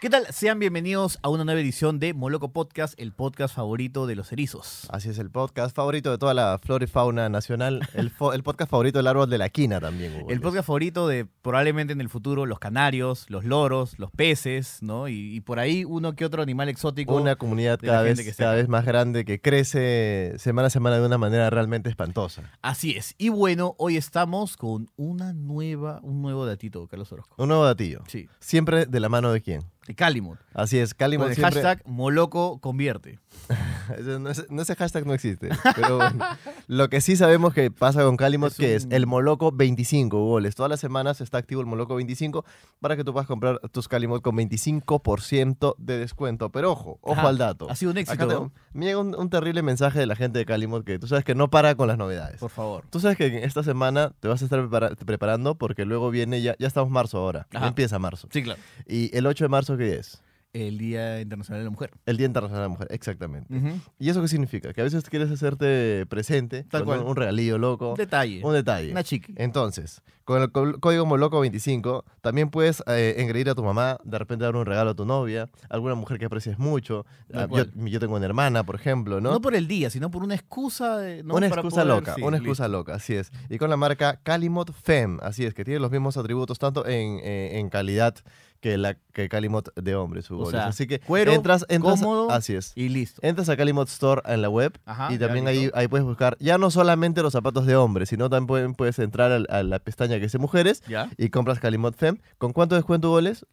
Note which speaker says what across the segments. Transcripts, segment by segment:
Speaker 1: ¿Qué tal? Sean bienvenidos a una nueva edición de Moloco Podcast, el podcast favorito de los erizos.
Speaker 2: Así es, el podcast favorito de toda la flora y fauna nacional. El, fo- el podcast favorito del árbol de la quina también, Hugo.
Speaker 1: El podcast favorito de probablemente en el futuro los canarios, los loros, los peces, ¿no? Y, y por ahí uno que otro animal exótico.
Speaker 2: Una comunidad
Speaker 1: de la
Speaker 2: cada
Speaker 1: gente
Speaker 2: vez,
Speaker 1: que está
Speaker 2: cada
Speaker 1: acá.
Speaker 2: vez más grande que crece semana a semana de una manera realmente espantosa.
Speaker 1: Así es. Y bueno, hoy estamos con una nueva, un nuevo datito, Carlos Orozco.
Speaker 2: Un nuevo datillo.
Speaker 1: Sí,
Speaker 2: Siempre de la mano de quién.
Speaker 1: de Calimut.
Speaker 2: Así es, Calimón
Speaker 1: Con el
Speaker 2: siempre-
Speaker 1: hashtag Moloco convierte.
Speaker 2: Ese- no, ese, no, ese hashtag no existe. Pero bueno, lo que sí sabemos que pasa con Calimot,
Speaker 1: Es
Speaker 2: que es
Speaker 1: un-
Speaker 2: el Moloco 25 goles. Todas las semanas está activo el Moloco 25 para que tú puedas comprar tus Calimot con 25% de descuento. Pero ojo, ojo
Speaker 1: Ajá,
Speaker 2: al dato.
Speaker 1: Ha sido un éxito,
Speaker 2: Acá te-
Speaker 1: ¿no?
Speaker 2: me llega un, un terrible mensaje de la gente de Calimot que tú sabes que no para con las novedades.
Speaker 1: por favor.
Speaker 2: Tú sabes que esta semana te vas a estar prepara- preparando porque luego viene ya, ya estamos marzo ahora. Ya
Speaker 1: Ajá.
Speaker 2: Empieza marzo.
Speaker 1: Sí, claro.
Speaker 2: Y el 8 de marzo, ¿qué es?
Speaker 1: El Día Internacional de la Mujer.
Speaker 2: El Día Internacional de la Mujer, exactamente. ¿Y eso qué significa? Que a veces quieres hacerte presente
Speaker 1: Mm. Tal
Speaker 2: con un-
Speaker 1: cual.
Speaker 2: un regalillo loco,
Speaker 1: Detalle.
Speaker 2: un detalle.
Speaker 1: Una chiqui.
Speaker 2: Entonces, con el col- código MOLOCO25 también puedes eh, engreír a tu mamá, de repente dar un regalo a tu novia, alguna mujer que aprecies mucho.
Speaker 1: Tal
Speaker 2: Ah, yo,
Speaker 1: cual.
Speaker 2: yo tengo una hermana, por ejemplo,
Speaker 1: ¿no?
Speaker 2: ¿no?
Speaker 1: por el día, sino por una excusa. de- ¿no?
Speaker 2: una
Speaker 1: Para
Speaker 2: excusa
Speaker 1: poder-
Speaker 2: loca,
Speaker 1: sí,
Speaker 2: una
Speaker 1: listo.
Speaker 2: excusa loca, así es. Y con la marca Calimot Fem, así es, que tiene los mismos atributos tanto en, en- en calidad que la que Calimot de hombres. Hugo.
Speaker 1: sea,
Speaker 2: así que
Speaker 1: cuero,
Speaker 2: entras, entras,
Speaker 1: cómodo
Speaker 2: así es.
Speaker 1: Y listo.
Speaker 2: Entras a Calimot Store en la web
Speaker 1: Ajá,
Speaker 2: y
Speaker 1: ya,
Speaker 2: también ahí,
Speaker 1: listo.
Speaker 2: ahí puedes buscar ya no solamente los zapatos de hombres, sino también pueden- puedes entrar al- a, la pestaña que dice mujeres
Speaker 1: ¿Ya?
Speaker 2: y compras Calimot Fem. ¿Con cuánto descuento goles?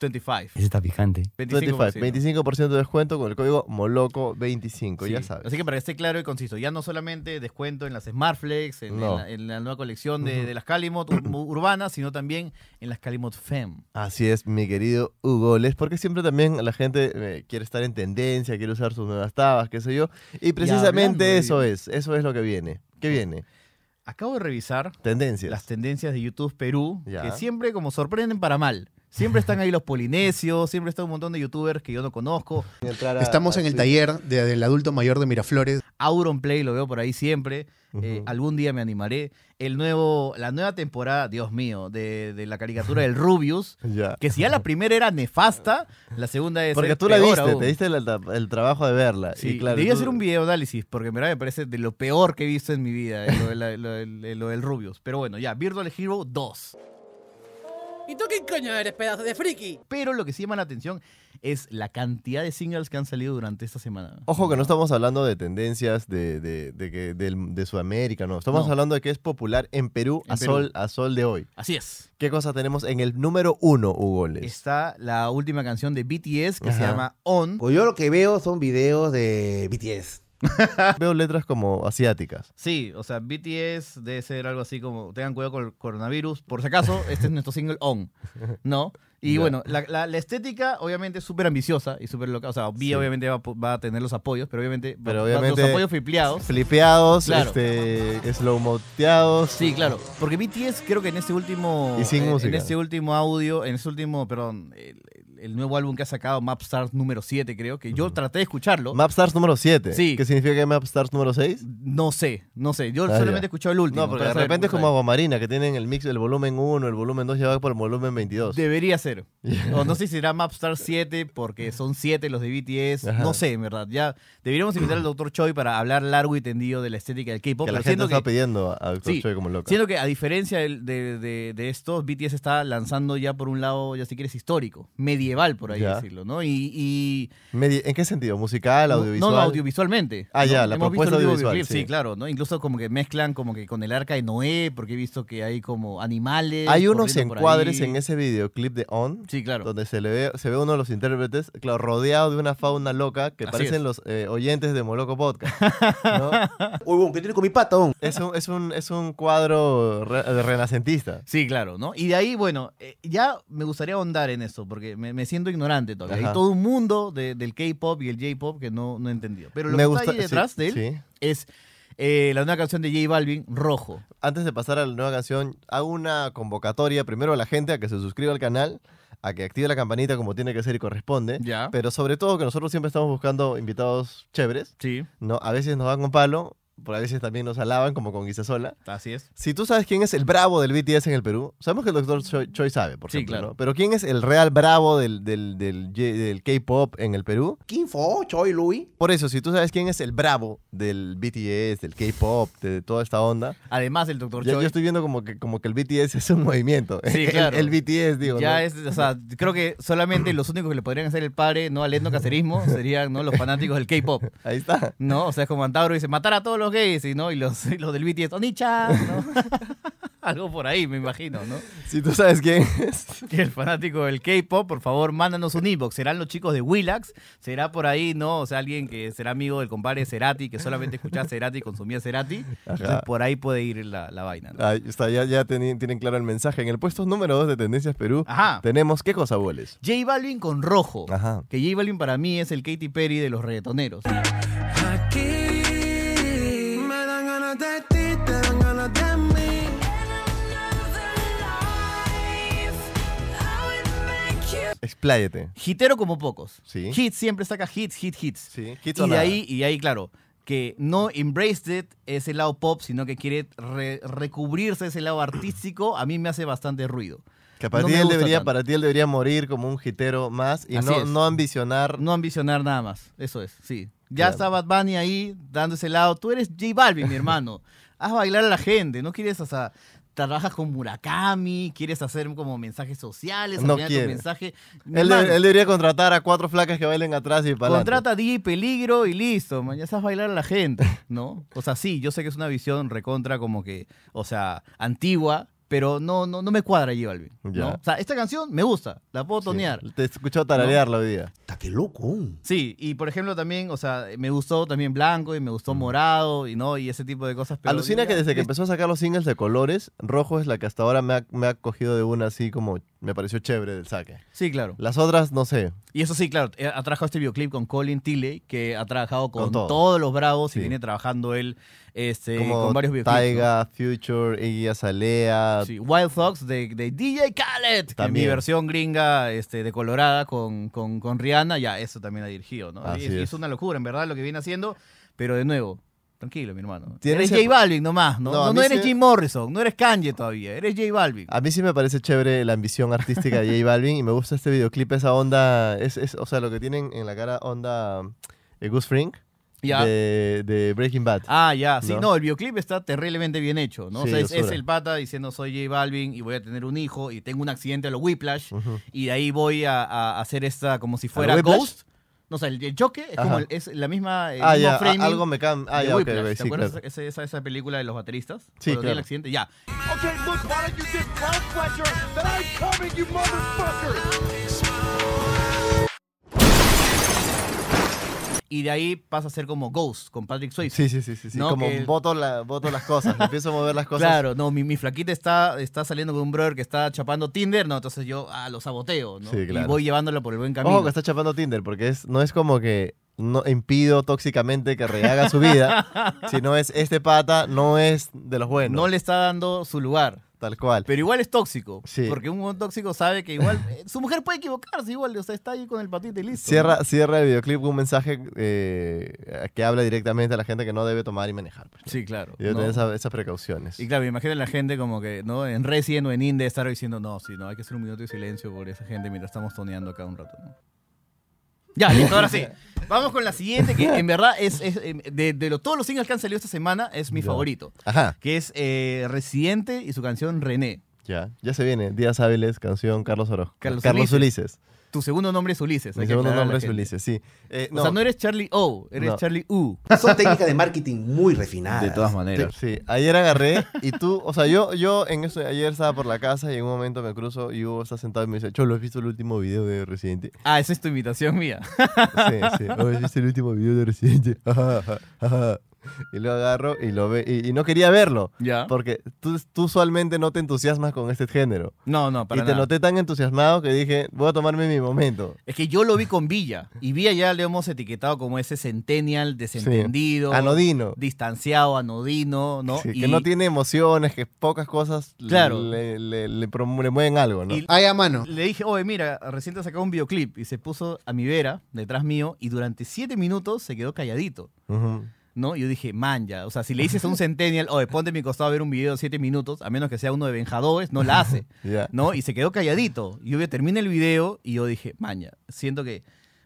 Speaker 1: 25.
Speaker 3: Ese está picante.
Speaker 2: 25%, 25% de descuento con el código MOLOCO25,
Speaker 1: Sí.
Speaker 2: ya sabes.
Speaker 1: Así que para que esté claro y conciso, ya no solamente descuento en las Smartflex, en, en
Speaker 2: No.
Speaker 1: la, en la nueva colección de,
Speaker 2: Ujú.
Speaker 1: de las Calimot ur- urbanas, sino también en las Calimot Fem.
Speaker 2: Así es, mi querido Hugo Les, porque siempre también la gente eh, quiere estar en tendencia, quiere usar sus nuevas tabas, qué sé yo. Y precisamente
Speaker 1: hablando de-
Speaker 2: eso es, eso es lo que viene. ¿Qué viene?
Speaker 1: Acabo de revisar
Speaker 2: Tendencias.
Speaker 1: las tendencias de YouTube Perú,
Speaker 2: Ya.
Speaker 1: que siempre como sorprenden para mal. Siempre están ahí los polinesios, siempre está un montón de youtubers que yo no conozco.
Speaker 2: Entrar a-
Speaker 4: Estamos
Speaker 2: a
Speaker 4: en el
Speaker 2: Twitter.
Speaker 4: taller de- del adulto mayor de Miraflores.
Speaker 1: Auronplay lo veo por ahí siempre. Eh,
Speaker 2: Ujú.
Speaker 1: algún día me animaré. El nuevo, la nueva temporada, Dios mío, de, de la caricatura del Rubius.
Speaker 2: Ya.
Speaker 1: Que si ya la primera era nefasta, la segunda es.
Speaker 2: Porque
Speaker 1: es
Speaker 2: tú la
Speaker 1: peor
Speaker 2: viste,
Speaker 1: aún.
Speaker 2: te diste el, el trabajo de verla.
Speaker 1: Sí,
Speaker 2: y claro,
Speaker 1: debí
Speaker 2: tú-
Speaker 1: hacer un video análisis, porque en verdad me parece de lo peor que he visto en mi vida, eh, lo, de la- lo del- eh, lo del Rubius. Pero bueno, ya, Virtual Hero 2.
Speaker 5: ¿Y tú qué coño eres, pedazo de friki?
Speaker 1: Pero lo que sí llama la atención es la cantidad de singles que han salido durante esta semana.
Speaker 2: Ojo que no estamos hablando de tendencias de, de, de que- del- de Sudamérica, no. Estamos
Speaker 1: No.
Speaker 2: hablando de que es popular en Perú,
Speaker 1: En
Speaker 2: a,
Speaker 1: Perú.
Speaker 2: Sol, a sol de hoy.
Speaker 1: Así es.
Speaker 2: ¿Qué cosa tenemos en el número uno, Hugo Les?
Speaker 1: Está la última canción de BTS que se
Speaker 2: Ajá.
Speaker 1: llama On.
Speaker 6: Pues yo lo que veo son videos de BTS.
Speaker 2: Veo letras como asiáticas.
Speaker 1: Sí, o sea, BTS debe ser algo así como, tengan cuidado con el coronavirus, por si acaso, este es nuestro single On, ¿no? Y
Speaker 2: Ya.
Speaker 1: bueno, la, la- la estética obviamente es súper ambiciosa y súper loca, o sea, B
Speaker 2: Sí.
Speaker 1: obviamente va, a po- va a tener los apoyos, pero obviamente, va-
Speaker 2: Pero
Speaker 1: va-
Speaker 2: obviamente-
Speaker 1: los apoyos flipeados.
Speaker 2: Flipeados,
Speaker 1: Claro.
Speaker 2: este, slow-moteados.
Speaker 1: Sí, claro, porque BTS creo que en este último...
Speaker 2: Y sin
Speaker 1: en- En
Speaker 2: música.
Speaker 1: este último audio, en este último, perdón, el, el- el nuevo álbum que ha sacado, Mapstars número 7 creo, que yo
Speaker 2: Ujú.
Speaker 1: traté de escucharlo.
Speaker 2: Mapstars número 7.
Speaker 1: Sí.
Speaker 2: ¿Qué significa que hay Mapstars número 6?
Speaker 1: no sé, no sé, yo
Speaker 2: Ah, ya.
Speaker 1: solamente he escuchado el último.
Speaker 2: No, porque
Speaker 1: para
Speaker 2: de
Speaker 1: saber
Speaker 2: repente es
Speaker 1: cómo
Speaker 2: como Aguamarina, que tienen el mix, el volumen 1, el volumen 2 llevado por el volumen 22.
Speaker 1: Debería ser. O no sé si será Mapstar 7 porque son 7 los de BTS.
Speaker 2: Ajá.
Speaker 1: No sé, en verdad. Ya deberíamos invitar al doctor Choi para hablar largo y tendido de la estética del K-pop.
Speaker 2: que la
Speaker 1: pero
Speaker 2: gente
Speaker 1: siento
Speaker 2: está
Speaker 1: que,
Speaker 2: pidiendo a- a Dr.
Speaker 1: Sí.
Speaker 2: Choi como loca.
Speaker 1: siento que a diferencia del- de, de- de estos, BTS está lanzando ya por un lado, ya si quieres, histórico, medieval, por ahí
Speaker 2: Ya.
Speaker 1: decirlo, ¿no? Y, y-
Speaker 2: Medi- ¿En qué sentido? ¿Musical, audiovisual?
Speaker 1: No, no, audiovisualmente.
Speaker 2: Ah,
Speaker 1: ¿no?
Speaker 2: ya, la
Speaker 1: Hemos visto
Speaker 2: propuesta
Speaker 1: el último
Speaker 2: audiovisual,
Speaker 1: videoclip, Sí.
Speaker 2: sí.
Speaker 1: claro, ¿no? Incluso como que mezclan como que con el arca de Noé, porque he visto que hay como animales.
Speaker 2: Hay unos
Speaker 1: eh, corriendo por
Speaker 2: encuadres
Speaker 1: ahí.
Speaker 2: en ese videoclip de On,
Speaker 1: Sí, claro.
Speaker 2: donde se, le ve, se ve uno de los intérpretes, claro, rodeado de una fauna loca que
Speaker 1: Así
Speaker 2: parecen
Speaker 1: es.
Speaker 2: los eh, oyentes de Moloco Podcast. ¿no?
Speaker 6: Uy, que tiene con mi pata, huevón?
Speaker 2: es, un, es, un, es un cuadro re- eh, renacentista.
Speaker 1: Sí, claro, ¿no? Y de ahí, bueno, eh, ya me gustaría ahondar en eso, porque me, me siento ignorante todavía.
Speaker 2: Ajá.
Speaker 1: Hay todo un mundo de- del K-pop y el J-pop que no, no he entendido. Pero lo
Speaker 2: Me
Speaker 1: que
Speaker 2: gusta-
Speaker 1: está ahí detrás
Speaker 2: sí,
Speaker 1: de él
Speaker 2: sí.
Speaker 1: es eh, la nueva canción de J Balvin, Rojo.
Speaker 2: Antes de pasar a la nueva canción, hago una convocatoria primero a la gente a que se suscriba al canal, a que active la campanita como tiene que ser y corresponde.
Speaker 1: Ya.
Speaker 2: Pero sobre todo que nosotros siempre estamos buscando invitados chéveres,
Speaker 1: Sí,
Speaker 2: ¿no? A veces nos dan con palo, pero a veces también nos alaban, como con Guisasola.
Speaker 1: así es.
Speaker 2: Si tú sabes quién es el bravo del BTS en el Perú, sabemos que el doctor Choi, Choi sabe, por
Speaker 1: Sí,
Speaker 2: ejemplo,
Speaker 1: claro.
Speaker 2: ¿no? Pero ¿quién es el real bravo del, del, del, del K-pop en el Perú?
Speaker 6: Kim Fo, Choi, Louis.
Speaker 2: Por eso, si tú sabes quién es el bravo del BTS, del K-pop, de toda esta onda,
Speaker 1: Además del Dr.
Speaker 2: ya- yo
Speaker 1: Choi.
Speaker 2: estoy viendo como que, como que el BTS es un movimiento.
Speaker 1: Sí,
Speaker 2: El-
Speaker 1: claro.
Speaker 2: El, BTS, digo.
Speaker 1: Ya
Speaker 2: ¿no?
Speaker 1: es, o sea, creo que solamente los únicos que le podrían hacer el padre no al etnocacerismo serían ¿no? los fanáticos del K-pop.
Speaker 2: Ahí está.
Speaker 1: ¿No? O sea, es como Antauro dice, matar a todos los gays, y, ¿no? Y los, y los del BTS, Onicha, ¿no? Algo por ahí, me imagino, ¿no?
Speaker 2: Si tú sabes quién es.
Speaker 1: Que el fanático del K-pop, por favor, mándanos un inbox. Serán los chicos de Willax, será por ahí, ¿no? O sea, alguien que será amigo del compadre Cerati, que solamente escuchaba Cerati y consumía Cerati. Entonces, por ahí puede ir la, la vaina, ¿no?
Speaker 2: Ahí está, ya, ya teni- tienen claro el mensaje. En el puesto número 2 de Tendencias Perú
Speaker 1: Ajá.
Speaker 2: tenemos ¿qué cosa boles?
Speaker 1: J Balvin con rojo.
Speaker 2: Ajá.
Speaker 1: Que J Balvin para mí es el Katy Perry de los reggaetoneros.
Speaker 3: Aquí me dan ganas de ti, te dan ganas de mí.
Speaker 2: Expláyate.
Speaker 1: Hitero como pocos.
Speaker 2: Sí.
Speaker 1: Hits siempre saca hits, hits, hits.
Speaker 2: Sí.
Speaker 1: Y
Speaker 2: hits o
Speaker 1: de
Speaker 2: nada.
Speaker 1: ahí, y de ahí, claro, que no embraced it ese lado pop, sino que quiere re- recubrirse ese lado artístico, a mí me hace bastante ruido.
Speaker 2: Que para,
Speaker 1: no
Speaker 2: ti
Speaker 1: me
Speaker 2: él
Speaker 1: gusta
Speaker 2: debería,
Speaker 1: tanto.
Speaker 2: para ti él debería morir como un jitero más y
Speaker 1: Así
Speaker 2: no,
Speaker 1: es.
Speaker 2: no ambicionar.
Speaker 1: No ambicionar nada más, eso es, sí. Ya
Speaker 2: Claro.
Speaker 1: está Bad Bunny ahí, dando ese lado. Tú eres J Balvin, mi hermano. Haz bailar a la gente, no quieres hasta... Trabajas con Murakami, quieres hacer como mensajes sociales, al
Speaker 2: No
Speaker 1: final tu
Speaker 2: quiere.
Speaker 1: mensaje... Mi
Speaker 2: Él, de-
Speaker 1: hermano,
Speaker 2: él debería contratar a cuatro flacas que bailen atrás y para
Speaker 1: Contrata a DJ Peligro y listo, man, ya sabes bailar a la gente, ¿no? O sea, sí, yo sé que es una visión recontra como que, o sea, antigua, pero no, no, no me cuadra J Balvin, ¿no?
Speaker 2: Ya.
Speaker 1: O sea, esta canción me gusta, la puedo tonear. Sí.
Speaker 2: Te escuchó tararearla hoy día.
Speaker 6: Está que loco.
Speaker 1: y por ejemplo también, o sea, me gustó también blanco y me gustó morado y no, y ese tipo de cosas. Pero
Speaker 2: Mm. Alucina
Speaker 1: yo
Speaker 2: que
Speaker 1: ya-
Speaker 2: desde que empezó a sacar los singles de colores, rojo es la que hasta ahora me ha, me ha cogido de una así como me pareció chévere del saque.
Speaker 1: Sí, claro.
Speaker 2: Las otras, no sé.
Speaker 1: Y eso sí, claro, eh, ha trabajado este videoclip con Colin Tilley, que ha trabajado con,
Speaker 2: Con todos.
Speaker 1: todos los bravos
Speaker 2: Sí.
Speaker 1: y viene trabajando él este,
Speaker 2: como
Speaker 1: con varios videoclips. ¿no?
Speaker 2: Taiga, Future, Iggy Azalea.
Speaker 1: Sí, Wild Fox de, de DJ Khaled. que
Speaker 2: También.
Speaker 1: mi versión gringa este, de Colorada con, con, con Rihanna, ya, eso también ha dirigido, ¿no?
Speaker 2: Así
Speaker 1: es,
Speaker 2: es.
Speaker 1: es una locura, en verdad, lo que viene haciendo, pero de nuevo. Tranquilo, mi hermano.
Speaker 2: Tiene
Speaker 1: Eres
Speaker 2: ese-
Speaker 1: J Balvin nomás, ¿no?
Speaker 2: No, a
Speaker 1: No, no,
Speaker 2: mí
Speaker 1: eres
Speaker 2: se-
Speaker 1: Jim Morrison, no eres Kanye todavía, eres J Balvin.
Speaker 2: A mí sí me parece chévere la ambición artística de J Balvin y me gusta este videoclip, esa onda, es, es- o sea, lo que tienen en la cara onda eh, Goose Fring
Speaker 1: Ya.
Speaker 2: de, de Breaking Bad.
Speaker 1: Ah, ya, sí,
Speaker 2: ¿No?
Speaker 1: no. el videoclip está terriblemente bien hecho, ¿no?
Speaker 2: Sí,
Speaker 1: o sea, es, es
Speaker 2: basura.
Speaker 1: el pata diciendo soy J Balvin y voy a tener un hijo y tengo un accidente a los Whiplash
Speaker 2: Ujú.
Speaker 1: y de ahí voy a, a hacer esta como si fuera
Speaker 2: ¿Al Whiplash?
Speaker 1: Ghost. No, o sea, el, el choque es, como
Speaker 2: Ajá.
Speaker 1: el- es la misma. el
Speaker 2: Ah,
Speaker 1: mismo
Speaker 2: ya, a-
Speaker 1: framing
Speaker 2: algo me cambia. Ah,
Speaker 1: de
Speaker 2: ya, ok,
Speaker 1: Whiplash.
Speaker 2: ok,
Speaker 1: ¿Te
Speaker 2: sí,
Speaker 1: acuerdas
Speaker 2: claro.
Speaker 1: esa, esa, esa película de los bateristas?
Speaker 2: Sí,
Speaker 1: Cuando tiene
Speaker 2: claro.
Speaker 1: el accidente, ya. Y de ahí pasa a ser como Ghost con Patrick Swayze.
Speaker 2: Sí, sí, sí, sí, sí,
Speaker 1: No,
Speaker 2: como
Speaker 1: que el-
Speaker 2: voto, la, voto las cosas, empiezo a mover las cosas.
Speaker 1: Claro, no, mi, mi flaquita está, está saliendo con un brother que está chapando Tinder, no, entonces yo ah, lo saboteo, ¿no?
Speaker 2: Sí, claro.
Speaker 1: Y voy llevándola por el buen camino.
Speaker 2: Ojo que está chapando Tinder, porque es, no es como que no impido tóxicamente que rehaga su vida, sino es este pata no es de los buenos,
Speaker 1: No le está dando su lugar.
Speaker 2: tal cual.
Speaker 1: Pero igual es tóxico.
Speaker 2: Sí.
Speaker 1: Porque un buen tóxico sabe que igual. eh, su mujer puede equivocarse, igual. O sea, está ahí con el patito y listo.
Speaker 2: Cierra, cierra el videoclip con un mensaje eh, que habla directamente a la gente que no debe tomar y manejar. pues, ¿no?
Speaker 1: Sí, claro.
Speaker 2: Debe
Speaker 1: ¿no?
Speaker 2: tener esa- esas precauciones.
Speaker 1: Y claro, imagínate la gente como que, ¿no? En Resident o en Inde estar diciendo, no, sí, no, hay que hacer un minuto de silencio por esa gente mientras estamos toneando acá un rato, ¿no? Ya, listo, ahora sí. Vamos con la siguiente, que en verdad es, es, eh, de, de lo- todos los singles que han salido esta semana, es mi
Speaker 2: Ya.
Speaker 1: favorito.
Speaker 2: Ajá,
Speaker 1: Que es eh, Residente y su canción René.
Speaker 2: ya. Ya se viene. Días hábiles, canción Carlos Orozco.
Speaker 1: Carlos
Speaker 2: Ulises.
Speaker 1: Tu segundo nombre es Ulises.
Speaker 2: Mi
Speaker 1: hay que
Speaker 2: segundo
Speaker 1: aclarar a la
Speaker 2: nombre es
Speaker 1: gente.
Speaker 2: Ulises, sí. Eh,
Speaker 1: O sea, no eres Charlie O, eres
Speaker 2: No.
Speaker 1: Charlie U.
Speaker 6: Son técnicas de marketing muy refinadas.
Speaker 2: Sí, sí, ayer agarré y tú, o sea, yo, yo en eso, ayer estaba por la casa y en un momento me cruzo y Hugo está sentado y me dice, Cholo, ¿has visto el último video de Residente?
Speaker 1: Ah, esa es tu invitación mía.
Speaker 2: Sí, sí, "Oh, ¿has visto el último video de Residente? Ajá, ajá, ajá". Y lo agarro y lo ve. Y, y no quería verlo.
Speaker 1: ¿Ya?
Speaker 2: Porque tú, tú usualmente no te entusiasmas con este género.
Speaker 1: No, no, para
Speaker 2: y te
Speaker 1: nada.
Speaker 2: noté tan entusiasmado que dije, voy a tomarme mi momento.
Speaker 1: Es que yo lo vi con Villa. Y Villa ya le hemos etiquetado como ese centennial desentendido.
Speaker 2: Anodino.
Speaker 1: Distanciado, anodino, ¿no?
Speaker 2: Ah, Sí,
Speaker 1: y,
Speaker 2: que no tiene emociones, que pocas cosas le-
Speaker 1: Claro.
Speaker 2: le, le- le promu- le mueven algo, ¿no?
Speaker 1: Y-
Speaker 4: Ahí a mano.
Speaker 1: Le dije, oye, mira, recién te sacado un videoclip y se puso a mi vera, detrás mío, y durante siete minutos se quedó calladito,
Speaker 2: Ujú.
Speaker 1: ¿no? Yo dije, man, ya. O sea, si le dices a un centennial, oye, ponte a mi costado a ver un video de siete minutos, a menos que sea uno de Benjadores, no la hace,
Speaker 2: Ya.
Speaker 1: ¿no? Y se quedó calladito. Y yo terminé el video y yo dije, man, ya, siento que,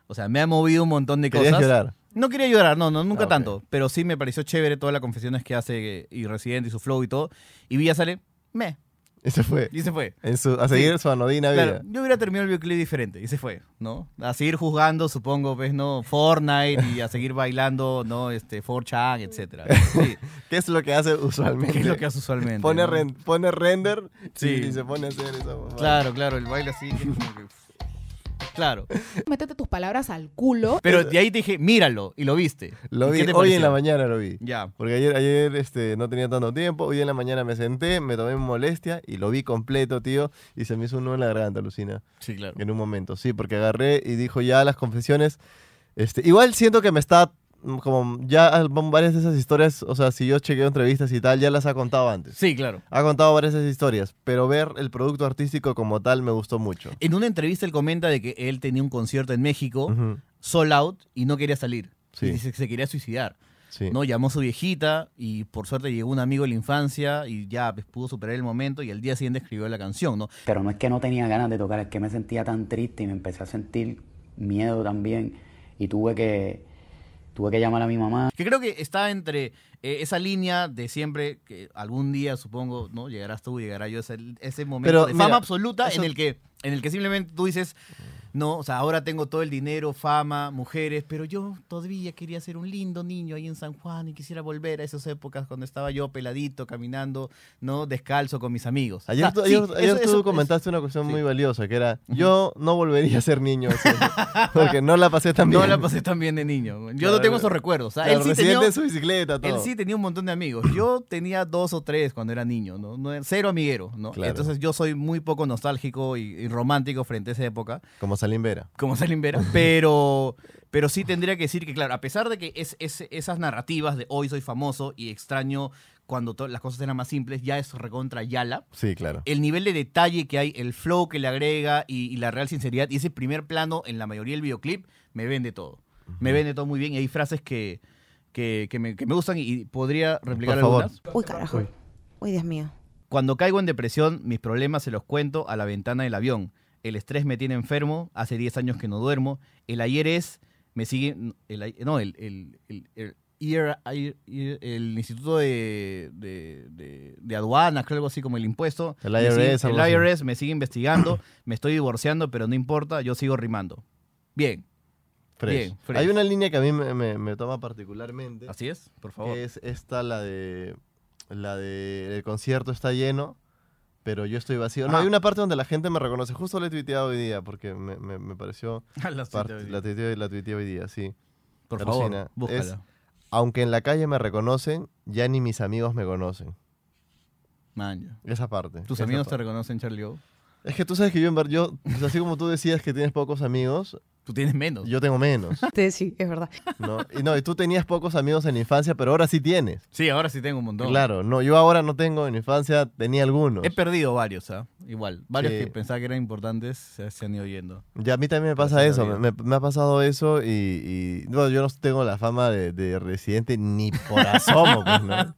Speaker 1: o sea, me ha movido un montón de
Speaker 2: Querías
Speaker 1: cosas.
Speaker 2: llorar.
Speaker 1: No quería llorar, no, no, nunca
Speaker 2: Ah, ok.
Speaker 1: tanto. Pero sí me pareció chévere todas las confesiones que hace eh, y Residente y su flow y todo. Y Villa sale, me,
Speaker 2: Y se fue.
Speaker 1: y se fue.
Speaker 2: En su- a seguir su anodina vida.
Speaker 1: Claro, yo hubiera terminado el videoclip diferente y se fue, ¿no? A seguir juzgando, supongo, pues, ¿no? Fortnite y a seguir bailando, ¿no? Este, 4chan, etcétera. Sí,
Speaker 2: ¿Qué es lo que hace usualmente?
Speaker 1: que es lo que hace usualmente.
Speaker 2: Pone,
Speaker 1: ¿no?
Speaker 2: ren- pone render
Speaker 1: Sí.
Speaker 2: y, y se pone a hacer esa huevada.
Speaker 1: Claro, claro, el baile así. que es como que- Claro.
Speaker 7: Métete tus palabras al culo.
Speaker 1: Pero de ahí te dije, míralo, y lo viste.
Speaker 2: Lo
Speaker 1: ¿Y
Speaker 2: vi
Speaker 1: qué
Speaker 2: hoy
Speaker 1: te
Speaker 2: en
Speaker 1: pareció?
Speaker 2: la mañana, lo vi.
Speaker 1: Ya.
Speaker 2: Porque ayer, ayer este, no tenía tanto tiempo, hoy en la mañana me senté, me tomé mi molestia y lo vi completo, tío, y se me hizo un nudo en la garganta, Lucina,
Speaker 1: Sí, claro.
Speaker 2: en un momento, sí, porque agarré y dijo ya las confesiones, este, igual siento que me está, mm, como ya al- varias de esas historias, o sea, si yo chequeo entrevistas y tal, ya las ha contado antes,
Speaker 1: Sí, claro.
Speaker 2: ha contado varias de esas historias, pero ver el producto artístico como tal me gustó mucho.
Speaker 1: En una entrevista él comenta de que él tenía un concierto en México,
Speaker 2: Ujú,
Speaker 1: sold out, y no quería salir.
Speaker 2: Sí.
Speaker 1: Y dice que se quería suicidar.
Speaker 2: sí.
Speaker 1: ¿no? Llamó a su viejita y por suerte llegó un amigo de la infancia y ya pues, pudo superar el momento y al día siguiente escribió la canción, ¿no?
Speaker 8: Pero no es que no tenía ganas de tocar, es que me sentía tan triste y me empecé a sentir miedo también. Y tuve que, tuve que llamar a mi mamá.
Speaker 1: Que creo que está entre eh, esa línea de siempre, que algún día supongo, ¿no? Llegarás tú, llegará yo, ese, ese momento
Speaker 2: Pero,
Speaker 1: de
Speaker 2: mira,
Speaker 1: fama absoluta
Speaker 2: eso-
Speaker 1: en el que en el que simplemente tú dices, no, o sea, ahora tengo todo el dinero, fama, mujeres, pero yo todavía quería ser un lindo niño ahí en San Juan y quisiera volver a esas épocas cuando estaba yo peladito, caminando, ¿no? Descalzo con mis amigos.
Speaker 2: Ayer,
Speaker 1: O sea,
Speaker 2: tú,
Speaker 1: Ah, sí,
Speaker 2: ayer- ayer
Speaker 1: eso-
Speaker 2: tú
Speaker 1: eso-
Speaker 2: comentaste una cuestión
Speaker 1: sí.
Speaker 2: muy valiosa, que era, yo no volvería a ser niño, o sea, porque no la pasé tan bien.
Speaker 1: No la pasé tan bien de niño. güey. Yo
Speaker 2: Claro,
Speaker 1: no tengo
Speaker 2: güey.
Speaker 1: esos recuerdos. O sea,
Speaker 2: Claro,
Speaker 1: él, sí
Speaker 2: residente
Speaker 1: tenía,
Speaker 2: en su bicicleta, todo.
Speaker 1: él sí tenía un montón de amigos. Yo tenía dos o tres cuando era niño, ¿no? No era- cero amiguero, ¿no?
Speaker 2: Claro.
Speaker 1: Entonces yo soy muy poco nostálgico y, y romántico frente a esa época,
Speaker 2: Como Salim Vera.
Speaker 1: como Salim Vera. Pero, pero sí tendría que decir que, claro, a pesar de que es, es- esas narrativas de hoy soy famoso y extraño cuando to- las cosas eran más simples, ya es recontra Yala
Speaker 2: Sí, claro.
Speaker 1: el nivel de detalle que hay, el flow que le agrega y, y la real sinceridad y ese primer plano en la mayoría del videoclip me vende todo. Me vende todo muy bien y hay frases que, que, que me, que me gustan y- y podría replicar
Speaker 2: Por favor.
Speaker 1: algunas.
Speaker 9: Uy, carajo. Uy, Dios mío.
Speaker 1: Cuando caigo en depresión, mis problemas se los cuento a la ventana del avión. El estrés me tiene enfermo, hace 10 años que no duermo. El ayer es, me sigue, el, ay- no, el, el, el- el- IR- IR- IR- el Instituto de, de, de- de Aduanas, creo algo así como el impuesto.
Speaker 2: El
Speaker 1: Me sigue-
Speaker 2: IRS, algo
Speaker 1: el
Speaker 2: así.
Speaker 1: IRS me sigue investigando, me estoy divorciando, pero no importa, yo sigo rimando. Bien,
Speaker 2: Fresh.
Speaker 1: bien, fresh.
Speaker 2: Hay una línea que a mí me, me- me toma particularmente,
Speaker 1: así es, por favor.
Speaker 2: que es esta, la de, la de el concierto está lleno, pero yo estoy vacío. No,
Speaker 1: Ah.
Speaker 2: hay una parte donde la gente me reconoce. Justo la he tuiteado hoy día, porque me, me- me pareció...
Speaker 1: La
Speaker 2: parte-
Speaker 1: cita de-
Speaker 2: la tuiteé la tuiteé hoy día, sí.
Speaker 1: por
Speaker 2: Alucina.
Speaker 1: favor,
Speaker 2: Es-
Speaker 1: búscala.
Speaker 2: Aunque en la calle me reconocen, ya ni mis amigos me conocen.
Speaker 1: Man, ya.
Speaker 2: Esa parte.
Speaker 1: ¿Tus
Speaker 2: esa
Speaker 1: amigos te
Speaker 2: parte.
Speaker 1: reconocen, Charlie O?
Speaker 2: Es que tú sabes que yo, en verdad, yo, pues, así como tú decías que tienes pocos amigos,
Speaker 1: Tú tienes menos.
Speaker 2: yo tengo menos,
Speaker 9: Te- Sí, es verdad.
Speaker 2: ¿no? Y no, y tú tenías pocos amigos en la infancia, pero ahora sí tienes.
Speaker 1: Sí, ahora sí tengo un montón.
Speaker 2: Claro, no, yo ahora no tengo en la infancia, tenía algunos.
Speaker 1: He perdido varios, ¿ah? Igual. Varios
Speaker 2: Sí.
Speaker 1: que pensaba que eran importantes se, se han ido yendo.
Speaker 2: Ya a mí también me
Speaker 1: Pero
Speaker 2: pasa
Speaker 1: sí,
Speaker 2: eso,
Speaker 1: la
Speaker 2: me, me ha pasado eso y, y- no, yo no tengo la fama de, de residente ni por asomo, pues, ¿no?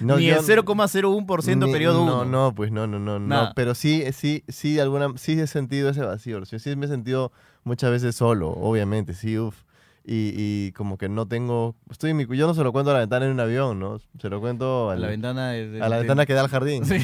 Speaker 2: No,
Speaker 1: Ni
Speaker 2: yo-
Speaker 1: el 0,01%
Speaker 2: Ni-
Speaker 1: periodo 1.
Speaker 2: No, no, pues no, no, no, no,
Speaker 1: Nada.
Speaker 2: Pero sí, eh, sí, sí, de alguna, sí he sentido ese vacío. Sí, sí me he sentido muchas veces solo, obviamente, sí, uff. Y, y como que no tengo, estoy en mi, cu- yo no se lo cuento a la ventana en un avión, ¿no? Se lo cuento
Speaker 1: A
Speaker 2: al-
Speaker 1: la ventana de, de-
Speaker 2: a la
Speaker 1: de-
Speaker 2: ventana que da al jardín,
Speaker 1: Sí.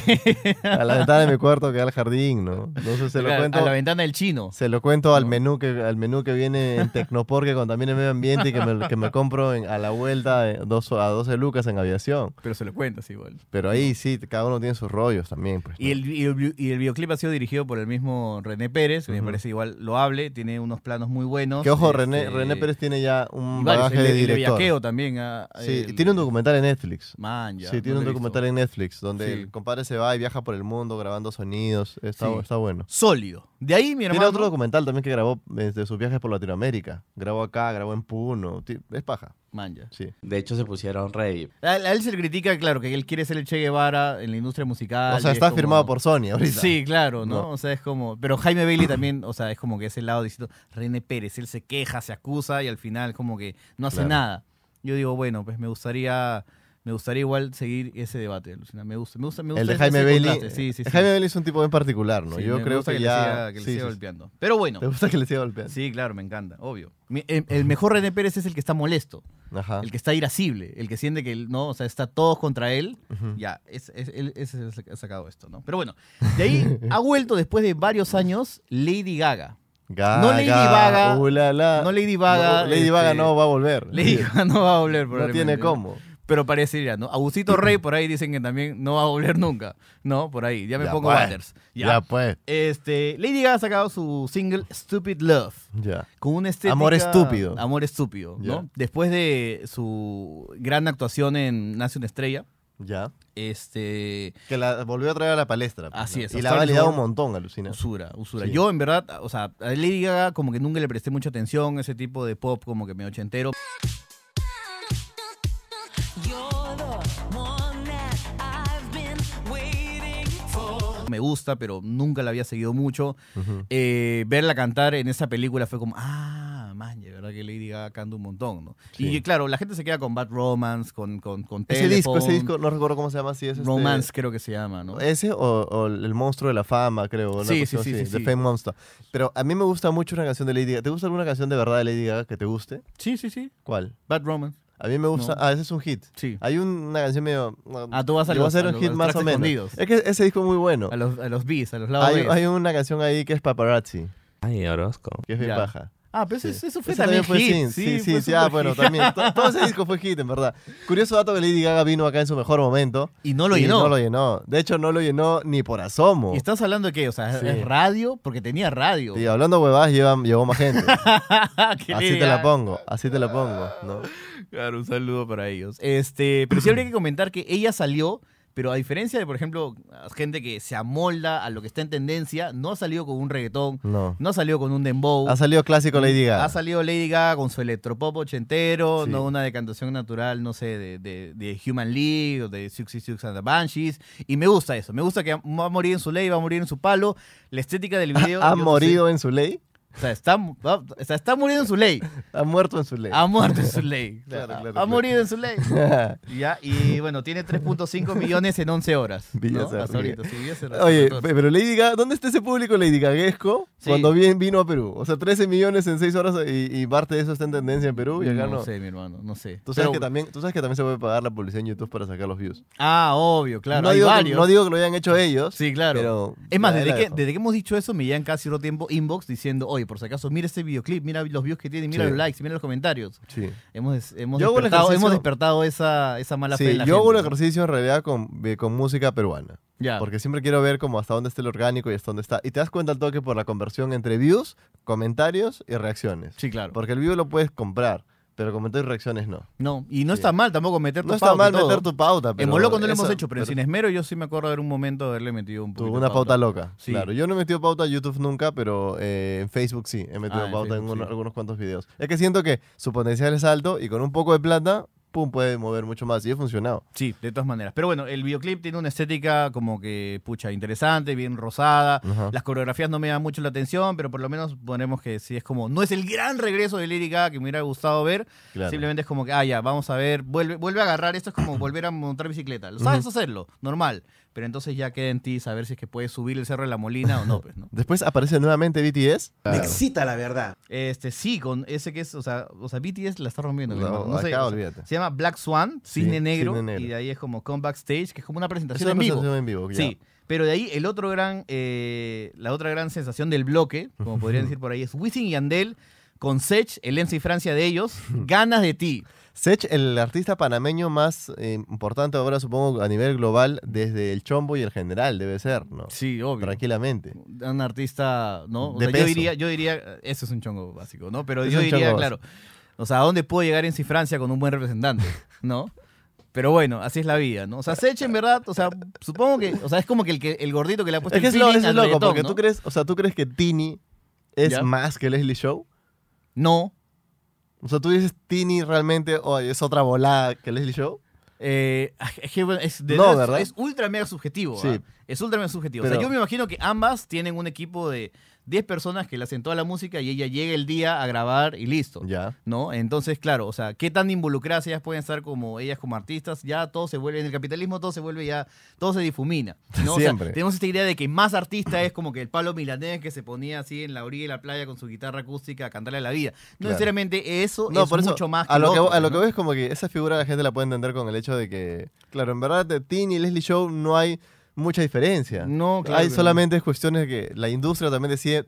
Speaker 2: a la ventana de mi cuarto que da al jardín, ¿no? Entonces se lo
Speaker 1: Claro,
Speaker 2: cuento,
Speaker 1: a la ventana del chino.
Speaker 2: se lo cuento al
Speaker 1: No.
Speaker 2: menú que, al menú que viene en Tecnopor que contamina el medio ambiente y que me, que me compro en- a la vuelta eh, dos, a 12 lucas en aviación.
Speaker 1: Pero se lo cuentas igual.
Speaker 2: Pero ahí sí, cada uno tiene sus rollos también, pues. ¿no?
Speaker 1: Y el, y, el, vi- y el videoclip ha sido dirigido por el mismo René Pérez, que me
Speaker 2: Ujú.
Speaker 1: parece igual loable, tiene unos planos muy buenos.
Speaker 2: Que ojo,
Speaker 1: Este,
Speaker 2: René, René Pérez tiene tiene ya un
Speaker 1: Y varios,
Speaker 2: bagaje
Speaker 1: el
Speaker 2: de
Speaker 1: el
Speaker 2: director.
Speaker 1: Bellaqueo también. ah,
Speaker 2: Sí, y
Speaker 1: el-
Speaker 2: tiene un documental en Netflix.
Speaker 1: Man, ya,
Speaker 2: sí,
Speaker 1: no
Speaker 2: tiene
Speaker 1: lo
Speaker 2: un
Speaker 1: he visto.
Speaker 2: documental en Netflix donde
Speaker 1: Sí.
Speaker 2: el compadre se va y viaja por el mundo grabando sonidos. Está,
Speaker 1: Sí.
Speaker 2: está bueno.
Speaker 1: Sólido. De ahí, mi hermano.
Speaker 2: Tiene otro documental también que grabó desde sus viajes por Latinoamérica. Grabó acá, grabó en Puno. Ti- Es paja,
Speaker 1: Man, ya.
Speaker 2: sí.
Speaker 10: De hecho, se pusieron rey.
Speaker 1: A, a él se le critica, claro, que él quiere ser el Che Guevara en la industria musical.
Speaker 2: O
Speaker 1: y
Speaker 2: sea,
Speaker 1: es
Speaker 2: está
Speaker 1: como-
Speaker 2: firmado por Sony ahorita.
Speaker 1: Sí, claro, ¿no?
Speaker 2: No.
Speaker 1: O sea, es como. Pero Jaime Bailey también, o sea, es como que ese lado diciendo René Pérez, él se queja, se acusa y al final, como que no hace
Speaker 2: Claro.
Speaker 1: nada. Yo digo, bueno, pues me gustaría. Me gustaría igual seguir ese debate, Lucina. Me gusta, me gusta, me gusta
Speaker 2: El de
Speaker 1: ese-
Speaker 2: Jaime
Speaker 1: ese
Speaker 2: Bailey.
Speaker 1: contraste. Sí, sí, sí.
Speaker 2: Jaime Bailey es un tipo bien particular, ¿no?
Speaker 1: Sí,
Speaker 2: Yo
Speaker 1: me
Speaker 2: creo
Speaker 1: gusta
Speaker 2: que,
Speaker 1: le
Speaker 2: ya.
Speaker 1: siga- que le
Speaker 2: sí,
Speaker 1: siga
Speaker 2: sí, sí.
Speaker 1: golpeando. Pero bueno.
Speaker 2: ¿Te gusta que le siga golpeando?
Speaker 1: Sí, claro, me encanta, obvio. Mi- El, el mejor René Pérez es el que está molesto,
Speaker 2: Ajá.
Speaker 1: el que está irascible, el que siente que, él- no, o sea, está todos contra él.
Speaker 2: Ujú.
Speaker 1: Ya, es- es- él- ese es el que ha sacado esto, ¿no? Pero bueno, de ahí ha vuelto después de varios años Lady Gaga. No Lady Gaga,
Speaker 2: uh, la, la.
Speaker 1: no Lady Gaga,
Speaker 2: No, Lady Vaga
Speaker 1: este,
Speaker 2: no va a volver.
Speaker 1: Lady Gaga no va a volver,
Speaker 2: No
Speaker 1: probablemente.
Speaker 2: tiene cómo.
Speaker 1: Pero parecería, ¿no? Agusito Rey por ahí dicen que también no va a volver nunca, ¿no? Por ahí, ya me
Speaker 2: Ya,
Speaker 1: pongo
Speaker 2: pues.
Speaker 1: Waters.
Speaker 2: Ya,
Speaker 1: Ya.
Speaker 2: pues.
Speaker 1: Este, Lady Gaga ha sacado su single Stupid Love.
Speaker 2: Ya.
Speaker 1: con un estética...
Speaker 2: Amor estúpido.
Speaker 1: Amor estúpido,
Speaker 2: Ya.
Speaker 1: ¿no? Después de su gran actuación en Nace una estrella,
Speaker 2: Ya.
Speaker 1: este...
Speaker 2: Que la volvió a traer a la palestra. pues,
Speaker 1: Así
Speaker 2: ¿no?
Speaker 1: es,
Speaker 2: Y
Speaker 1: hasta
Speaker 2: la ha
Speaker 1: el
Speaker 2: validado un
Speaker 1: mejor-
Speaker 2: montón, alucina.
Speaker 1: Usura, usura.
Speaker 2: Sí.
Speaker 1: Yo, en verdad, o sea, a Lady Gaga como que nunca le presté mucha atención, ese tipo de pop como que medio ochentero. Me gusta, pero nunca la había seguido mucho.
Speaker 2: Ujú.
Speaker 1: Eh, verla cantar en esa película fue como, ah, man, de verdad que Lady Gaga canta un montón, ¿no?
Speaker 2: Sí.
Speaker 1: Y claro, la gente se queda con Bad Romance, con, con, con
Speaker 2: Ese disco, ese
Speaker 1: Telephone,
Speaker 2: disco, no recuerdo cómo se llama, si es este- Eh.
Speaker 1: Romance creo que se llama, ¿no?
Speaker 2: Ese o, o El Monstruo de la Fama, creo. una
Speaker 1: Sí, sí,
Speaker 2: cuestión
Speaker 1: sí,
Speaker 2: así,
Speaker 1: sí,
Speaker 2: The
Speaker 1: sí.
Speaker 2: Fame Monster. Pero a mí me gusta mucho una canción de Lady Gaga. ¿Te gusta alguna canción de verdad de Lady Gaga que te guste?
Speaker 1: Sí, sí, sí.
Speaker 2: ¿Cuál?
Speaker 1: Bad Romance.
Speaker 2: A mí me gusta.
Speaker 1: No.
Speaker 2: Ah, ese es un hit.
Speaker 1: Sí.
Speaker 2: Hay un- una canción medio.
Speaker 1: Ah, tú vas a
Speaker 2: Llegó
Speaker 1: los-
Speaker 2: ser
Speaker 1: a
Speaker 2: un
Speaker 1: los- a
Speaker 2: hit
Speaker 1: los
Speaker 2: más o
Speaker 1: tracks
Speaker 2: menos.
Speaker 1: escondidos.
Speaker 2: Es que ese disco es muy bueno.
Speaker 1: A los, a los Bs, a los lados
Speaker 2: Hay,
Speaker 1: Bs.
Speaker 2: hay una canción ahí que es Paparazzi,
Speaker 10: Ay, Orozco.
Speaker 2: que es bien
Speaker 1: Ya.
Speaker 2: baja.
Speaker 1: Ah, pero ese-
Speaker 2: Sí.
Speaker 1: eso fue
Speaker 2: Ese
Speaker 1: también, hit.
Speaker 2: sin- Sí, sí,
Speaker 1: fue
Speaker 2: sí, ah,
Speaker 1: súper
Speaker 2: bueno,
Speaker 1: hit.
Speaker 2: también. To- Todo ese disco fue hit, en verdad. Curioso dato que Lady Gaga vino acá en su mejor momento.
Speaker 1: Y no lo llenó.
Speaker 2: no lo llenó. De hecho, no lo llenó ni por asomo.
Speaker 1: ¿Y estás hablando de qué? O sea, ¿es-
Speaker 2: Sí.
Speaker 1: ¿es radio? Porque tenía radio.
Speaker 2: Y hablando huevadas, lleva- llegó más gente.
Speaker 1: Qué
Speaker 2: así te
Speaker 1: legal.
Speaker 2: la pongo, así te la pongo. ¿no?
Speaker 1: Claro, un saludo para ellos. Este, pero sí habría que comentar que ella salió, pero a diferencia de, por ejemplo, gente que se amolda a lo que está en tendencia, no ha salido con un reggaetón,
Speaker 2: No.
Speaker 1: no ha salido con un dembow.
Speaker 2: Ha salido clásico Lady Gaga.
Speaker 1: Ha salido Lady Gaga con su electropop ochentero,
Speaker 2: Sí.
Speaker 1: no una decantación natural, no sé, de, de- de Human League o de Six Six and the Banshees. Y me gusta eso. Me gusta que va a morir en su ley, va a morir en su palo. La estética del video.
Speaker 2: ha
Speaker 1: yo-
Speaker 2: morido en su ley,
Speaker 1: sí, o, sea, está, mu- va- o sea, está muriendo en su ley.
Speaker 2: ha muerto en su ley.
Speaker 1: Ha muerto en su ley.
Speaker 2: Claro, claro,
Speaker 1: ha
Speaker 2: claro.
Speaker 1: morido en su ley. Ya, y bueno, tiene 3.5 millones en 11 horas.
Speaker 2: Villa
Speaker 1: ¿no?
Speaker 2: se
Speaker 1: Hasta
Speaker 2: ríe.
Speaker 1: ahorita, sí, Villa se ríe.
Speaker 2: Oye,
Speaker 1: Entonces,
Speaker 2: pero Lady Gaga, ¿dónde está ese público Lady Gaguesco
Speaker 1: Sí.
Speaker 2: cuando bien vino a Perú? O sea, 13 millones en 6 horas y, y parte de eso está en tendencia en Perú y acá
Speaker 1: no
Speaker 2: no.
Speaker 1: sé, mi hermano, no sé.
Speaker 2: Tú sabes,
Speaker 1: Pero-
Speaker 2: que también, tú sabes que también se puede pagar la publicidad en YouTube para sacar los views.
Speaker 1: Ah, obvio, claro.
Speaker 2: no,
Speaker 1: hay
Speaker 2: digo que,
Speaker 1: varios.
Speaker 2: no digo que lo hayan hecho ellos.
Speaker 1: Sí, claro.
Speaker 2: Pero
Speaker 1: es más,
Speaker 2: ahí
Speaker 1: desde
Speaker 2: la
Speaker 1: que,
Speaker 2: dejo.
Speaker 1: desde que hemos dicho eso, me llegan casi otro tiempo inbox diciendo, oye, por si acaso, mira este videoclip, mira los views que tiene, mira
Speaker 2: Sí.
Speaker 1: los likes, mira los comentarios.
Speaker 2: Sí.
Speaker 1: Hemos, des- hemos,
Speaker 2: Yo hago el
Speaker 1: despertado, hemos
Speaker 2: ejercicio-
Speaker 1: despertado esa, esa mala
Speaker 2: Sí,
Speaker 1: fe en la
Speaker 2: yo hago un
Speaker 1: gente, ¿no?
Speaker 2: ejercicio en realidad con, eh, con música peruana.
Speaker 1: Ya.
Speaker 2: Porque siempre quiero ver como hasta dónde está el orgánico y hasta dónde está. Y te das cuenta al toque por la conversión entre views, comentarios y reacciones.
Speaker 1: Sí, claro.
Speaker 2: Porque el view lo puedes comprar, pero comentarios y reacciones no.
Speaker 1: No, y no está mal tampoco meter tu
Speaker 2: No está
Speaker 1: pauta y
Speaker 2: mal
Speaker 1: todo.
Speaker 2: meter tu pauta, pero.
Speaker 1: En Moloco no lo
Speaker 2: eso-
Speaker 1: hemos hecho, pero,
Speaker 2: pero
Speaker 1: sin esmero yo sí me acuerdo de un momento de haberle metido un
Speaker 2: tu-
Speaker 1: poquito
Speaker 2: una
Speaker 1: de
Speaker 2: pauta loca.
Speaker 1: Sí.
Speaker 2: Claro, yo no he metido pauta a YouTube nunca, pero eh, en Facebook sí. He metido
Speaker 1: Ah, en
Speaker 2: pauta en,
Speaker 1: Facebook
Speaker 2: uno-
Speaker 1: sí.
Speaker 2: algunos cuantos videos. Es que siento que su potencial es alto y con un poco de plata, pum, puede mover mucho más. Y ha funcionado.
Speaker 1: Sí, de todas maneras. Pero bueno, el videoclip tiene una estética como que, pucha, interesante, bien rosada.
Speaker 2: Ajá.
Speaker 1: Las coreografías no me dan mucho la atención, pero por lo menos ponemos que sí es como, no es el gran regreso de Lady Gaga que me hubiera gustado ver.
Speaker 2: Claro.
Speaker 1: Simplemente es como que, ah, ya, vamos a ver, vuelve, vuelve a agarrar, esto es como volver a montar bicicleta. Lo sabes hacerlo, normal. Pero entonces ya queda en ti saber si es que puedes subir el cerro de la molina o no, pues, ¿no?
Speaker 2: Después aparece nuevamente BTS.
Speaker 6: Me excita la verdad.
Speaker 1: Este, sí, con ese que es, o sea, o sea BTS la está rompiendo. mi
Speaker 2: No,
Speaker 1: hermano. sé, o sea,
Speaker 2: acá olvídate.
Speaker 1: se llama Black Swan,
Speaker 2: Sí,
Speaker 1: Cine, negro,
Speaker 2: Cisne Negro.
Speaker 1: y de ahí es como Comeback Stage, que es como una
Speaker 2: Es
Speaker 1: presentación
Speaker 2: una
Speaker 1: en vivo.
Speaker 2: presentación en vivo. ya.
Speaker 1: Sí, pero de ahí el otro gran, eh, la otra gran sensación del bloque, como podrían decir por ahí, es Wisin y Andel con Sech, el MC Francia de ellos, Ganas de ti.
Speaker 2: Sech, el artista panameño más eh, importante ahora, supongo, a nivel global, desde el Chombo y el General, debe ser, ¿no?
Speaker 1: Sí, obvio.
Speaker 2: Tranquilamente.
Speaker 1: Un artista, ¿no? O
Speaker 2: De
Speaker 1: sea, yo
Speaker 2: peso.
Speaker 1: diría, yo diría, eso es un chongo básico, ¿no? Pero
Speaker 2: Es
Speaker 1: yo
Speaker 2: un
Speaker 1: diría,
Speaker 2: chongo
Speaker 1: claro. O sea, ¿a dónde puedo llegar en Cifrancia con un buen representante? ¿No? Pero bueno, así es la vida, ¿no? O sea, Sech en verdad, o sea, supongo que, o sea, es como que el, que, el gordito que le ha puesto
Speaker 2: Es que
Speaker 1: el
Speaker 2: es, lo-
Speaker 1: feeling
Speaker 2: es
Speaker 1: al
Speaker 2: loco,
Speaker 1: pues, reggaetón,
Speaker 2: porque
Speaker 1: ¿no?
Speaker 2: tú crees, o sea, tú crees que Tini es
Speaker 1: Ya.
Speaker 2: más que Leslie Show.
Speaker 1: No.
Speaker 2: O sea, tú dices Tini realmente, oye, es otra volada que Leslie Show.
Speaker 1: Eh, es que, bueno, es, de
Speaker 2: No,
Speaker 1: verdad,
Speaker 2: ¿verdad?
Speaker 1: es ultra mega subjetivo.
Speaker 2: Sí.
Speaker 1: ¿ah? Es ultra mega subjetivo. o sea,
Speaker 2: Pero-
Speaker 1: yo me imagino que ambas tienen un equipo de 10 personas que le hacen toda la música y ella llega el día a grabar y listo.
Speaker 2: Ya.
Speaker 1: ¿No? Entonces, claro, o sea, qué tan involucradas ellas pueden estar como ellas como artistas, ya todo se vuelve, en el capitalismo todo se vuelve ya, todo se difumina. ¿no? O sea,
Speaker 2: Siempre.
Speaker 1: tenemos esta idea de que más artista es como que el Pablo Milanés que se ponía así en la orilla de la playa con su guitarra acústica a cantarle la vida. No
Speaker 2: Claro.
Speaker 1: necesariamente eso
Speaker 2: No,
Speaker 1: es
Speaker 2: por eso,
Speaker 1: mucho más que
Speaker 2: a lo,
Speaker 1: lo
Speaker 2: que,
Speaker 1: otro,
Speaker 2: a lo
Speaker 1: ¿no?
Speaker 2: que veo es como que esa figura la gente la puede entender con el hecho de que, claro, en verdad de Tini y Leslie Show no hay mucha diferencia.
Speaker 1: No, claro
Speaker 2: Hay
Speaker 1: que no.
Speaker 2: solamente cuestiones de que la industria también decide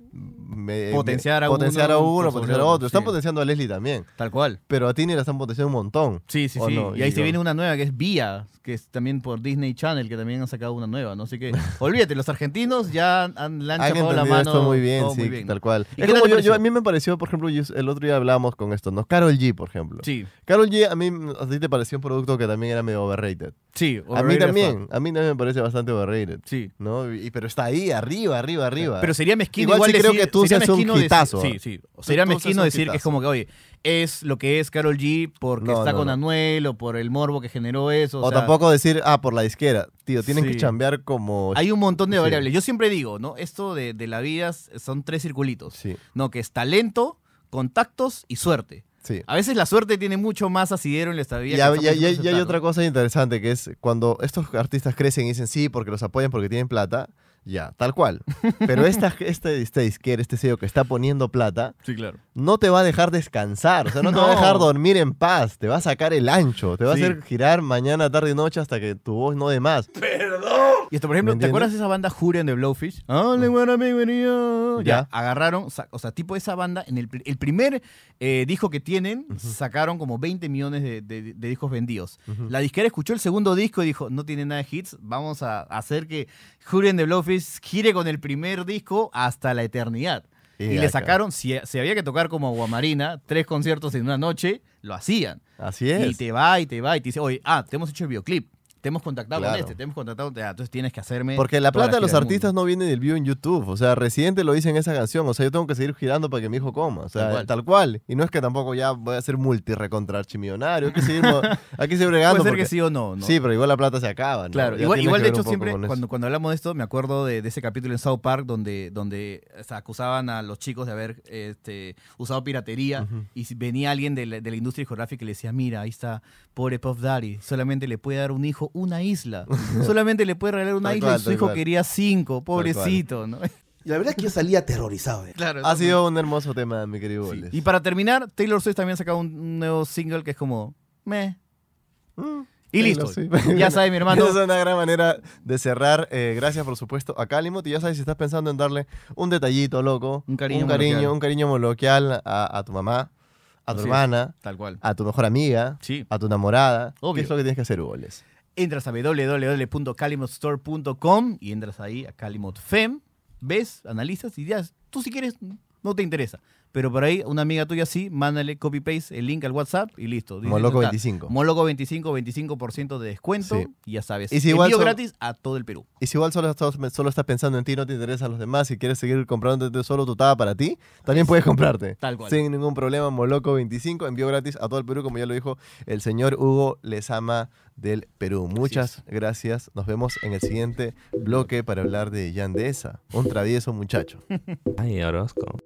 Speaker 2: me-
Speaker 1: Potenciar a
Speaker 2: potenciar
Speaker 1: uno
Speaker 2: a
Speaker 1: por
Speaker 2: uno,
Speaker 1: sobre
Speaker 2: potenciar a
Speaker 1: otro,
Speaker 2: otro. Están
Speaker 1: sí.
Speaker 2: potenciando a Leslie también,
Speaker 1: Tal cual.
Speaker 2: pero a Tini la están potenciando un montón.
Speaker 1: Sí, sí,
Speaker 2: ¿O
Speaker 1: sí.
Speaker 2: no?
Speaker 1: y ahí se
Speaker 2: yo-
Speaker 1: viene una nueva que es Vía, que es también por Disney Channel, que también han sacado una nueva, ¿no? Así que olvídate, los argentinos ya han, le han chapado
Speaker 2: Han entendido
Speaker 1: la mano.
Speaker 2: esto muy bien,
Speaker 1: todo
Speaker 2: sí,
Speaker 1: muy bien, ¿no?
Speaker 2: tal cual.
Speaker 1: ¿Y
Speaker 2: Es
Speaker 1: qué tal
Speaker 2: como
Speaker 1: te
Speaker 2: yo- yo-
Speaker 1: pareció?
Speaker 2: a mí me pareció, por ejemplo, yo- el otro día hablamos con esto, ¿no? Carol G, por ejemplo.
Speaker 1: Sí,
Speaker 2: Carol G, a mí, a ti te pareció un producto que también era medio overrated.
Speaker 1: sí.
Speaker 2: a mí
Speaker 1: overrated as
Speaker 2: también,
Speaker 1: fuck.
Speaker 2: a mí también me parece bastante overrated.
Speaker 1: Sí.
Speaker 2: ¿no? Y, pero está ahí, arriba, arriba, arriba.
Speaker 1: Pero sería mezquino
Speaker 2: Igual
Speaker 1: igual,
Speaker 2: sí creo
Speaker 1: decir-
Speaker 2: que tú
Speaker 1: sería
Speaker 2: seas un
Speaker 1: mezquino decir-
Speaker 2: hitazo.
Speaker 1: Sí, sí. Sería
Speaker 2: Tú seas
Speaker 1: mezquino
Speaker 2: un
Speaker 1: decir que es
Speaker 2: hitazo.
Speaker 1: como que, oye, es lo que es Carol G porque
Speaker 2: No,
Speaker 1: está
Speaker 2: no,
Speaker 1: con
Speaker 2: no.
Speaker 1: Anuel o por el morbo que generó eso.
Speaker 2: o
Speaker 1: sea,
Speaker 2: tampoco decir, ah, por la disquera. Tío, tienen
Speaker 1: Sí.
Speaker 2: que chambear como...
Speaker 1: Hay un montón de
Speaker 2: Sí.
Speaker 1: variables. Yo siempre digo, ¿no? Esto de, de la vida son tres circulitos.
Speaker 2: Sí,
Speaker 1: No, que es talento, contactos y suerte.
Speaker 2: sí.
Speaker 1: A veces la suerte tiene mucho más asidero en la estabilidad. que
Speaker 2: Y, hab-
Speaker 1: esa
Speaker 2: y hay-
Speaker 1: persona
Speaker 2: y hay- y hay
Speaker 1: aceptar,
Speaker 2: otra
Speaker 1: ¿no?
Speaker 2: cosa interesante que es cuando estos artistas crecen y dicen sí porque los apoyan porque tienen plata, ya, tal cual. Pero esta, este, esta disquera, este sello que está poniendo plata,
Speaker 1: Sí, claro.
Speaker 2: no te va a dejar descansar, o sea, no, te va a
Speaker 1: No.
Speaker 2: dejar dormir en paz, te va a sacar el ancho, te va
Speaker 1: Sí.
Speaker 2: a hacer girar mañana, tarde y noche hasta que tu voz no dé más.
Speaker 1: Y esto, por ejemplo,
Speaker 2: ¿Me
Speaker 1: ¿te
Speaker 2: entiendes? Ah,
Speaker 1: acuerdas de esa banda Juren de Blowfish? Only wanna be with you. Ya,
Speaker 2: Ya.
Speaker 1: agarraron, sa- o sea, tipo esa banda, en el, pri- el primer eh, disco que tienen, sacaron como 20 millones de, de- de discos vendidos. La disquera escuchó el segundo disco y dijo, no tiene nada de hits, vamos a hacer que Juren de Blowfish gire con el primer disco hasta la eternidad. Y
Speaker 2: Ya,
Speaker 1: le
Speaker 2: acá.
Speaker 1: sacaron, si, si había que tocar como Guamarina, tres conciertos en una noche, lo hacían.
Speaker 2: Así es.
Speaker 1: Y te va y te va y te dice, oye, ah, te hemos hecho el videoclip, te hemos contactado con
Speaker 2: Claro.
Speaker 1: este, te hemos contactado con ah, entonces tienes que hacerme.
Speaker 2: Porque la
Speaker 1: toda
Speaker 2: plata de los
Speaker 1: gira del
Speaker 2: artistas
Speaker 1: mundo".
Speaker 2: no viene del view en YouTube. O sea, Residente lo dice en esa canción. O sea, yo tengo que seguir girando para que mi hijo coma. O sea,
Speaker 1: Tal
Speaker 2: tal
Speaker 1: cual.
Speaker 2: cual. Y no es que tampoco ya voy a ser multi recontra archimillonario. Hay que seguir, mo- hay que seguir
Speaker 1: Puede
Speaker 2: bregando.
Speaker 1: ser
Speaker 2: porque-
Speaker 1: que sí o no, ¿no?
Speaker 2: Sí, pero igual la plata se acaba. ¿no?
Speaker 1: Claro,
Speaker 2: Ya
Speaker 1: igual,
Speaker 2: tienes
Speaker 1: igual
Speaker 2: que
Speaker 1: de
Speaker 2: ver un
Speaker 1: hecho
Speaker 2: poco
Speaker 1: siempre,
Speaker 2: con eso.
Speaker 1: cuando, cuando hablamos de esto, me acuerdo de, de ese capítulo en South Park donde, donde o sea, acusaban a los chicos de haber este, usado piratería y si- venía alguien de la, de la industria geográfica y le decía, mira, ahí está, pobre Puff Daddy, solamente le puede dar un hijo una isla, solamente le puede regalar una
Speaker 2: Tal
Speaker 1: isla
Speaker 2: cual,
Speaker 1: y su
Speaker 2: tal
Speaker 1: hijo
Speaker 2: cual.
Speaker 1: quería cinco,
Speaker 2: cual.
Speaker 1: pobrecito, ¿no?
Speaker 6: Y la verdad es que yo salí aterrorizado. eh.
Speaker 1: claro,
Speaker 2: Ha
Speaker 1: eso-
Speaker 2: sido un hermoso tema, mi querido
Speaker 1: Sí.
Speaker 2: Boles.
Speaker 1: Y para terminar, Taylor Swift también ha sacado un- un nuevo single que es como meh. Y
Speaker 2: Mm, Taylor
Speaker 1: listo.
Speaker 2: Swift.
Speaker 1: Ya sabes, mi hermano.
Speaker 2: Esa es una gran manera de cerrar. Eh, gracias, por supuesto, a Calimot. Y ya sabes, si estás pensando en darle un detallito, loco.
Speaker 1: Un cariño
Speaker 2: Un cariño,
Speaker 1: moloquial.
Speaker 2: un cariño moloquial a, a tu mamá, a tu
Speaker 1: Así es.
Speaker 2: hermana.
Speaker 1: Tal cual.
Speaker 2: a tu mejor amiga,
Speaker 1: Sí.
Speaker 2: a tu enamorada.
Speaker 1: Obvio.
Speaker 2: ¿Qué es lo que tienes que hacer, Ugoles?
Speaker 1: Entras a www.calimotstore.com y entras ahí a CalimotFem. Ves, analizas y ya. Tú si quieres, no te interesa. Pero por ahí, una amiga tuya sí, mándale copy-paste el link al WhatsApp y listo. Dices,
Speaker 2: Moloco
Speaker 1: "Ya está".
Speaker 2: 25.
Speaker 1: Moloco 25, 25% de descuento.
Speaker 2: Sí.
Speaker 1: Y ya sabes.
Speaker 2: Y si
Speaker 1: envío
Speaker 2: igual son-
Speaker 1: gratis a todo el Perú.
Speaker 2: Y si igual solo estás, solo estás pensando en ti, no te interesan los demás, si quieres seguir comprándote solo tu taba para ti, también puedes comprarte.
Speaker 1: Tal cual.
Speaker 2: Sin ningún problema, Moloco25, envío gratis a todo el Perú, como ya lo dijo el señor Hugo Lezama del Perú. Muchas gracias. Nos vemos en el siguiente bloque para hablar de Yandesa, un travieso muchacho.
Speaker 10: Ay, Orozco.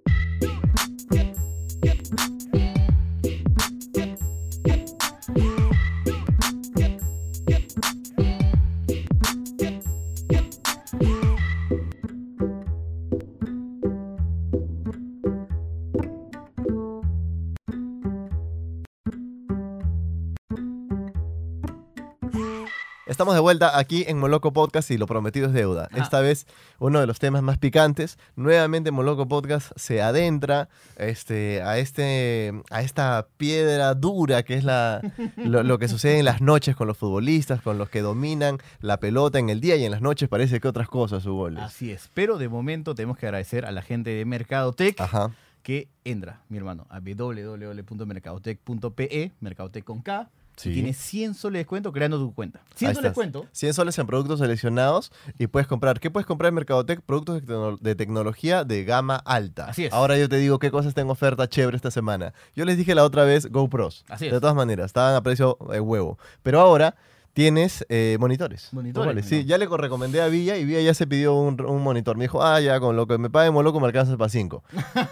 Speaker 2: Estamos de vuelta aquí en Moloco Podcast y lo prometido es deuda. Esta vez uno de los temas más picantes. Nuevamente Moloco Podcast se adentra este, a, este, a esta piedra dura que es la, lo, lo que sucede en las noches con los futbolistas, con los que dominan la pelota en el día y en las noches parece que otras cosas, su goles.
Speaker 1: Así es. Pero de momento tenemos que agradecer a la gente de Mercado Tech.
Speaker 2: Ajá.
Speaker 1: que entra, mi hermano, a www.mercadotec.pe, Mercadotec con K,
Speaker 2: Sí.
Speaker 1: y tienes 100 soles de descuento creando tu cuenta. 100 soles de
Speaker 2: Ahí estás.
Speaker 1: descuento.
Speaker 2: 100 soles en productos seleccionados y puedes comprar. ¿Qué puedes comprar en Mercadotec? Productos de, tecno- de tecnología de gama alta.
Speaker 1: Así es.
Speaker 2: Ahora yo te digo qué cosas tengo oferta chévere esta semana. Yo les dije la otra vez GoPros.
Speaker 1: Así
Speaker 2: de
Speaker 1: es.
Speaker 2: todas maneras, estaban a precio de huevo. Pero ahora tienes eh, monitores.
Speaker 1: Monitores,
Speaker 2: Normales.
Speaker 1: mira.
Speaker 2: Sí, ya le recomendé a Villa y Villa ya se pidió un, un monitor. Me dijo, ah, ya, con lo que me pague Moloco me alcanza para 5.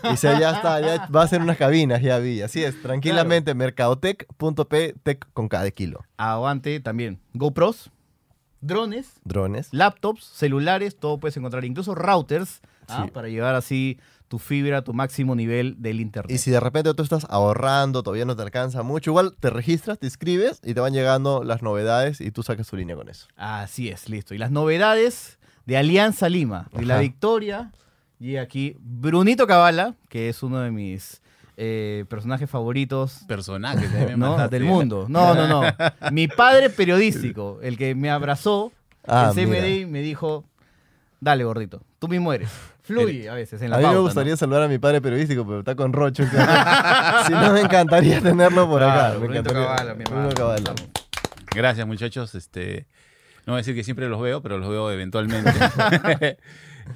Speaker 2: Y dice, ya está, ya va a ser unas cabinas ya, Villa. Así es, tranquilamente, mercadotec.p, tec con cada kilo.
Speaker 1: Aguante también. GoPros, drones,
Speaker 2: Drones.
Speaker 1: laptops, celulares, todo puedes encontrar, incluso routers, ¿ah?
Speaker 2: Sí.
Speaker 1: para llevar así tu fibra a tu máximo nivel del internet.
Speaker 2: Y si de repente tú estás ahorrando, todavía no te alcanza mucho, igual te registras, te inscribes y te van llegando las novedades y tú sacas tu línea con eso.
Speaker 1: Así es, listo. Y las novedades de Alianza Lima, de la
Speaker 2: Ajá.
Speaker 1: victoria. Y aquí Brunito Cabala, que es uno de mis eh, personajes favoritos
Speaker 11: Personaje
Speaker 2: eh,
Speaker 11: también
Speaker 1: ¿no?
Speaker 11: mandaste.
Speaker 1: del mundo. No, no, no. Mi padre periodístico, el que me abrazó,
Speaker 2: Ah,
Speaker 1: el CMD,
Speaker 2: mira.
Speaker 1: y me dijo, dale gordito, tú mismo eres. Fluye a veces en la
Speaker 2: a mí
Speaker 1: pauta,
Speaker 2: me
Speaker 1: ¿no?
Speaker 2: gustaría saludar a mi padre periodístico, pero está con Rocho. entonces, si no, me encantaría tenerlo por acá.
Speaker 1: Claro,
Speaker 2: me
Speaker 1: Brunito
Speaker 2: encantaría.
Speaker 1: Cabala, mi hermano.
Speaker 2: Bruno Cabala.
Speaker 11: Gracias, muchachos. Este, no voy a decir que siempre los veo, pero los veo eventualmente.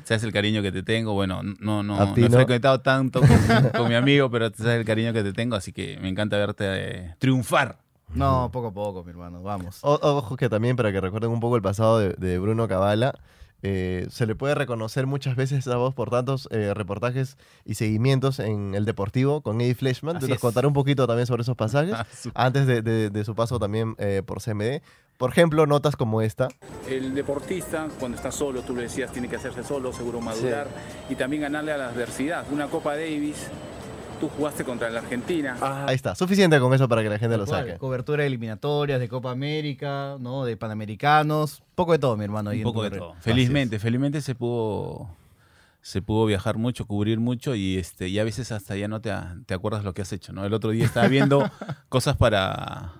Speaker 11: sabes el cariño que te tengo. Bueno, no, no,
Speaker 2: A
Speaker 11: no
Speaker 2: ti,
Speaker 11: he
Speaker 2: ¿no?
Speaker 11: frecuentado tanto con, con mi amigo, pero sabes el cariño que te tengo, así que me encanta verte eh, triunfar.
Speaker 1: No, poco a poco, mi hermano, vamos.
Speaker 2: O- ojo que también, para que recuerden un poco el pasado de, de Bruno Cabala, eh, se le puede reconocer muchas veces esa voz por tantos eh, reportajes y seguimientos en El Deportivo con Eddie Fleshman.
Speaker 1: Así
Speaker 2: Te nos
Speaker 1: es.
Speaker 2: contaré un poquito también sobre esos pasajes.
Speaker 11: su-
Speaker 2: antes de, de- de su paso también eh, por CMD. Por ejemplo, notas como esta.
Speaker 12: El deportista, cuando está solo, tú lo decías, tiene que hacerse solo, seguro madurar y también ganarle a la adversidad. Una Copa Davis, tú jugaste contra la Argentina.
Speaker 2: Ahí está. Suficiente con eso para que la gente lo
Speaker 1: Tal cual,
Speaker 2: saque.
Speaker 1: Cobertura de eliminatorias, de Copa América, ¿no? De Panamericanos, poco de todo, mi hermano. ahí
Speaker 11: Un
Speaker 1: en
Speaker 11: poco
Speaker 1: tu
Speaker 11: de
Speaker 1: carrera.
Speaker 11: todo. Felizmente, felizmente se pudo se pudo viajar mucho, cubrir mucho y este y a veces hasta ya no te, te acuerdas lo que has hecho, ¿no? El otro día estaba viendo cosas para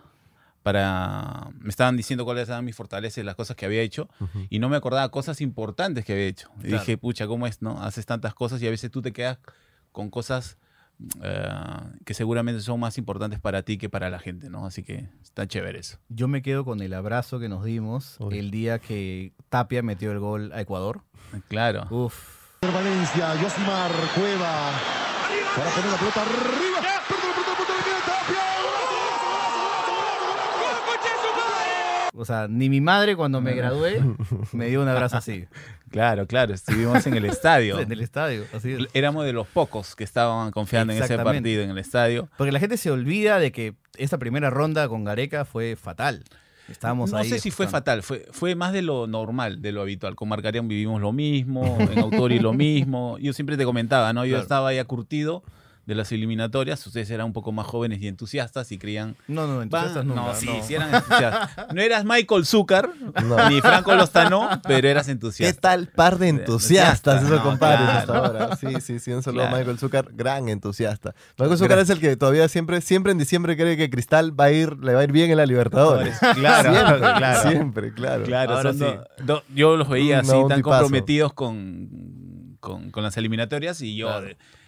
Speaker 11: para me estaban diciendo cuáles eran mis fortalezas, y las cosas que había hecho y no me acordaba cosas importantes que había hecho. Y
Speaker 1: Claro.
Speaker 11: dije, "Pucha, ¿cómo es, no? Haces tantas cosas y a veces tú te quedas con cosas eh, que seguramente son más importantes para ti que para la gente, ¿no? Así que está chévere eso.
Speaker 1: Yo me quedo con el abrazo que nos dimos
Speaker 2: Uy.
Speaker 1: el día que Tapia metió el gol a Ecuador.
Speaker 11: Claro.
Speaker 1: Uf.
Speaker 13: Valencia, Josimar Cueva. Para poner la pelota arriba.
Speaker 1: O sea, ni mi madre cuando me gradué me dio un abrazo así.
Speaker 11: Claro, claro, estuvimos en el estadio.
Speaker 1: En el estadio, así es.
Speaker 11: Éramos de los pocos que estaban confiando en ese
Speaker 1: Exactamente.
Speaker 11: partido, en el estadio.
Speaker 1: Porque la gente se olvida de que esa primera ronda con Gareca fue fatal. Estábamos
Speaker 11: no
Speaker 1: ahí.
Speaker 11: sé si fue
Speaker 1: disputando.
Speaker 11: fatal, fue, fue más de lo normal, de lo habitual. Con Marcarián vivimos lo mismo, en Autori lo mismo. Yo siempre te comentaba, ¿no? Yo
Speaker 1: Claro.
Speaker 11: estaba ya curtido de las eliminatorias, ustedes eran un poco más jóvenes y entusiastas y creían...
Speaker 1: No, no, entusiastas
Speaker 11: "Va".
Speaker 1: nunca.
Speaker 11: no, sí, sí eran entusiastas. No eras Michael Zucker, ni Franco Lozano, pero eras
Speaker 2: ¿Qué
Speaker 11: entusiasta.
Speaker 2: tal par de entusiastas esos
Speaker 11: No,
Speaker 2: compadres
Speaker 11: claro.
Speaker 2: hasta ahora? Sí, sí, sí, un saludo
Speaker 11: Claro.
Speaker 2: a Michael Zucker, gran entusiasta. Michael Zucker es el que todavía siempre, siempre en diciembre cree que Cristal va a ir, le va a ir bien en la Libertadores.
Speaker 11: Claro,
Speaker 2: siempre,
Speaker 11: claro.
Speaker 2: siempre, claro.
Speaker 11: Claro,
Speaker 2: Ahora
Speaker 11: son
Speaker 2: sí.
Speaker 11: do- do- yo los veía
Speaker 2: Mm,
Speaker 11: así
Speaker 2: no, un
Speaker 11: tan
Speaker 2: tipazo.
Speaker 11: comprometidos con, con, con las eliminatorias y yo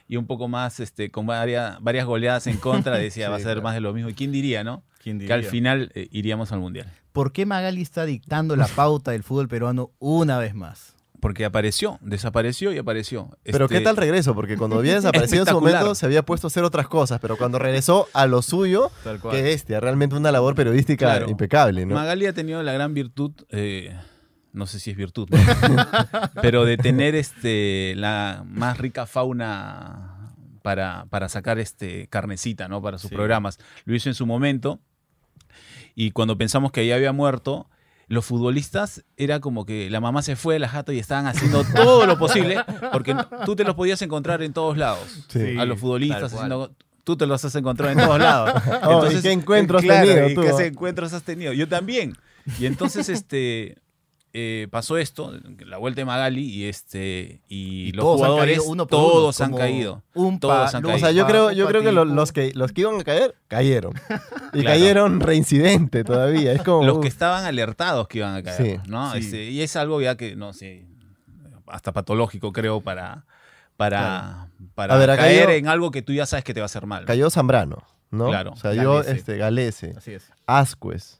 Speaker 11: y un poco más este con varias, varias goleadas en contra decía
Speaker 2: Sí,
Speaker 11: va a ser
Speaker 2: claro.
Speaker 11: más de lo mismo. ¿Y quién diría, no?
Speaker 1: ¿Quién
Speaker 11: Que al
Speaker 1: diría?
Speaker 11: final eh, iríamos al mundial.
Speaker 1: ¿Por qué Magali está dictando la pauta del fútbol peruano una vez más?
Speaker 11: Porque apareció, desapareció y apareció.
Speaker 2: Pero
Speaker 11: Este,
Speaker 2: qué tal regreso, porque cuando había desaparecido en su
Speaker 11: Espectacular.
Speaker 2: momento se había puesto a hacer otras cosas, pero cuando regresó a lo suyo,
Speaker 1: Tal cual.
Speaker 2: qué bestia, realmente una labor periodística
Speaker 11: Claro.
Speaker 2: impecable, ¿no?
Speaker 11: Magali ha tenido la gran virtud, eh, no sé si es virtud, ¿no? pero de tener este la más rica fauna para, para sacar este carnecita, ¿no? Para sus
Speaker 1: Sí.
Speaker 11: programas. Lo hizo en su momento. Y cuando pensamos que ya había muerto, los futbolistas era como que la mamá se fue de la jata y estaban haciendo todo lo posible, porque tú te los podías encontrar en todos lados.
Speaker 2: Sí.
Speaker 11: a los futbolistas
Speaker 1: Tal cual.
Speaker 11: haciendo- Tú te los has encontrado en todos lados.
Speaker 2: Oh, ¿y qué encuentro has
Speaker 11: claro,
Speaker 2: tenido
Speaker 11: ¿y
Speaker 2: tú,
Speaker 11: qué
Speaker 2: ah?
Speaker 11: se- encuentros has tenido? Yo también. Y entonces, este, eh, pasó esto, la vuelta de Magali y este, y, los
Speaker 1: todos han
Speaker 11: jugadores,
Speaker 1: caído uno por uno,
Speaker 11: todos han
Speaker 1: como
Speaker 11: caído.
Speaker 1: un
Speaker 11: todos
Speaker 1: pa-
Speaker 11: han
Speaker 1: o
Speaker 2: O
Speaker 11: caído.
Speaker 2: sea, yo
Speaker 1: Pa-
Speaker 2: creo, yo
Speaker 1: pa-
Speaker 2: creo que lo-
Speaker 1: tipo.
Speaker 2: los que los que iban a caer, cayeron. Y
Speaker 11: Claro.
Speaker 2: cayeron reincidente todavía. Es como. uh,
Speaker 11: los
Speaker 2: uf,
Speaker 11: que estaban alertados que iban a caer,
Speaker 2: Sí,
Speaker 11: ¿no?
Speaker 1: Oh, sí.
Speaker 11: Este, y es algo ya que, no sé, hasta patológico creo para, para, para
Speaker 2: A ver, acá
Speaker 11: caer
Speaker 2: yo-
Speaker 11: en algo que tú ya sabes que te va a hacer mal.
Speaker 2: Cayó Zambrano, ¿no?
Speaker 11: Claro.
Speaker 2: O sea, yo,
Speaker 11: Galese.
Speaker 2: este, Galese.
Speaker 11: Así es.
Speaker 2: Ascuez.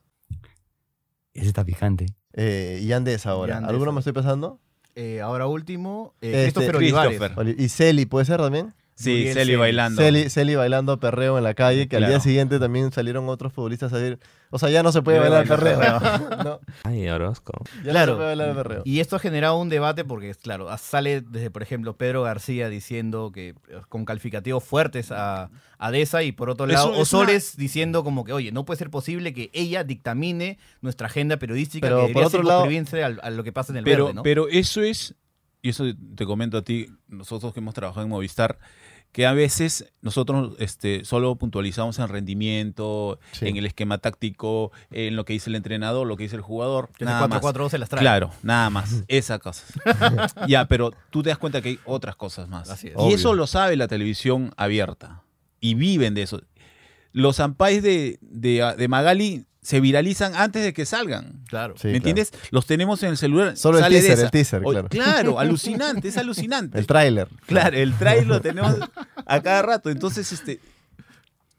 Speaker 14: Ese está picante.
Speaker 2: Eh, y Andes ahora.
Speaker 1: Yandes.
Speaker 2: ¿Alguno me estoy pasando?
Speaker 1: Eh, ahora último, eh,
Speaker 2: Este,
Speaker 1: Christopher Olivares.
Speaker 2: Oli- Y Celi, ¿puede ser también?
Speaker 11: Sí, Muriel Celi Celi. bailando.
Speaker 2: Celi, Celi bailando perreo en la calle, que al día
Speaker 11: Claro.
Speaker 2: siguiente también salieron otros futbolistas a decir, o sea, ya no se puede
Speaker 11: Debe
Speaker 2: bailar perreo.
Speaker 11: bailar
Speaker 2: ¿no?
Speaker 10: Ay, Orozco.
Speaker 2: Ya
Speaker 1: claro.
Speaker 2: no se puede hablar de perreo.
Speaker 1: Y esto ha generado un debate porque, claro, sale desde, por ejemplo, Pedro García diciendo que eh, con calificativos fuertes a, a Deza y por otro
Speaker 11: Es
Speaker 1: lado
Speaker 11: un- es una-
Speaker 1: Osores diciendo como que, oye, no puede ser posible que ella dictamine nuestra agenda periodística que
Speaker 2: Pero, por
Speaker 1: debería
Speaker 2: otro lado-
Speaker 1: circunscribirse al- a lo que pasa en el
Speaker 11: pero,
Speaker 1: verde, ¿no?
Speaker 11: pero eso es, y eso te comento a ti, nosotros que hemos trabajado en Movistar, que a veces nosotros este, solo puntualizamos en rendimiento,
Speaker 1: Sí.
Speaker 11: en el esquema táctico, en lo que dice el entrenador, lo que dice el jugador.
Speaker 1: Que
Speaker 11: nada
Speaker 1: ese
Speaker 11: más.
Speaker 1: 4-4-2 se las trae.
Speaker 11: Claro, nada más. Esas cosas. ya, pero tú te das cuenta que hay otras cosas más.
Speaker 1: Así es.
Speaker 11: Y
Speaker 1: Obvio.
Speaker 11: eso lo sabe la televisión abierta. Y viven de eso. Los ampais de, de, de Magali se viralizan antes de que salgan.
Speaker 1: Claro.
Speaker 2: Sí,
Speaker 11: ¿Me
Speaker 2: claro.
Speaker 11: entiendes? Los tenemos en el celular.
Speaker 2: Solo el
Speaker 11: sale de
Speaker 2: teaser,
Speaker 11: esa.
Speaker 2: el teaser,
Speaker 11: Oye,
Speaker 2: claro.
Speaker 11: Claro, alucinante, es alucinante.
Speaker 2: El tráiler.
Speaker 11: Claro, el trailer lo tenemos a cada rato. Entonces, este.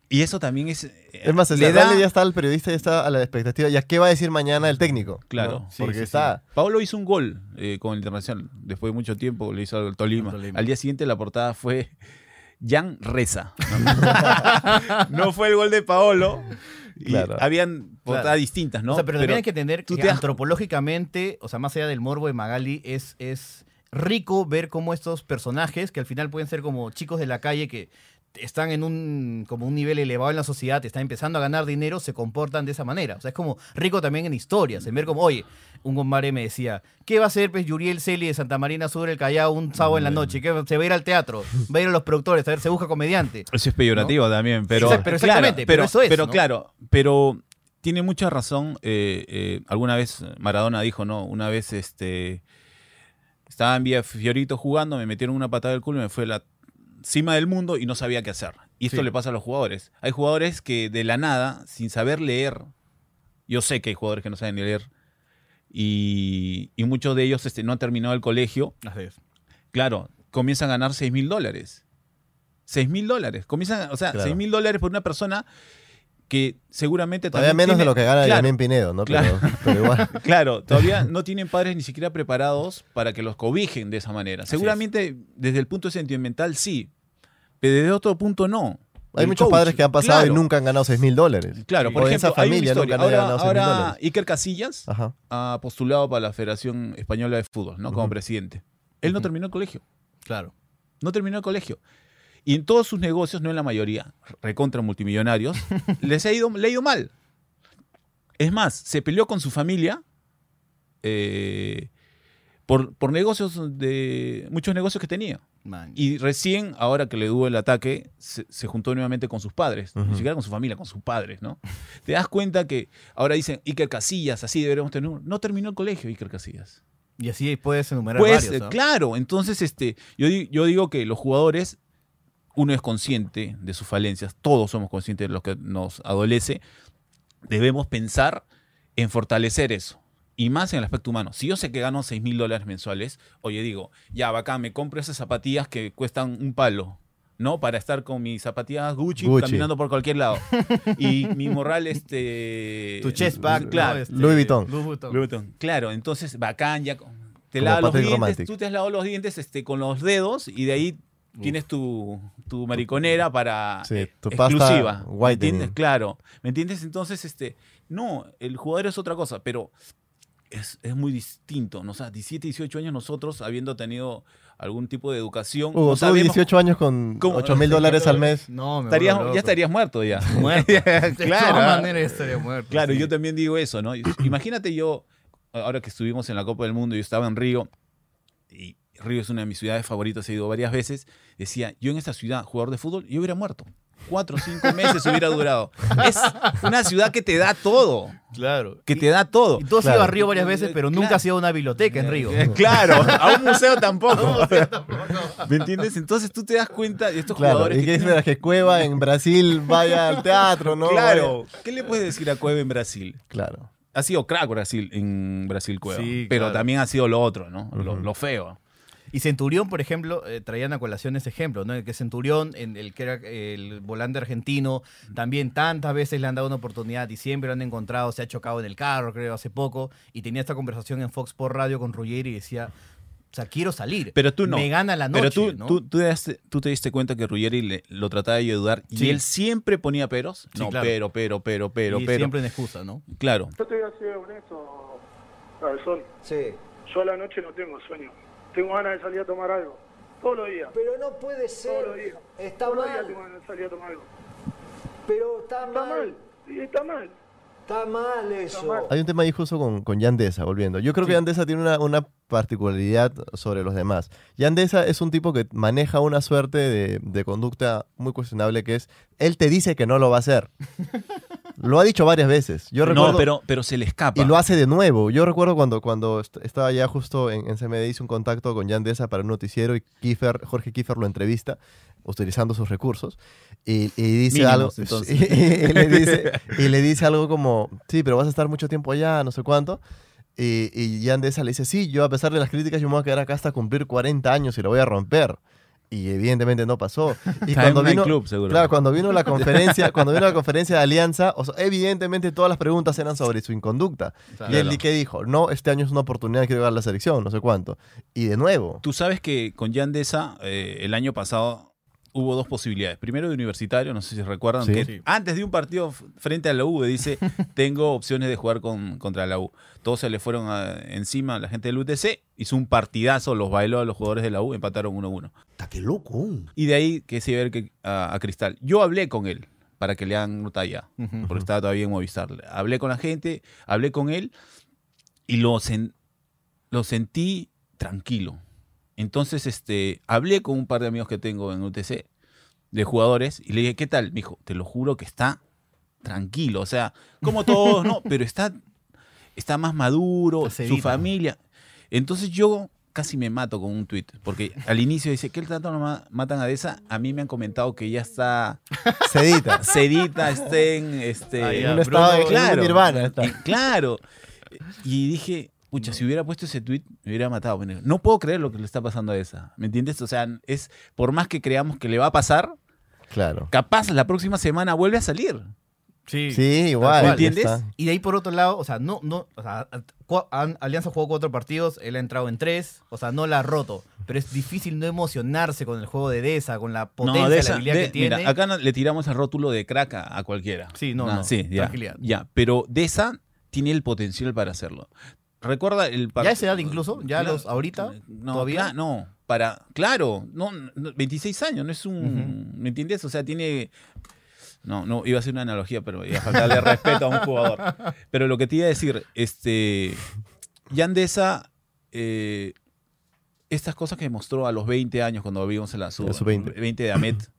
Speaker 11: Y eso también es.
Speaker 2: Es más, el
Speaker 11: le da-
Speaker 2: ya está el periodista, ya está a la expectativa. ¿Ya qué va a decir mañana el técnico?
Speaker 11: Claro,
Speaker 2: ¿no?
Speaker 11: sí,
Speaker 2: Porque
Speaker 11: sí, sí.
Speaker 2: está...
Speaker 11: Pablo hizo un gol eh, con el Internacional. Después de mucho tiempo le hizo al Tolima. Al día siguiente la portada fue Jan Reza. no fue el gol de Paolo. Y
Speaker 1: Claro.
Speaker 11: Habían portadas
Speaker 1: Claro.
Speaker 11: distintas, ¿no?
Speaker 1: O sea, pero, también hay que entender
Speaker 11: tú
Speaker 1: que
Speaker 11: te das-
Speaker 1: antropológicamente, o sea, más allá del morbo de Magali, es, es rico ver cómo estos personajes, que al final pueden ser como chicos de la calle que están en un, como un nivel elevado en la sociedad, están empezando a ganar dinero, se comportan de esa manera. O sea, es como rico también en historias, en ver como, oye, un compadre me decía, ¿qué va a hacer pues, Yuriel Celi de Santa Marina sobre el Callao un sábado
Speaker 11: Mm.
Speaker 1: en la noche? ¿Qué, va- se va a ir al teatro, va a ir a los productores, a ver, se busca comediante.
Speaker 11: Eso es peyorativo también, pero.
Speaker 1: Exacto, pero exactamente, pero eso es,
Speaker 11: Pero
Speaker 1: ¿no?
Speaker 11: claro, pero tiene mucha razón. eh, eh, alguna vez Maradona dijo, ¿no? Una vez este. Estaba en Vía Fiorito jugando, me metieron una patada del culo y me fue a la cima del mundo y no sabía qué hacer. Y esto
Speaker 1: Sí.
Speaker 11: le pasa a los jugadores. Hay jugadores que de la nada, sin saber leer, yo sé que hay jugadores que no saben ni leer, y, y muchos de ellos este, no han terminado el colegio. Claro, comienzan a ganar 6 mil dólares. 6 mil dólares. Comienzan, o sea,
Speaker 2: Claro.
Speaker 11: 6 mil dólares por una persona que seguramente
Speaker 2: Todavía
Speaker 11: también
Speaker 2: menos de
Speaker 11: tiene-
Speaker 2: lo que gana
Speaker 11: Claro,
Speaker 2: Yamín Pinedo, ¿no?
Speaker 11: Claro.
Speaker 2: Pero, pero igual.
Speaker 11: Claro, todavía no tienen padres ni siquiera preparados para que los cobijen de esa manera.
Speaker 2: es.
Speaker 11: Seguramente desde el punto sentimental sí, pero desde otro punto no.
Speaker 2: Hay
Speaker 11: El
Speaker 2: muchos
Speaker 11: coach,
Speaker 2: padres que han pasado
Speaker 11: claro.
Speaker 2: y nunca han ganado 6 mil dólares.
Speaker 11: Claro, por
Speaker 2: O
Speaker 11: ejemplo,
Speaker 2: esa familia
Speaker 11: hay
Speaker 2: nunca
Speaker 11: una historia.
Speaker 2: nadie ha
Speaker 11: Ahora,
Speaker 2: ganado 6 mil
Speaker 11: ahora
Speaker 2: dólares.
Speaker 11: Iker Casillas
Speaker 2: Ajá.
Speaker 11: ha postulado para la Federación Española de Fútbol, ¿no? Como
Speaker 2: Ujú.
Speaker 11: presidente. Él no terminó el colegio.
Speaker 1: Claro.
Speaker 11: No terminó el colegio. Y en todos sus negocios, no en la mayoría, recontra multimillonarios, les ha ido, le ha ido mal. Es más, se peleó con su familia eh, por, por negocios de. muchos negocios que tenía.
Speaker 1: Man.
Speaker 11: Y recién, ahora que le duele el ataque, se, se juntó nuevamente con sus padres.
Speaker 2: Ujú.
Speaker 11: Ni siquiera con su familia, con sus padres, ¿no? Te das cuenta que ahora dicen Iker Casillas, así deberíamos tener. un-". No terminó el colegio Iker Casillas.
Speaker 1: Y así puedes enumerar
Speaker 11: Pues,
Speaker 1: varios, ¿no?
Speaker 11: eh, claro, entonces este, yo, di- yo digo que los jugadores, uno es consciente de sus falencias, todos somos conscientes de lo que nos adolece, debemos pensar en fortalecer eso. Y más en el aspecto humano. Si yo sé que gano 6 mil dólares mensuales, oye, digo, ya, bacán, me compro esas zapatillas que cuestan un palo, ¿no? Para estar con mis zapatillas Gucci,
Speaker 2: Gucci.
Speaker 11: caminando por cualquier lado. y mi morral, este.
Speaker 1: Tu chest bag, ¿no?
Speaker 11: claro.
Speaker 1: Este,
Speaker 2: Louis Vuitton.
Speaker 1: Louis Vuitton.
Speaker 11: Claro, entonces, bacán, ya. con- Te
Speaker 2: Como
Speaker 11: lavas los
Speaker 2: Patrick
Speaker 11: dientes,
Speaker 2: Romantic.
Speaker 11: tú te has lavado los dientes este, con los dedos y de ahí tienes tu, tu mariconera para
Speaker 2: Sí,
Speaker 11: eh,
Speaker 2: tu pasta
Speaker 11: exclusiva. ¿Me
Speaker 2: whitening.
Speaker 11: entiendes? Claro. ¿Me entiendes? Entonces, este, no, el jugador es otra cosa, pero es, es muy distinto. ¿no? O sea, 17, 18 años nosotros, habiendo tenido algún tipo de educación, no
Speaker 2: Hugo, tú
Speaker 11: sabemos
Speaker 2: 18 años con
Speaker 11: cómo-
Speaker 2: 8 mil dólares al mes.
Speaker 1: No, me
Speaker 11: Estarías-
Speaker 1: vuelvo loco.
Speaker 11: ya estarías muerto ya.
Speaker 1: Muerto. De
Speaker 11: claro.
Speaker 1: todas maneras ya estaría muerto,
Speaker 11: Claro,
Speaker 1: sí.
Speaker 11: yo también digo eso, ¿no? Imagínate yo, ahora que estuvimos en la Copa del Mundo, yo estaba en Río, y Río es una de mis ciudades favoritas, he ido varias veces, decía, yo en esta ciudad, jugador de fútbol, yo hubiera muerto. Cuatro o cinco meses hubiera durado. Es una ciudad que te da todo.
Speaker 1: Claro.
Speaker 11: Que te da todo. Eh,
Speaker 1: Y tú has ido a Río varias veces, pero nunca has ido a una biblioteca en Río.
Speaker 11: Claro, a un museo tampoco. ¿Me entiendes? Entonces tú te das cuenta de estos
Speaker 2: Claro,
Speaker 11: jugadores
Speaker 2: y que esperas que Cueva en Brasil vaya al teatro, ¿no?
Speaker 11: Claro.
Speaker 2: Vaya-
Speaker 11: ¿Qué le puedes decir a Cueva en Brasil?
Speaker 2: Claro.
Speaker 11: Ha sido crack Brasil en Brasil Cueva.
Speaker 2: Sí,
Speaker 11: pero
Speaker 2: claro.
Speaker 11: también ha sido lo otro, ¿no? Lo,
Speaker 2: Ujú.
Speaker 11: lo feo.
Speaker 1: Y Centurión, por ejemplo, eh, traían a colación ese ejemplo, ¿no? El que Centurión, en el que era eh, el volante argentino, también tantas veces le han dado una oportunidad y siempre lo han encontrado, se ha chocado en el carro, creo, hace poco, y tenía esta conversación en Fox por radio con Ruggeri y decía, o sea, quiero salir.
Speaker 11: Pero tú no.
Speaker 1: Me gana la noche,
Speaker 11: Pero tú,
Speaker 1: ¿no?
Speaker 11: tú, tú, te, diste, tú te diste cuenta que Ruggeri le- lo trataba de ayudar y
Speaker 1: Sí.
Speaker 11: él siempre ponía peros.
Speaker 1: Sí,
Speaker 11: no,
Speaker 1: claro.
Speaker 11: pero, pero, pero, pero,
Speaker 1: Y
Speaker 11: pero.
Speaker 1: siempre en excusa, ¿no?
Speaker 11: Claro.
Speaker 15: Yo te voy a ser honesto, Cabezón.
Speaker 16: Sí.
Speaker 15: Yo a la noche no tengo sueño. Tengo ganas de salir a tomar algo. Todos los días.
Speaker 16: Pero no puede ser.
Speaker 15: Todos los días.
Speaker 16: Está
Speaker 15: Todos los días
Speaker 16: mal.
Speaker 15: tengo ganas de salir a tomar algo.
Speaker 16: Pero está mal.
Speaker 15: Y está mal.
Speaker 16: Está mal eso.
Speaker 2: Hay un tema ahí justo con, con Yandesa, volviendo. Yo creo que Yandesa tiene una, una particularidad sobre los demás. Yandesa es un tipo que maneja una suerte de, de conducta muy cuestionable que es, él te dice que no lo va a hacer. lo ha dicho varias veces. Yo recuerdo,
Speaker 11: no, pero, pero se le escapa.
Speaker 2: Y lo hace de nuevo. Yo recuerdo cuando, cuando est- estaba ya justo en, en CMD, hice un contacto con Yandesa para un noticiero y Kiefer, Jorge Kiefer lo entrevista utilizando sus recursos y, y dice
Speaker 11: Mínimos,
Speaker 2: algo
Speaker 11: entonces.
Speaker 2: y, y le dice, y le dice algo como sí pero vas a estar mucho tiempo allá no sé cuánto y, y Yandesa le dice sí yo a pesar de las críticas yo me voy a quedar acá hasta cumplir 40 años y lo voy a romper y evidentemente no pasó y
Speaker 11: Time Night Club, seguro.
Speaker 2: claro cuando vino la conferencia cuando vino la conferencia de Alianza o sea, evidentemente todas las preguntas eran sobre su inconducta y él
Speaker 11: Claro.
Speaker 2: que dijo no este año es una oportunidad que dar la selección no sé cuánto y de nuevo
Speaker 11: Tú sabes que con Yandesa eh, el año pasado hubo dos posibilidades. Primero de universitario, no sé si recuerdan,
Speaker 2: Sí.
Speaker 11: que
Speaker 2: Sí.
Speaker 11: antes de un partido f- frente a la U dice, tengo opciones de jugar con, contra la U. Todos se le fueron a- encima a la gente del UTC, hizo un partidazo, los bailó a los jugadores de la U, empataron 1-1.
Speaker 6: Está que loco.
Speaker 11: Y de ahí que se iba a ver que- a, a Cristal. Yo hablé con él para que le hagan talla,
Speaker 1: Ujú.
Speaker 11: porque estaba todavía en Movistar. Hablé con la gente, hablé con él y lo, sen- lo sentí tranquilo. Entonces, este, hablé con un par de amigos que tengo en UTC, de jugadores, y le dije, ¿qué tal? Me dijo, te lo juro que está tranquilo. O sea, como todos, ¿no? Pero está, está más maduro, su familia. Entonces yo casi me mato con un tuit, porque al inicio dice, ¿qué tanto nos ma- matan a Deza? A mí me han comentado que ya está
Speaker 2: sedita
Speaker 11: sedita, esté en este,
Speaker 2: Ah, ya, En un Bruno- estado de- en un nirvana está.
Speaker 11: Y- claro. Y dije, pucha, si hubiera puesto ese tweet me hubiera matado. Bueno, No puedo creer lo que le está pasando a esa. ¿Me entiendes? O sea, es por más que creamos que le va a pasar,
Speaker 2: claro
Speaker 11: capaz la próxima semana vuelve a salir.
Speaker 1: Sí,
Speaker 2: Sí, igual,
Speaker 1: tal cual.
Speaker 2: ya ¿Entiendes? está.
Speaker 1: Y de ahí por otro lado, o sea, no, no, o sea, cua- han- Alianza jugó cuatro partidos, él ha entrado en tres, o sea, no la ha roto. Pero es difícil no emocionarse con el juego de Deza, con la potencia,
Speaker 11: de esa-
Speaker 1: la habilidad
Speaker 11: de-
Speaker 1: que tiene.
Speaker 11: Mira, acá no- le tiramos el rótulo de crack a, a cualquiera.
Speaker 1: Sí, no,
Speaker 11: Ah,
Speaker 1: no,
Speaker 11: Sí, ya,
Speaker 1: tranquilidad.
Speaker 11: ya. Pero de esa tiene el potencial para hacerlo. Recuerda el par-
Speaker 1: ya a esa edad incluso, ya a
Speaker 11: Claro, eh,
Speaker 1: los ahorita,
Speaker 11: no,
Speaker 1: todavía.
Speaker 11: cla- no, para, claro, no, no, 26 años, no es un, ¿me entiendes? O sea, tiene, no, no, iba a hacer una analogía, pero iba a faltarle respeto a un jugador. Pero lo que te iba a decir, este, Yandesa, eh, estas cosas que mostró a los 20 años cuando vivimos en la sub,
Speaker 2: La sub-20.
Speaker 11: 20 de Amet,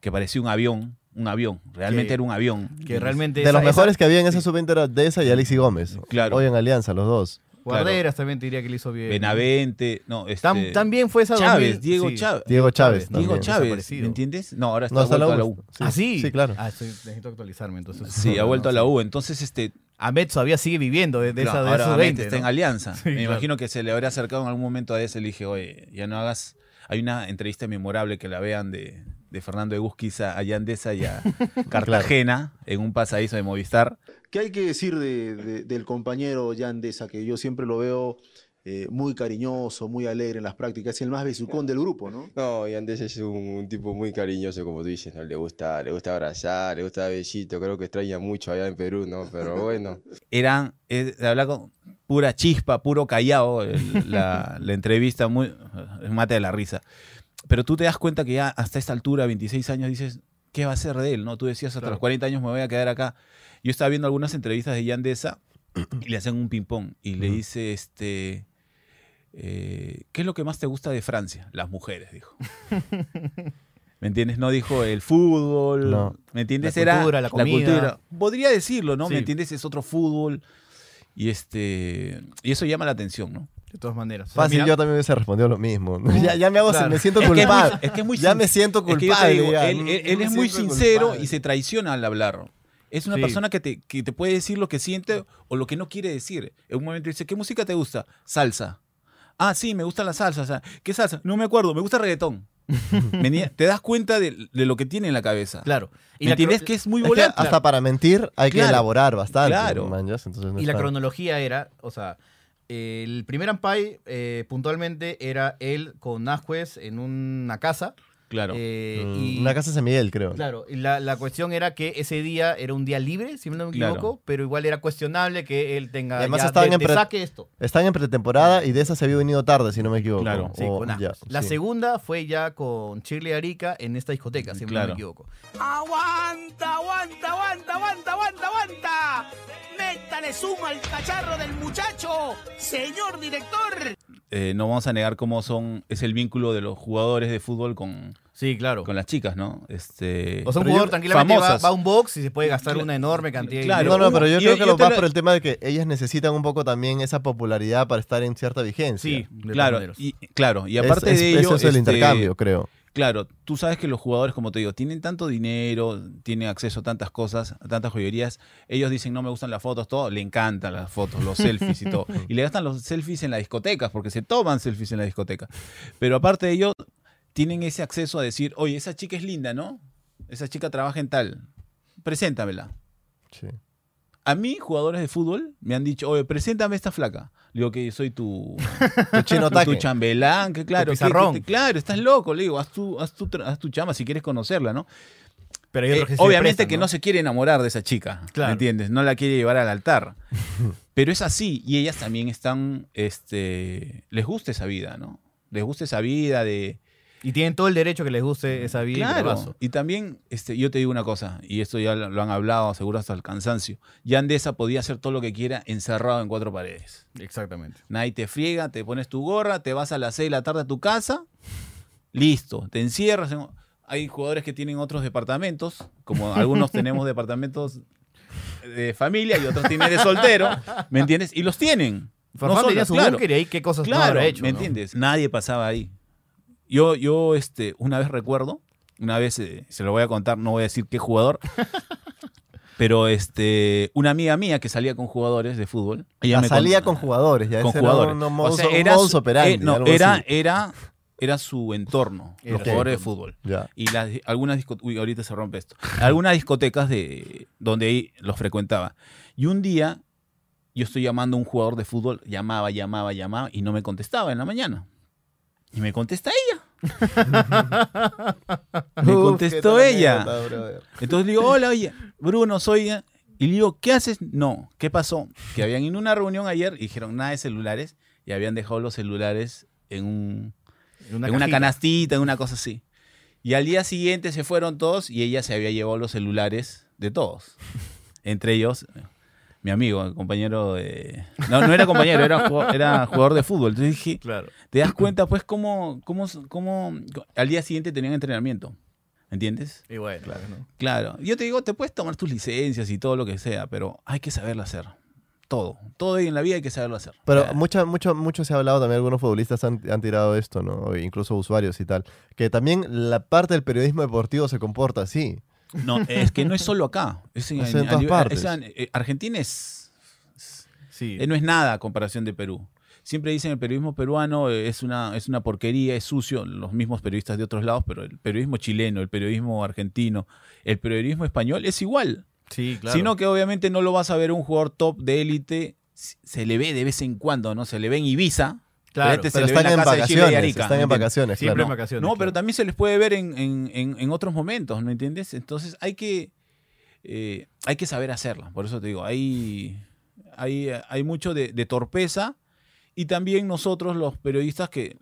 Speaker 11: que parecía un avión, un avión, realmente
Speaker 1: Que-
Speaker 11: era un avión.
Speaker 1: que realmente
Speaker 2: de los mejores que había en esa sub-20 era Deza y Alexi Gómez
Speaker 11: Claro.
Speaker 2: hoy en Alianza los dos
Speaker 1: Guarderas también te diría que le hizo bien.
Speaker 11: Pues, Benavente, no, este,
Speaker 1: Tam- también fue esa
Speaker 11: Chávez,
Speaker 1: 2000,
Speaker 11: Diego
Speaker 1: sí.
Speaker 11: Chávez.
Speaker 2: Diego Chávez
Speaker 11: Diego
Speaker 2: también.
Speaker 11: Chávez,
Speaker 1: Desaparecido.
Speaker 11: ¿me entiendes? No, ahora está
Speaker 2: No, está
Speaker 11: vuelto
Speaker 2: la
Speaker 11: a la
Speaker 2: U.
Speaker 11: U.
Speaker 1: Ah, sí.
Speaker 2: Sí, claro.
Speaker 1: Ah, estoy- necesito actualizarme entonces.
Speaker 11: Sí, ha vuelto a la U, entonces este
Speaker 1: Ahmed todavía sigue viviendo de, de
Speaker 11: claro,
Speaker 1: esa de
Speaker 11: ahora
Speaker 1: esos
Speaker 11: obviamente
Speaker 1: 20,
Speaker 11: está en
Speaker 1: ¿no?
Speaker 11: Alianza.
Speaker 1: Sí,
Speaker 11: Me
Speaker 1: claro.
Speaker 11: imagino que se le habrá acercado en algún momento a ese y le dije, "Oye, ya no hagas hay una entrevista memorable que la vean de, de Fernando de Busquiza a Yandesa y a Cartagena en un pasadizo de Movistar.
Speaker 17: ¿Qué hay que decir de- de- del compañero Yandesa, que yo siempre lo veo eh, muy cariñoso, muy alegre en las prácticas? Es el más besucón del grupo, ¿no?
Speaker 18: No, y Andrés es un, un tipo muy cariñoso, como tú dices, ¿no? Le gusta, le gusta abrazar, le gusta dar besito, creo que extraña mucho allá en Perú, ¿no? Pero bueno.
Speaker 11: Eran, es- de hablar con pura chispa, puro callado, el- la, la entrevista, muy, es mate de la risa. Pero tú te das cuenta que ya hasta esta altura, 26 años, dices, ¿qué va a ser de él? no Tú decías, hasta
Speaker 1: Claro.
Speaker 11: los 40 años me voy a quedar acá. Yo estaba viendo algunas entrevistas de Yandesa y le hacen un ping-pong y le
Speaker 1: Ujú.
Speaker 11: dice, este, eh, ¿qué es lo que más te gusta de Francia? Las mujeres, dijo. ¿Me entiendes? No dijo el fútbol.
Speaker 2: No.
Speaker 11: ¿Me entiendes?
Speaker 1: La
Speaker 11: Era
Speaker 1: cultura, la comida.
Speaker 11: Podría decirlo, ¿no?
Speaker 1: Sí.
Speaker 11: ¿Me entiendes? Es otro fútbol. Y este y eso llama la atención, ¿no?
Speaker 1: De todas maneras. O sea,
Speaker 2: Fácil,
Speaker 1: mira,
Speaker 2: yo también hubiese respondido lo mismo. Ya, ya me hago,
Speaker 1: Claro.
Speaker 2: me siento
Speaker 11: Es que es muy-
Speaker 2: culpable.
Speaker 11: es que es muy
Speaker 2: ya
Speaker 11: sin-
Speaker 2: me siento
Speaker 11: es que yo te
Speaker 2: culpable.
Speaker 11: digo,
Speaker 2: ya.
Speaker 11: él él-
Speaker 2: Yo
Speaker 11: él
Speaker 2: me
Speaker 11: es muy
Speaker 2: siento
Speaker 11: sincero
Speaker 2: culpable.
Speaker 11: y se traiciona al hablar. Es una
Speaker 1: Sí.
Speaker 11: persona que te, que te puede decir lo que siente o lo que no quiere decir. En un momento dice, ¿qué música te gusta? Salsa. Ah, sí, me gusta la salsa. o sea, ¿Qué salsa? No me acuerdo, me gusta reggaetón. Me nie- te das cuenta de, de lo que tiene en la cabeza.
Speaker 1: Claro.
Speaker 11: Y ¿Me entiendes? Que es muy volátil.
Speaker 2: hasta para mentir hay que
Speaker 11: Claro.
Speaker 2: elaborar bastante.
Speaker 11: Claro.
Speaker 2: manjas, entonces no
Speaker 1: Y
Speaker 2: es
Speaker 1: la
Speaker 2: tan-
Speaker 1: cronología era, o sea, el primer Ampai eh, puntualmente era él con Nájuez en una casa.
Speaker 11: Claro.
Speaker 1: Eh,
Speaker 2: Mm,
Speaker 1: y-
Speaker 2: Una casa de San Miguel, creo.
Speaker 1: Claro, y la, la cuestión era que ese día era un día libre, si no me
Speaker 2: Claro.
Speaker 1: equivoco, pero igual era cuestionable que él tenga.
Speaker 2: Además
Speaker 1: ya,
Speaker 2: estaban
Speaker 1: de-
Speaker 2: en
Speaker 1: de
Speaker 2: pre-
Speaker 1: saque esto.
Speaker 2: Estaban en pretemporada y de esa se había venido tarde, si no me equivoco.
Speaker 1: Claro, sí,
Speaker 2: O-
Speaker 1: con Nájuez.
Speaker 2: Oh, ya,
Speaker 1: La
Speaker 2: sí.
Speaker 1: segunda fue ya con Chile Arica en esta discoteca, si no
Speaker 2: Claro.
Speaker 1: me equivoco.
Speaker 5: ¡Aguanta, aguanta, aguanta, aguanta, aguanta, aguanta! ¡Métale suma al cacharro del muchacho! ¡Señor director!
Speaker 11: Eh, no vamos a negar cómo son, es el vínculo de los jugadores de fútbol con,
Speaker 1: sí, claro.
Speaker 11: con las chicas, ¿no? Este,
Speaker 1: O sea, un
Speaker 11: Pero
Speaker 1: jugador
Speaker 11: yo-
Speaker 1: tranquilamente va,
Speaker 11: famosas.
Speaker 1: va a un box y se puede gastar una enorme cantidad de
Speaker 2: No,
Speaker 1: dinero.
Speaker 2: no, pero yo
Speaker 1: Y-
Speaker 2: creo que
Speaker 1: y
Speaker 2: lo
Speaker 1: te
Speaker 2: va
Speaker 1: la-
Speaker 2: por el tema de que ellas necesitan un poco también esa popularidad para estar en cierta vigencia.
Speaker 11: Sí, claro. Y, claro, y
Speaker 2: Es-
Speaker 11: aparte
Speaker 2: es-
Speaker 11: de ello.
Speaker 2: Eso es el
Speaker 11: este,
Speaker 2: intercambio, creo.
Speaker 11: Claro, tú sabes que los jugadores, como te digo, tienen tanto dinero, tienen acceso a tantas cosas, a tantas joyerías. Ellos dicen, no me gustan las fotos, todo. Le encantan las fotos, los selfies y todo. Y le gastan los selfies en las discotecas, porque se toman selfies en la discoteca. Pero aparte de ello, tienen ese acceso a decir, oye, esa chica es linda, ¿no? Esa chica trabaja en tal. Preséntamela.
Speaker 2: Sí.
Speaker 11: A mí, jugadores de fútbol me han dicho, oye, preséntame esta flaca. Le digo que soy tu,
Speaker 2: Tu chino taque.
Speaker 11: tu chambelán, que claro.
Speaker 2: Tu
Speaker 11: que-
Speaker 2: pizarrón.
Speaker 11: que te- claro, estás loco, le digo, haz tu, haz tu, tra- haz tu chamba si quieres conocerla, ¿no?
Speaker 1: Pero
Speaker 11: Eh, obviamente que ¿no? se quiere enamorar de esa chica, ¿me
Speaker 1: Claro.
Speaker 11: ¿entiendes? No la quiere llevar al altar. Pero es así, y ellas también están, este, les gusta esa vida, ¿no? Les gusta esa vida de...
Speaker 1: Y tienen todo el derecho que les guste esa vida. y
Speaker 11: Claro.
Speaker 1: bravazo.
Speaker 11: Y también, este, yo te digo una cosa, y esto ya lo, lo han hablado seguro hasta el cansancio. Yandesa podía hacer todo lo que quiera encerrado en cuatro paredes.
Speaker 1: Exactamente.
Speaker 11: Nadie te friega, te pones tu gorra, te vas a las 6 de la tarde a tu casa, listo, te encierras. en- Hay jugadores que tienen otros departamentos, como algunos tenemos departamentos de familia y otros tienen de soltero, ¿me entiendes? Y los tienen.
Speaker 1: Farfán
Speaker 11: solo,
Speaker 1: tenía su búnker y ahí qué cosas no
Speaker 11: claro,
Speaker 1: habrá hecho,
Speaker 11: ¿me
Speaker 1: ¿no?
Speaker 11: entiendes? Nadie pasaba ahí. Yo, yo este, una vez recuerdo, una vez eh, se lo voy a contar, no voy a decir qué jugador, pero este, una amiga mía que salía con jugadores de fútbol. ella
Speaker 2: Ah,
Speaker 11: me
Speaker 2: salía
Speaker 11: contó-
Speaker 2: con jugadores, ya,
Speaker 11: con
Speaker 2: ese era
Speaker 11: jugadores.
Speaker 2: un
Speaker 11: O
Speaker 2: modus-
Speaker 11: sea,
Speaker 2: un
Speaker 11: era
Speaker 2: modus
Speaker 11: su-
Speaker 2: operandi,
Speaker 11: eh, no,
Speaker 2: algo
Speaker 11: era,
Speaker 2: así.
Speaker 11: era, era su entorno,
Speaker 2: Era
Speaker 11: los
Speaker 2: su
Speaker 11: jugadores de
Speaker 2: entorno.
Speaker 11: fútbol.
Speaker 2: Ya.
Speaker 11: Y las, algunas discotecas, uy, ahorita se rompe esto. Algunas discotecas de donde ahí los frecuentaba. Y un día yo estoy llamando a un jugador de fútbol, llamaba, llamaba, llamaba y no me contestaba en la mañana. Y me contesta ella. me
Speaker 2: Uf,
Speaker 11: contestó
Speaker 2: qué tal
Speaker 11: ella.
Speaker 2: anécdota, brother.
Speaker 11: Entonces le digo, hola, oye, Bruno, soy. eh". Y le digo, ¿qué haces? No, ¿qué pasó? Que habían ido a una reunión ayer y dijeron nada de celulares y habían dejado los celulares en, un, en, una,
Speaker 1: cajita.
Speaker 11: canastita, en una cosa así. Y al día siguiente se fueron todos y ella se había llevado los celulares de todos. Entre ellos, mi amigo, el compañero de. No, no era compañero, era, jugo- era jugador de fútbol. Entonces dije, ¿te das cuenta, pues, cómo, cómo, cómo al día siguiente tenían entrenamiento? ¿Entiendes?
Speaker 1: Y bueno, claro, ¿no?
Speaker 11: Claro. Yo te digo, te puedes tomar tus licencias y todo lo que sea, pero hay que saberlo hacer. Todo. Todo en la vida hay que saberlo hacer.
Speaker 2: Pero mucha, mucho, mucho se ha hablado también, algunos futbolistas han, han tirado esto, ¿no? E Incluso usuarios y tal. Que también la parte del periodismo deportivo se comporta así.
Speaker 11: No, es que no es solo acá. Es en,
Speaker 2: O sea, en
Speaker 11: a
Speaker 2: todas
Speaker 11: nivel-
Speaker 2: partes.
Speaker 11: es en- eh, Argentina es. es- eh, no es nada a comparación de Perú. Siempre dicen el periodismo peruano eh, es una, es una porquería, es sucio, los mismos periodistas de otros lados, pero el periodismo chileno, el periodismo argentino, el periodismo español es igual.
Speaker 1: Sí, claro.
Speaker 11: Sino que obviamente no lo vas a ver un jugador top de élite, s- se le ve de vez en cuando, ¿no? Se le ve en Ibiza.
Speaker 2: Claro,
Speaker 11: este se
Speaker 2: pero
Speaker 11: le ve
Speaker 2: están en
Speaker 11: la casa de Chile y
Speaker 2: vacaciones,
Speaker 11: Arica,
Speaker 2: están en
Speaker 11: ¿entiendes?
Speaker 2: vacaciones, Siempre claro. en
Speaker 11: No,
Speaker 2: vacaciones,
Speaker 11: No, pero también se les puede ver en, en- en- en otros momentos, ¿me entiendes? Entonces hay que, eh, hay que saber hacerla. Por eso te digo, hay, hay, hay mucho de, de torpeza y también nosotros los periodistas que...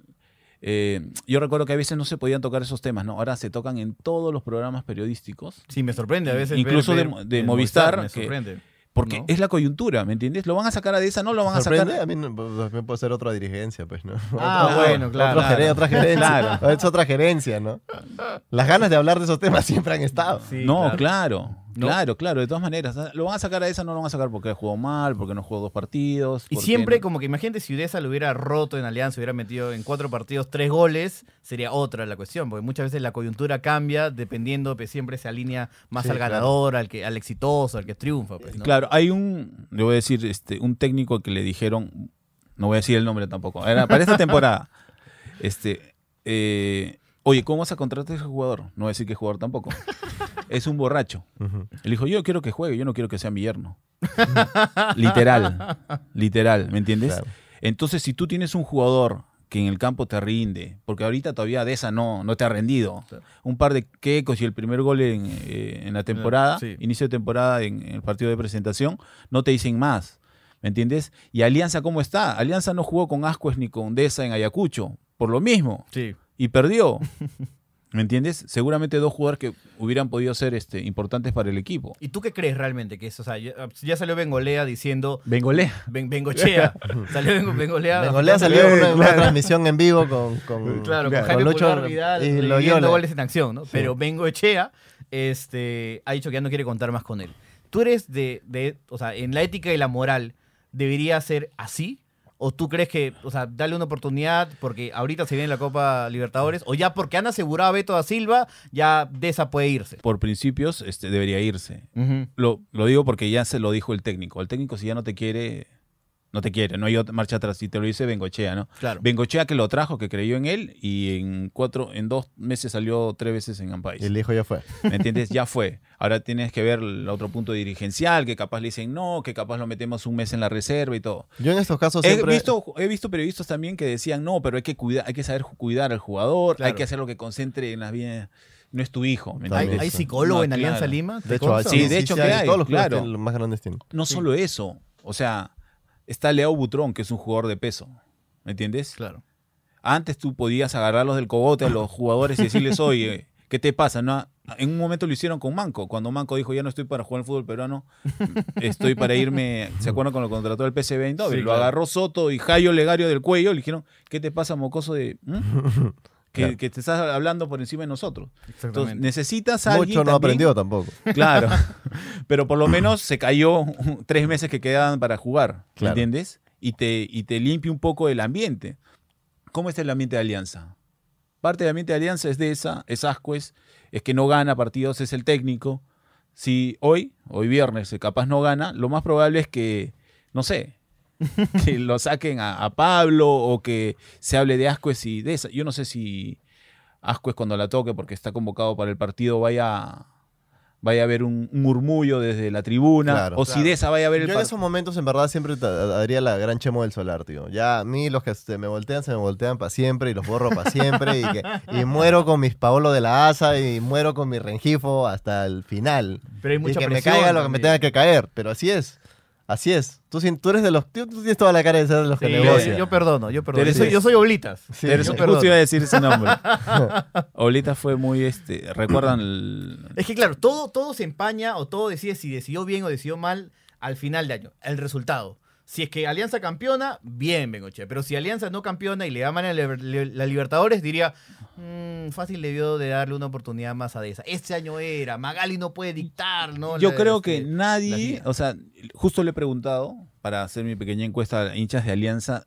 Speaker 11: eh, yo recuerdo que a veces no se podían tocar esos temas, ¿no? Ahora se tocan en todos los programas periodísticos.
Speaker 1: Sí, me sorprende a veces ver-
Speaker 11: Incluso de-
Speaker 1: ver
Speaker 11: de,
Speaker 1: el Movistar,
Speaker 11: Movistar.
Speaker 1: me
Speaker 11: que-
Speaker 1: sorprende,
Speaker 11: porque
Speaker 1: ¿no?
Speaker 11: es la coyuntura, ¿me entiendes? Lo van a sacar a de esa, no lo van a sacar.
Speaker 2: Sorprende, a mí no- también puede ser otra dirigencia, pues, ¿no?
Speaker 11: Ah,
Speaker 2: Otro-
Speaker 11: bueno,
Speaker 2: otro
Speaker 11: claro.
Speaker 2: gere-
Speaker 11: Claro.
Speaker 2: otra gerencia.
Speaker 11: Claro.
Speaker 2: Es otra gerencia, ¿no? Las ganas de hablar de esos temas siempre han estado.
Speaker 11: no, claro. Claro, claro, de todas maneras. Lo van a sacar a esa, no lo van a sacar porque jugó mal, porque no jugó dos partidos.
Speaker 1: Y
Speaker 11: porque
Speaker 1: siempre,
Speaker 11: no-
Speaker 1: como que imagínate si Udesa lo hubiera roto en Alianza, hubiera metido en cuatro partidos tres goles, sería otra la cuestión, porque muchas veces la coyuntura cambia dependiendo, pues siempre se alinea más
Speaker 11: Sí,
Speaker 1: al
Speaker 11: claro.
Speaker 1: ganador, al, que, al exitoso, al que triunfa. pues, ¿no?
Speaker 11: Claro, hay un, le voy a decir, este, un técnico que le dijeron, No voy a decir el nombre tampoco. Era para esta temporada. Este, eh, oye, ¿cómo vas a contratar a ese jugador? No voy a decir qué jugador tampoco. Es un borracho.
Speaker 2: Ujú.
Speaker 11: Él dijo, yo quiero que juegue, yo no quiero que sea mi yerno. literal, literal, ¿me entiendes?
Speaker 2: Claro.
Speaker 11: Entonces, si tú tienes un jugador que en el campo te rinde, porque ahorita todavía de esa no, no te ha rendido, un par de quecos y el primer gol en, eh, en la temporada,
Speaker 1: Sí.
Speaker 11: inicio de temporada en, en el partido de presentación, no te dicen más. ¿Me entiendes? Y Alianza, ¿cómo está? Alianza no jugó con Ascuez ni con Deza en Ayacucho, por lo mismo. Y perdió. ¿Me entiendes? Seguramente dos jugadores que hubieran podido ser este, importantes para el equipo.
Speaker 1: ¿Y tú qué crees realmente que es? O sea, ya, ya salió Bengolea diciendo.
Speaker 11: Bengolea.
Speaker 1: Ben- Bengochea. salió Ben- Bengolea.
Speaker 2: Bengolea salió en una, una transmisión en vivo con, con,
Speaker 1: Claro, con
Speaker 2: con
Speaker 1: Jaime
Speaker 2: Lucho
Speaker 1: Pulgar Vidal
Speaker 2: y
Speaker 1: viviendo
Speaker 2: Loyola.
Speaker 1: goles en acción, ¿no?
Speaker 2: Sí.
Speaker 1: Pero Bengochea este, ha dicho que ya no quiere contar más con él. ¿Tú eres de, de- o sea, en la ética y la moral, debería ser así? ¿O tú crees que, o sea, dale una oportunidad porque ahorita se viene la Copa Libertadores? ¿O ya porque han asegurado a Beto da Silva, ya de esa puede irse?
Speaker 11: Por principios, este, debería irse.
Speaker 1: Ujú.
Speaker 11: lo, lo digo porque ya se lo dijo el técnico. El técnico, si ya no te quiere, no te quiere, no hay otra marcha atrás. Y te lo dice Bengochea, ¿no?
Speaker 1: Claro.
Speaker 11: Bengochea que lo trajo, que creyó en él, y en cuatro, en dos meses salió tres veces en Ampais.
Speaker 2: Y le dijo, ya fue.
Speaker 11: ¿Me entiendes? Ya fue. Ahora tienes que ver el otro punto dirigencial, que capaz le dicen no, que capaz lo metemos un mes en la reserva y todo.
Speaker 2: Yo en estos casos
Speaker 11: He
Speaker 2: siempre-
Speaker 11: visto, he visto periodistas también que decían no, pero hay que cuidar, hay que saber ju- cuidar al jugador, hay
Speaker 1: Claro.
Speaker 11: que hacer lo que concentre en las vidas. No es tu hijo. ¿me
Speaker 1: ¿Hay-
Speaker 11: entiendes?
Speaker 1: hay psicólogo en Alianza Lima? ¿Te
Speaker 11: De hecho,
Speaker 2: consta?
Speaker 11: sí,
Speaker 2: Sí,
Speaker 11: de hecho
Speaker 2: sí
Speaker 11: que
Speaker 2: hay.
Speaker 11: hay,
Speaker 2: Todos los clubes
Speaker 11: claro.
Speaker 2: tienen- los más grandes tienen.
Speaker 11: No
Speaker 2: Sí.
Speaker 11: solo eso, o sea, está Leo Butrón, que es un jugador de peso, ¿me entiendes?
Speaker 1: Claro.
Speaker 11: Antes tú podías agarrarlos del cogote a los jugadores y decirles, oye, ¿qué te pasa? No, en un momento lo hicieron con Manco, cuando Manco dijo, ya no estoy para jugar al fútbol peruano, estoy para irme, ¿se acuerdan cuando lo contrató el PSV Eindhoven?
Speaker 2: Sí,
Speaker 11: lo
Speaker 2: claro.
Speaker 11: agarró Soto y Jayo Legario del cuello, le dijeron, ¿qué te pasa, mocoso de...? ¿Mm? Que,
Speaker 2: Claro.
Speaker 11: que te estás hablando por encima de nosotros. Entonces,
Speaker 2: Exactamente.
Speaker 11: necesitas a
Speaker 2: Mucho
Speaker 11: alguien
Speaker 2: no
Speaker 11: también-
Speaker 2: aprendió tampoco.
Speaker 11: Claro. Pero por lo menos se cayó tres meses que quedaban para jugar. ¿Me
Speaker 2: Claro.
Speaker 11: entiendes? Y te, y te limpia un poco el ambiente. ¿Cómo está el ambiente de Alianza? Parte del ambiente de Alianza es de esa, es Ascuez, es que no gana partidos, es el técnico. Si hoy, hoy viernes, eh, capaz no gana, lo más probable es que, no sé, que lo saquen a, a Pablo o que se hable de Ascuez y de esa. Yo no sé si Ascuez cuando la toque, porque está convocado para el partido, vaya, vaya a haber un, un murmullo desde la tribuna.
Speaker 2: Claro.
Speaker 11: o si de esa vaya a haber el
Speaker 2: Yo en
Speaker 11: par-
Speaker 2: esos momentos, en verdad, siempre te daría la gran chemo del solar, tío. Ya a mí los que se me voltean, se me voltean para siempre y los borro para siempre. y, que- y muero con mis Paolo de la Asa y muero con mi Rengifo hasta el final.
Speaker 1: Pero hay mucha
Speaker 2: y que me
Speaker 1: presión
Speaker 2: caiga lo que me
Speaker 1: también.
Speaker 2: tenga que caer. Pero así es. Así es. Tú, sin- tú eres de los. Tú, tú tienes toda la cara de ser de los
Speaker 1: Sí,
Speaker 2: que
Speaker 1: yo-
Speaker 2: negocian.
Speaker 1: yo perdono, yo perdono.
Speaker 2: Eres-
Speaker 1: Yo soy- yo soy Oblitas.
Speaker 2: Sí,
Speaker 11: Eres-
Speaker 2: yo
Speaker 11: justo
Speaker 2: perdono.
Speaker 11: iba a decir ese nombre. Olita fue muy este. ¿Recuerdan el-
Speaker 1: Es que claro, todo, todo se empaña o todo decide si decidió bien o decidió mal al final de año. El resultado. Si es que Alianza campeona, bien, Bengoche. Pero si Alianza no campeona y le da mal a la la Libertadores, diría, "Mm, fácil debió de darle una oportunidad más a esa. Este año era, Magali no puede dictar, ¿no?
Speaker 11: Yo
Speaker 1: La-
Speaker 11: creo
Speaker 1: este,
Speaker 11: que nadie, o sea, justo le he preguntado para hacer mi pequeña encuesta a hinchas de Alianza.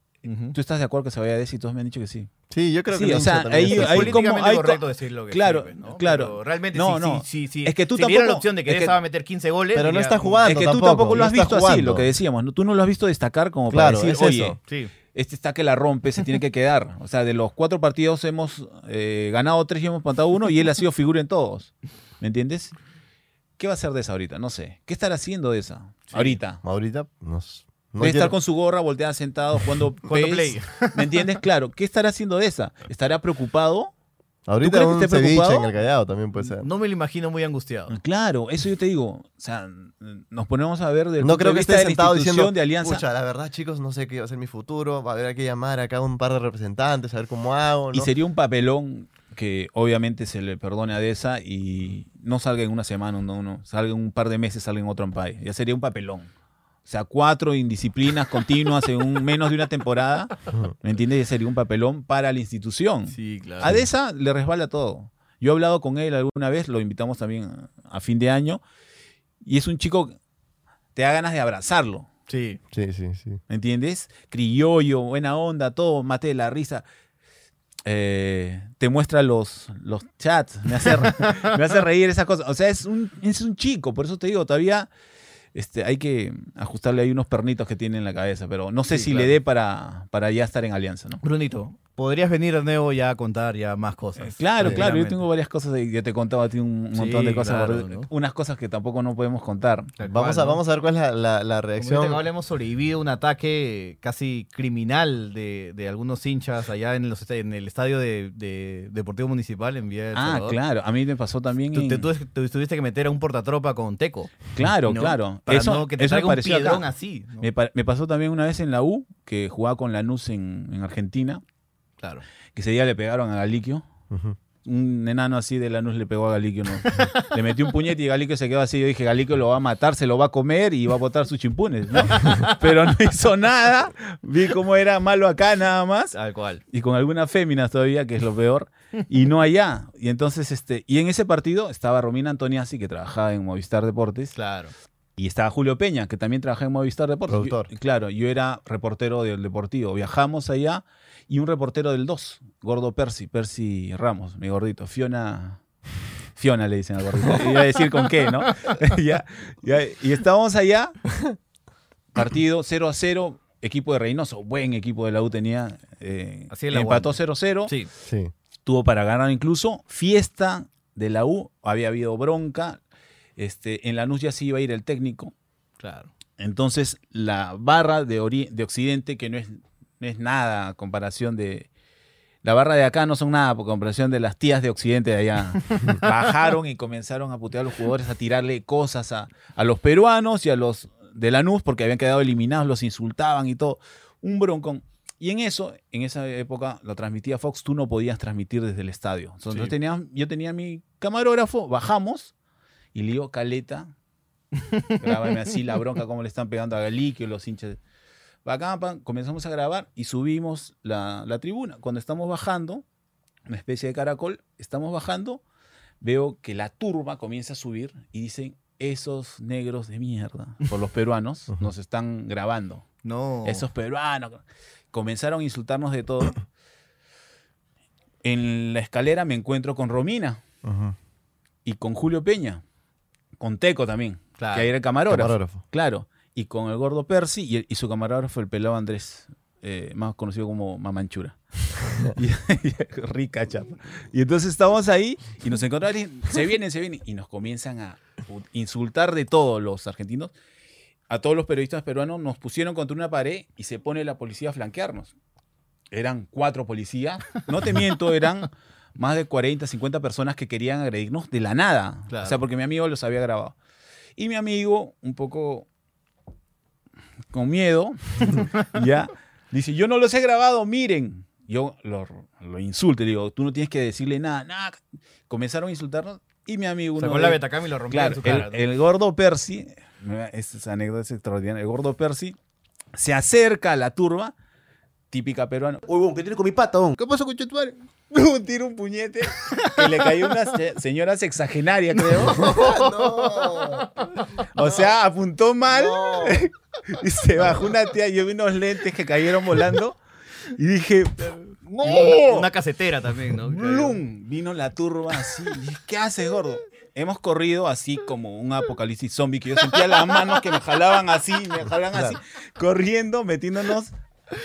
Speaker 11: ¿Tú estás de acuerdo que se vaya a decir? Todos me han dicho que sí.
Speaker 2: Sí, yo creo
Speaker 11: Sí,
Speaker 2: que
Speaker 11: o sea, ahí-
Speaker 1: Es
Speaker 11: ahí
Speaker 1: Este, políticamente
Speaker 11: como- ahí co-
Speaker 1: correcto decirlo que sí,
Speaker 11: claro,
Speaker 1: pues, ¿no?
Speaker 11: claro.
Speaker 1: Pero realmente,
Speaker 11: No,
Speaker 1: si,
Speaker 11: no.
Speaker 1: si- si-
Speaker 11: Es que tú
Speaker 1: si viera la
Speaker 11: tampoco-
Speaker 1: opción de que
Speaker 11: es
Speaker 1: Deza
Speaker 11: que-
Speaker 1: va a meter 15 goles.
Speaker 2: Pero no
Speaker 1: diría,
Speaker 2: está jugando.
Speaker 11: Es que tú tampoco lo has visto así, lo que decíamos, ¿no? Tú no lo has visto destacar como
Speaker 2: Claro,
Speaker 11: para decir,
Speaker 2: es
Speaker 11: oye,
Speaker 2: eso.
Speaker 1: Sí.
Speaker 11: este está que la rompe, se tiene que quedar. O sea, de los cuatro partidos hemos eh, ganado tres y hemos plantado uno y él ha sido figura en todos. ¿Me entiendes? ¿Qué va a hacer de esa ahorita? No sé. ¿Qué estará haciendo de esa? Ahorita.
Speaker 2: Ahorita, no, s- no
Speaker 11: Debe estar
Speaker 2: quiero-
Speaker 11: con su gorra volteada sentado jugando
Speaker 1: Jugando
Speaker 11: PES,
Speaker 1: Play.
Speaker 11: ¿Me entiendes? Claro. ¿Qué estará haciendo de esa? ¿Estará preocupado? ¿Tú
Speaker 2: Ahorita
Speaker 11: crees que
Speaker 2: un
Speaker 11: esté
Speaker 2: ceviche
Speaker 11: preocupado?
Speaker 2: en el Callao también puede ser.
Speaker 1: No me lo imagino muy angustiado.
Speaker 11: Claro, eso yo te digo. O sea, nos ponemos a ver del
Speaker 2: No
Speaker 11: punto
Speaker 2: creo
Speaker 11: de
Speaker 2: que
Speaker 11: vista
Speaker 2: esté
Speaker 11: de la
Speaker 2: sentado
Speaker 11: institución
Speaker 2: diciendo,
Speaker 11: de Alianza.
Speaker 2: "Pucha, la verdad, chicos, no sé qué va a ser mi futuro. Va a haber que llamar acá a un par de representantes, a ver cómo hago. ¿no?".
Speaker 11: Y sería un papelón que obviamente se le perdone a Deza y no salga en una semana, no, no, salga en un par de meses, salga en otro ampay. Ya sería un papelón. O sea, cuatro indisciplinas continuas en un, menos de una temporada, ¿me entiendes? Ya sería un papelón para la institución.
Speaker 1: Sí, claro.
Speaker 11: A Deza le resbala todo. Yo he hablado con él alguna vez, lo invitamos también a- a fin de año, y es un chico, que te da ganas de abrazarlo.
Speaker 1: Sí.
Speaker 2: Sí, sí, sí.
Speaker 11: ¿Me entiendes? Criollo, buena onda, todo, mate de la risa. Eh, te muestra los, los chats, me hace, re- me hace reír esas cosas. O sea, es un, es un chico, por eso te digo, todavía este, hay que ajustarle ahí unos pernitos que tiene en la cabeza, pero no sé
Speaker 1: Sí,
Speaker 11: si
Speaker 1: claro.
Speaker 11: le dé para, para ya estar en alianza, ¿no?
Speaker 1: Brunito, podrías venir de nuevo ya a contar ya más cosas.
Speaker 11: Claro, claro, yo tengo varias cosas ahí, yo te contaba a ti un
Speaker 1: Sí,
Speaker 11: montón de cosas,
Speaker 1: claro,
Speaker 11: pero
Speaker 1: ¿no?
Speaker 11: unas cosas que tampoco no podemos contar.
Speaker 2: Vamos, a, vamos a ver cuál es la, la- la reacción.
Speaker 1: Ahora hemos sobrevivido a un ataque casi criminal de, de algunos hinchas allá en, los, esta- en el estadio de, de Deportivo Municipal en Vía del
Speaker 11: Ah,
Speaker 1: Salvador.
Speaker 11: claro, a mí me pasó también.
Speaker 1: Tú,
Speaker 11: en-
Speaker 1: te, tú- tú tuviste que meter a un portatropa con Teco.
Speaker 11: Claro,
Speaker 1: ¿no?
Speaker 11: claro.
Speaker 1: Para no que te
Speaker 11: me
Speaker 1: traiga un
Speaker 11: pareció acá.
Speaker 1: piedrón así. ¿no?
Speaker 11: Me, pa- me pasó también una vez en la U, que jugaba con Lanús en, en Argentina.
Speaker 1: Claro.
Speaker 11: Que ese día le pegaron a Galiquio.
Speaker 2: Ujú.
Speaker 11: Un enano así de Lanús le pegó a Galiquio. ¿no? le metió un puñete y Galiquio se quedó así. Yo dije, Galiquio lo va a matar, se lo va a comer y va a botar sus chimpunes. ¿no? Pero no hizo nada. Vi cómo era malo acá nada más.
Speaker 1: Tal cual.
Speaker 11: Y con algunas féminas todavía, que es lo peor. Y no allá. Y entonces, este, y en ese partido estaba Romina Antoniazzi, que trabajaba en Movistar Deportes.
Speaker 1: Claro.
Speaker 11: Y estaba Julio Peña, que también trabajaba en Movistar Deportes.
Speaker 2: Productor.
Speaker 11: Yo- claro, yo era reportero del Deportivo. Viajamos allá y un reportero del 2, gordo Percy, Percy Ramos, mi gordito, Fiona. Fiona le dicen al gordito. Iba a decir con qué, ¿no? Ya, ya, y estábamos allá, partido 0 a 0, equipo de Reynoso, buen equipo de la U tenía. eh,
Speaker 1: Así el
Speaker 11: empató
Speaker 1: aguante.
Speaker 11: 0-0.
Speaker 1: Sí.
Speaker 2: Sí.
Speaker 11: Tuvo para ganar incluso. Fiesta de la U. Había habido bronca. Este, en Lanús ya sí iba a ir el técnico.
Speaker 1: Claro.
Speaker 11: Entonces, la barra de, ori- de Occidente, que no es, no es nada a comparación de. La barra de acá no son nada por comparación de las tías de Occidente de allá. Bajaron y comenzaron a putear a los jugadores, a tirarle cosas a, a los peruanos y a los de Lanús, porque habían quedado eliminados, los insultaban y todo. Un broncón. Y en eso, en esa época, lo transmitía Fox, tú no podías transmitir desde el estadio. Entonces,
Speaker 1: Sí.
Speaker 11: yo, tenía, yo tenía mi camarógrafo, bajamos y le digo, Caleta, grábame así la bronca, cómo le están pegando a Galiquio, los hinchas. Bacán, pan, comenzamos a grabar y subimos la, la tribuna. Cuando estamos bajando, una especie de caracol, estamos bajando, veo que la turba comienza a subir y dicen, esos negros de mierda, por los peruanos, nos están grabando.
Speaker 1: No.
Speaker 11: Esos peruanos. Comenzaron a insultarnos de todo. En la escalera me encuentro con Romina y con Julio Peña, con Teco también,
Speaker 1: Claro.
Speaker 11: que ahí era el camarógrafo.
Speaker 2: Camarógrafo.
Speaker 11: Claro, y con el gordo Percy y, el- y su camarógrafo, el pelado Andrés, eh, más conocido como Mamanchura. Y- y- rica chapa. Y entonces estamos ahí y nos encontramos, y se vienen, se vienen, y nos comienzan a pu- insultar de todos los argentinos. A todos los periodistas peruanos nos pusieron contra una pared y se pone la policía a flanquearnos. Eran cuatro policías, no te miento, eran más de 40, 50 personas que querían agredirnos de la nada.
Speaker 1: Claro.
Speaker 11: O sea, porque mi amigo los había grabado. Y mi amigo, un poco con miedo, ya, dice, yo no los he grabado, miren. Yo lo, lo insulto, le digo, tú no tienes que decirle nada, nada. Comenzaron a insultarnos y mi amigo...
Speaker 1: Sacó
Speaker 11: uno
Speaker 1: la
Speaker 11: de-
Speaker 1: Betacam y lo rompió en su
Speaker 11: el-
Speaker 1: cara, ¿no?
Speaker 11: El, gordo Percy, mira, esta es anécdota es extraordinaria, el gordo Percy se acerca a la turba, típica peruana. Uy, bon, ¿qué tiene con mi pata, bon? ¿Qué pasó con Chutuare? Un tiro, un puñete. Que le cayó una se- señora sexagenaria, creo. O sea, apuntó mal y se bajó una tía. Yo vi unos lentes que cayeron volando y dije, ¡No! ¡Oh!
Speaker 1: Una casetera también, ¿no?
Speaker 11: ¡Blum! Vino la turba así. Y dije, ¿Qué haces, gordo? Hemos corrido así como un apocalipsis zombie que yo sentía las manos que me jalaban así, me jalaban así, corriendo, metiéndonos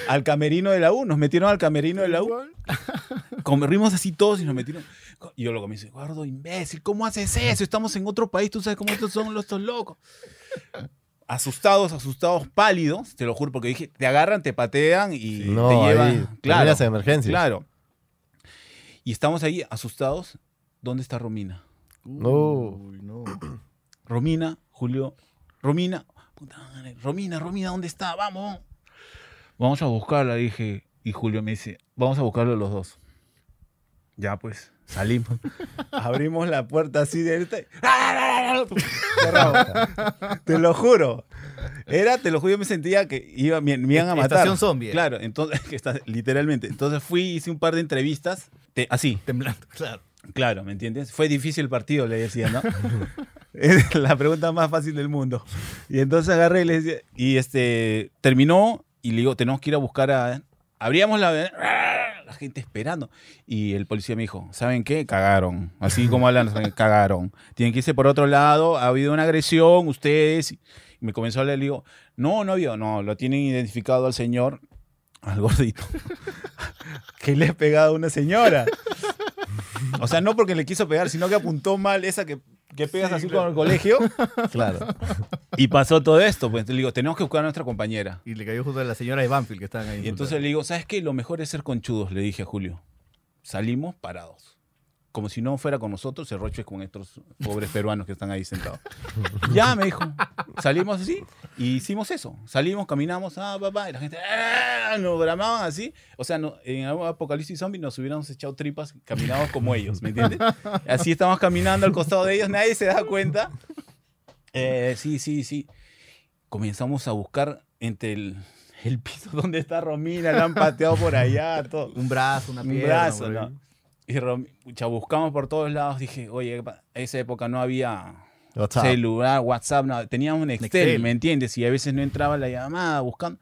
Speaker 11: al camerino de la U. Nos metieron al camerino de la U. Corrimos así todos y nos metieron. Y yo lo comencé, gordo, imbécil, ¿cómo haces eso? Estamos en otro país, tú sabes cómo estos son los estos locos. Asustados, asustados, pálidos, te lo juro, porque dije, te agarran, te patean y
Speaker 2: No,
Speaker 11: te llevan.
Speaker 2: ahí terminas en emergencias.
Speaker 11: Claro. Y estamos ahí asustados. ¿Dónde está Romina?
Speaker 2: Uh,
Speaker 1: Uy, no.
Speaker 11: Romina, Julio, Romina, puta madre, Romina, Romina, ¿dónde está? Vamos, vamos. Vamos a buscarla, dije. Y Julio me dice, vamos a buscarlo los dos. Ya pues, salimos. Abrimos la puerta así de Cerrado. Te lo juro. Era, te lo juro, yo me sentía que iba, me, me iban a matar.
Speaker 1: Estación zombie.
Speaker 11: Claro, entonces, que está- literalmente. Entonces fui, hice un par de entrevistas, te- así.
Speaker 1: Temblando, claro.
Speaker 11: Claro, ¿me entiendes? Fue difícil el partido, le decía, ¿no? Es la pregunta más fácil del mundo. Y entonces agarré y le decía, y este, terminó y le digo, tenemos que ir a buscar a... Abríamos la... la gente esperando. Y el policía me dijo, ¿saben qué? Cagaron. Así como hablan, cagaron. Tienen que irse por otro lado, ha habido una agresión, ustedes. Y me comenzó a hablar, le digo, no, no había, no, lo tienen identificado al señor, al gordito, que le ha pegado a una señora. O sea, no porque le quiso pegar, sino que apuntó mal esa que, que pegas así con el colegio.
Speaker 2: Claro.
Speaker 11: Y pasó todo esto, pues le digo, tenemos que buscar a nuestra compañera.
Speaker 1: Y le cayó justo a la señora de Banfield que estaban ahí.
Speaker 11: Y entonces le digo, ¿sabes qué? Lo mejor es ser conchudos, le dije a Julio. Salimos parados. Como si no fuera con nosotros, cerroches con estos pobres peruanos que están ahí sentados. ya, me dijo. Salimos así y hicimos eso. Salimos, caminamos, ah, papá, y la gente, "Ah", nos bramaban así. O sea, no- en algún apocalipsis zombie nos hubiéramos echado tripas, caminados como ellos, ¿me entiendes? Así estábamos caminando al costado de ellos, nadie se da cuenta. Eh, sí, sí, sí. Comenzamos a buscar entre el, el piso donde está Romina, la han pateado por allá, todo.
Speaker 1: Un brazo, una
Speaker 11: Un
Speaker 1: pierna,
Speaker 11: brazo,
Speaker 1: por
Speaker 11: ¿no?
Speaker 1: ahí.
Speaker 11: Y Rom- pucha, buscamos por todos lados. Dije, oye, pa- en esa época no había
Speaker 2: WhatsApp.
Speaker 11: celular, WhatsApp, no, teníamos un Excel,
Speaker 2: Excel.
Speaker 11: ¿me entiendes? Y a veces no entraba la llamada buscando.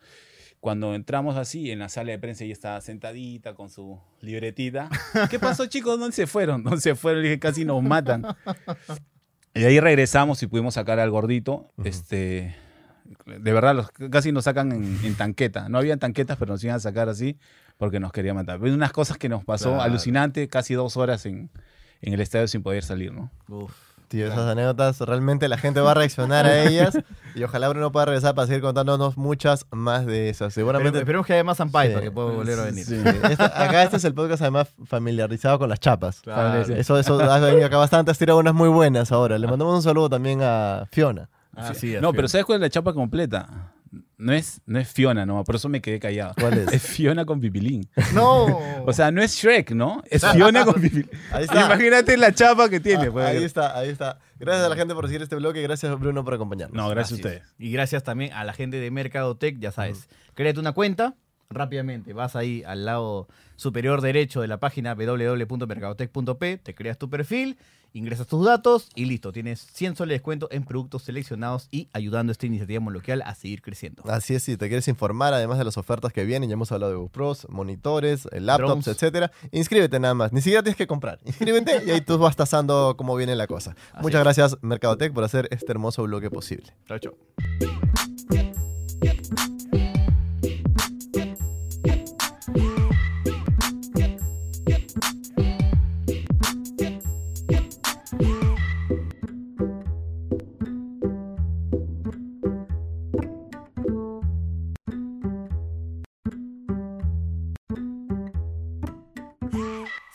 Speaker 11: Cuando entramos así, en la sala de prensa, ella estaba sentadita con su libretita. ¿Qué pasó, chicos? ¿Dónde se fueron? ¿Dónde se fueron? Le dije, casi nos matan. Y ahí regresamos y pudimos sacar al gordito. Este, de verdad, los- casi nos sacan en, en tanqueta. No había tanquetas, pero nos iban a sacar así porque nos quería matar. Pero unas cosas que nos pasó
Speaker 2: Claro.
Speaker 11: alucinante, casi dos horas en, en el estadio sin poder salir, ¿no?
Speaker 2: Tío, esas anécdotas realmente la gente va a reaccionar a ellas y ojalá Bruno pueda regresar para seguir contándonos muchas más de esas. Seguramente.
Speaker 1: Esperemos- esperemos que haya más Sampaio
Speaker 2: Sí.
Speaker 1: para que pueda volver a venir.
Speaker 2: Sí. Esta- acá este es el podcast además familiarizado con las chapas.
Speaker 1: Claro.
Speaker 2: Eso, eso has venido acá bastante, has tirado unas muy buenas ahora. Le mandamos un saludo también a Fiona.
Speaker 1: Ah, Así es,
Speaker 11: No,
Speaker 1: Fiona.
Speaker 11: pero ¿sabes cuál Ah, es la chapa completa? No es, no es Fiona, no, por eso me quedé callado.
Speaker 2: ¿Cuál es?
Speaker 11: Es Oh. Fiona con Pipilín.
Speaker 1: No.
Speaker 11: O sea, no es Shrek, ¿no? Es Fiona con Pipilín.
Speaker 2: Ahí está.
Speaker 11: Imagínate la chapa que tiene. pues.
Speaker 2: Ahí está, ahí está. Gracias a la gente por seguir este blog y gracias Bruno por acompañarnos.
Speaker 11: No, gracias
Speaker 1: Así
Speaker 11: a
Speaker 1: es.
Speaker 11: ustedes.
Speaker 1: Y gracias también a la gente de Mercadotec, ya sabes. Créate una cuenta rápidamente. Vas ahí al lado superior derecho de la página www.mercadotec.p, te creas tu perfil, ingresas tus datos y listo. Tienes 100 soles de descuento en productos seleccionados y ayudando a esta iniciativa monumental a seguir creciendo.
Speaker 2: Así es, si te quieres informar, además de las ofertas que vienen, ya hemos hablado de GoPros, monitores, eh, laptops,
Speaker 1: Drones.
Speaker 2: etcétera. Inscríbete nada más, ni siquiera tienes que comprar. Inscríbete y ahí tú vas tasando cómo viene la cosa. Muchas gracias, Mercadotec, por hacer este hermoso bloque posible.
Speaker 1: Chao, chao.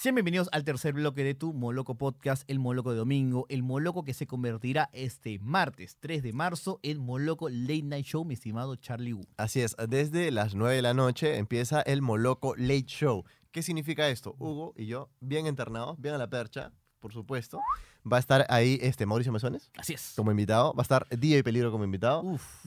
Speaker 1: Sean bienvenidos al tercer bloque de tu Moloco Podcast, el Moloco de domingo, el Moloco que se convertirá este martes 3 de marzo en Moloco Late Night Show, mi estimado Charlie Wu.
Speaker 2: Así es, desde las 9 de la noche empieza el Moloco Late Show. ¿Qué significa esto? Hugo y yo, bien internados, bien a la percha, por supuesto. Va a estar ahí este Mauricio Mesones.
Speaker 1: Así es.
Speaker 2: Como invitado. Va a estar DJ Peligro como invitado.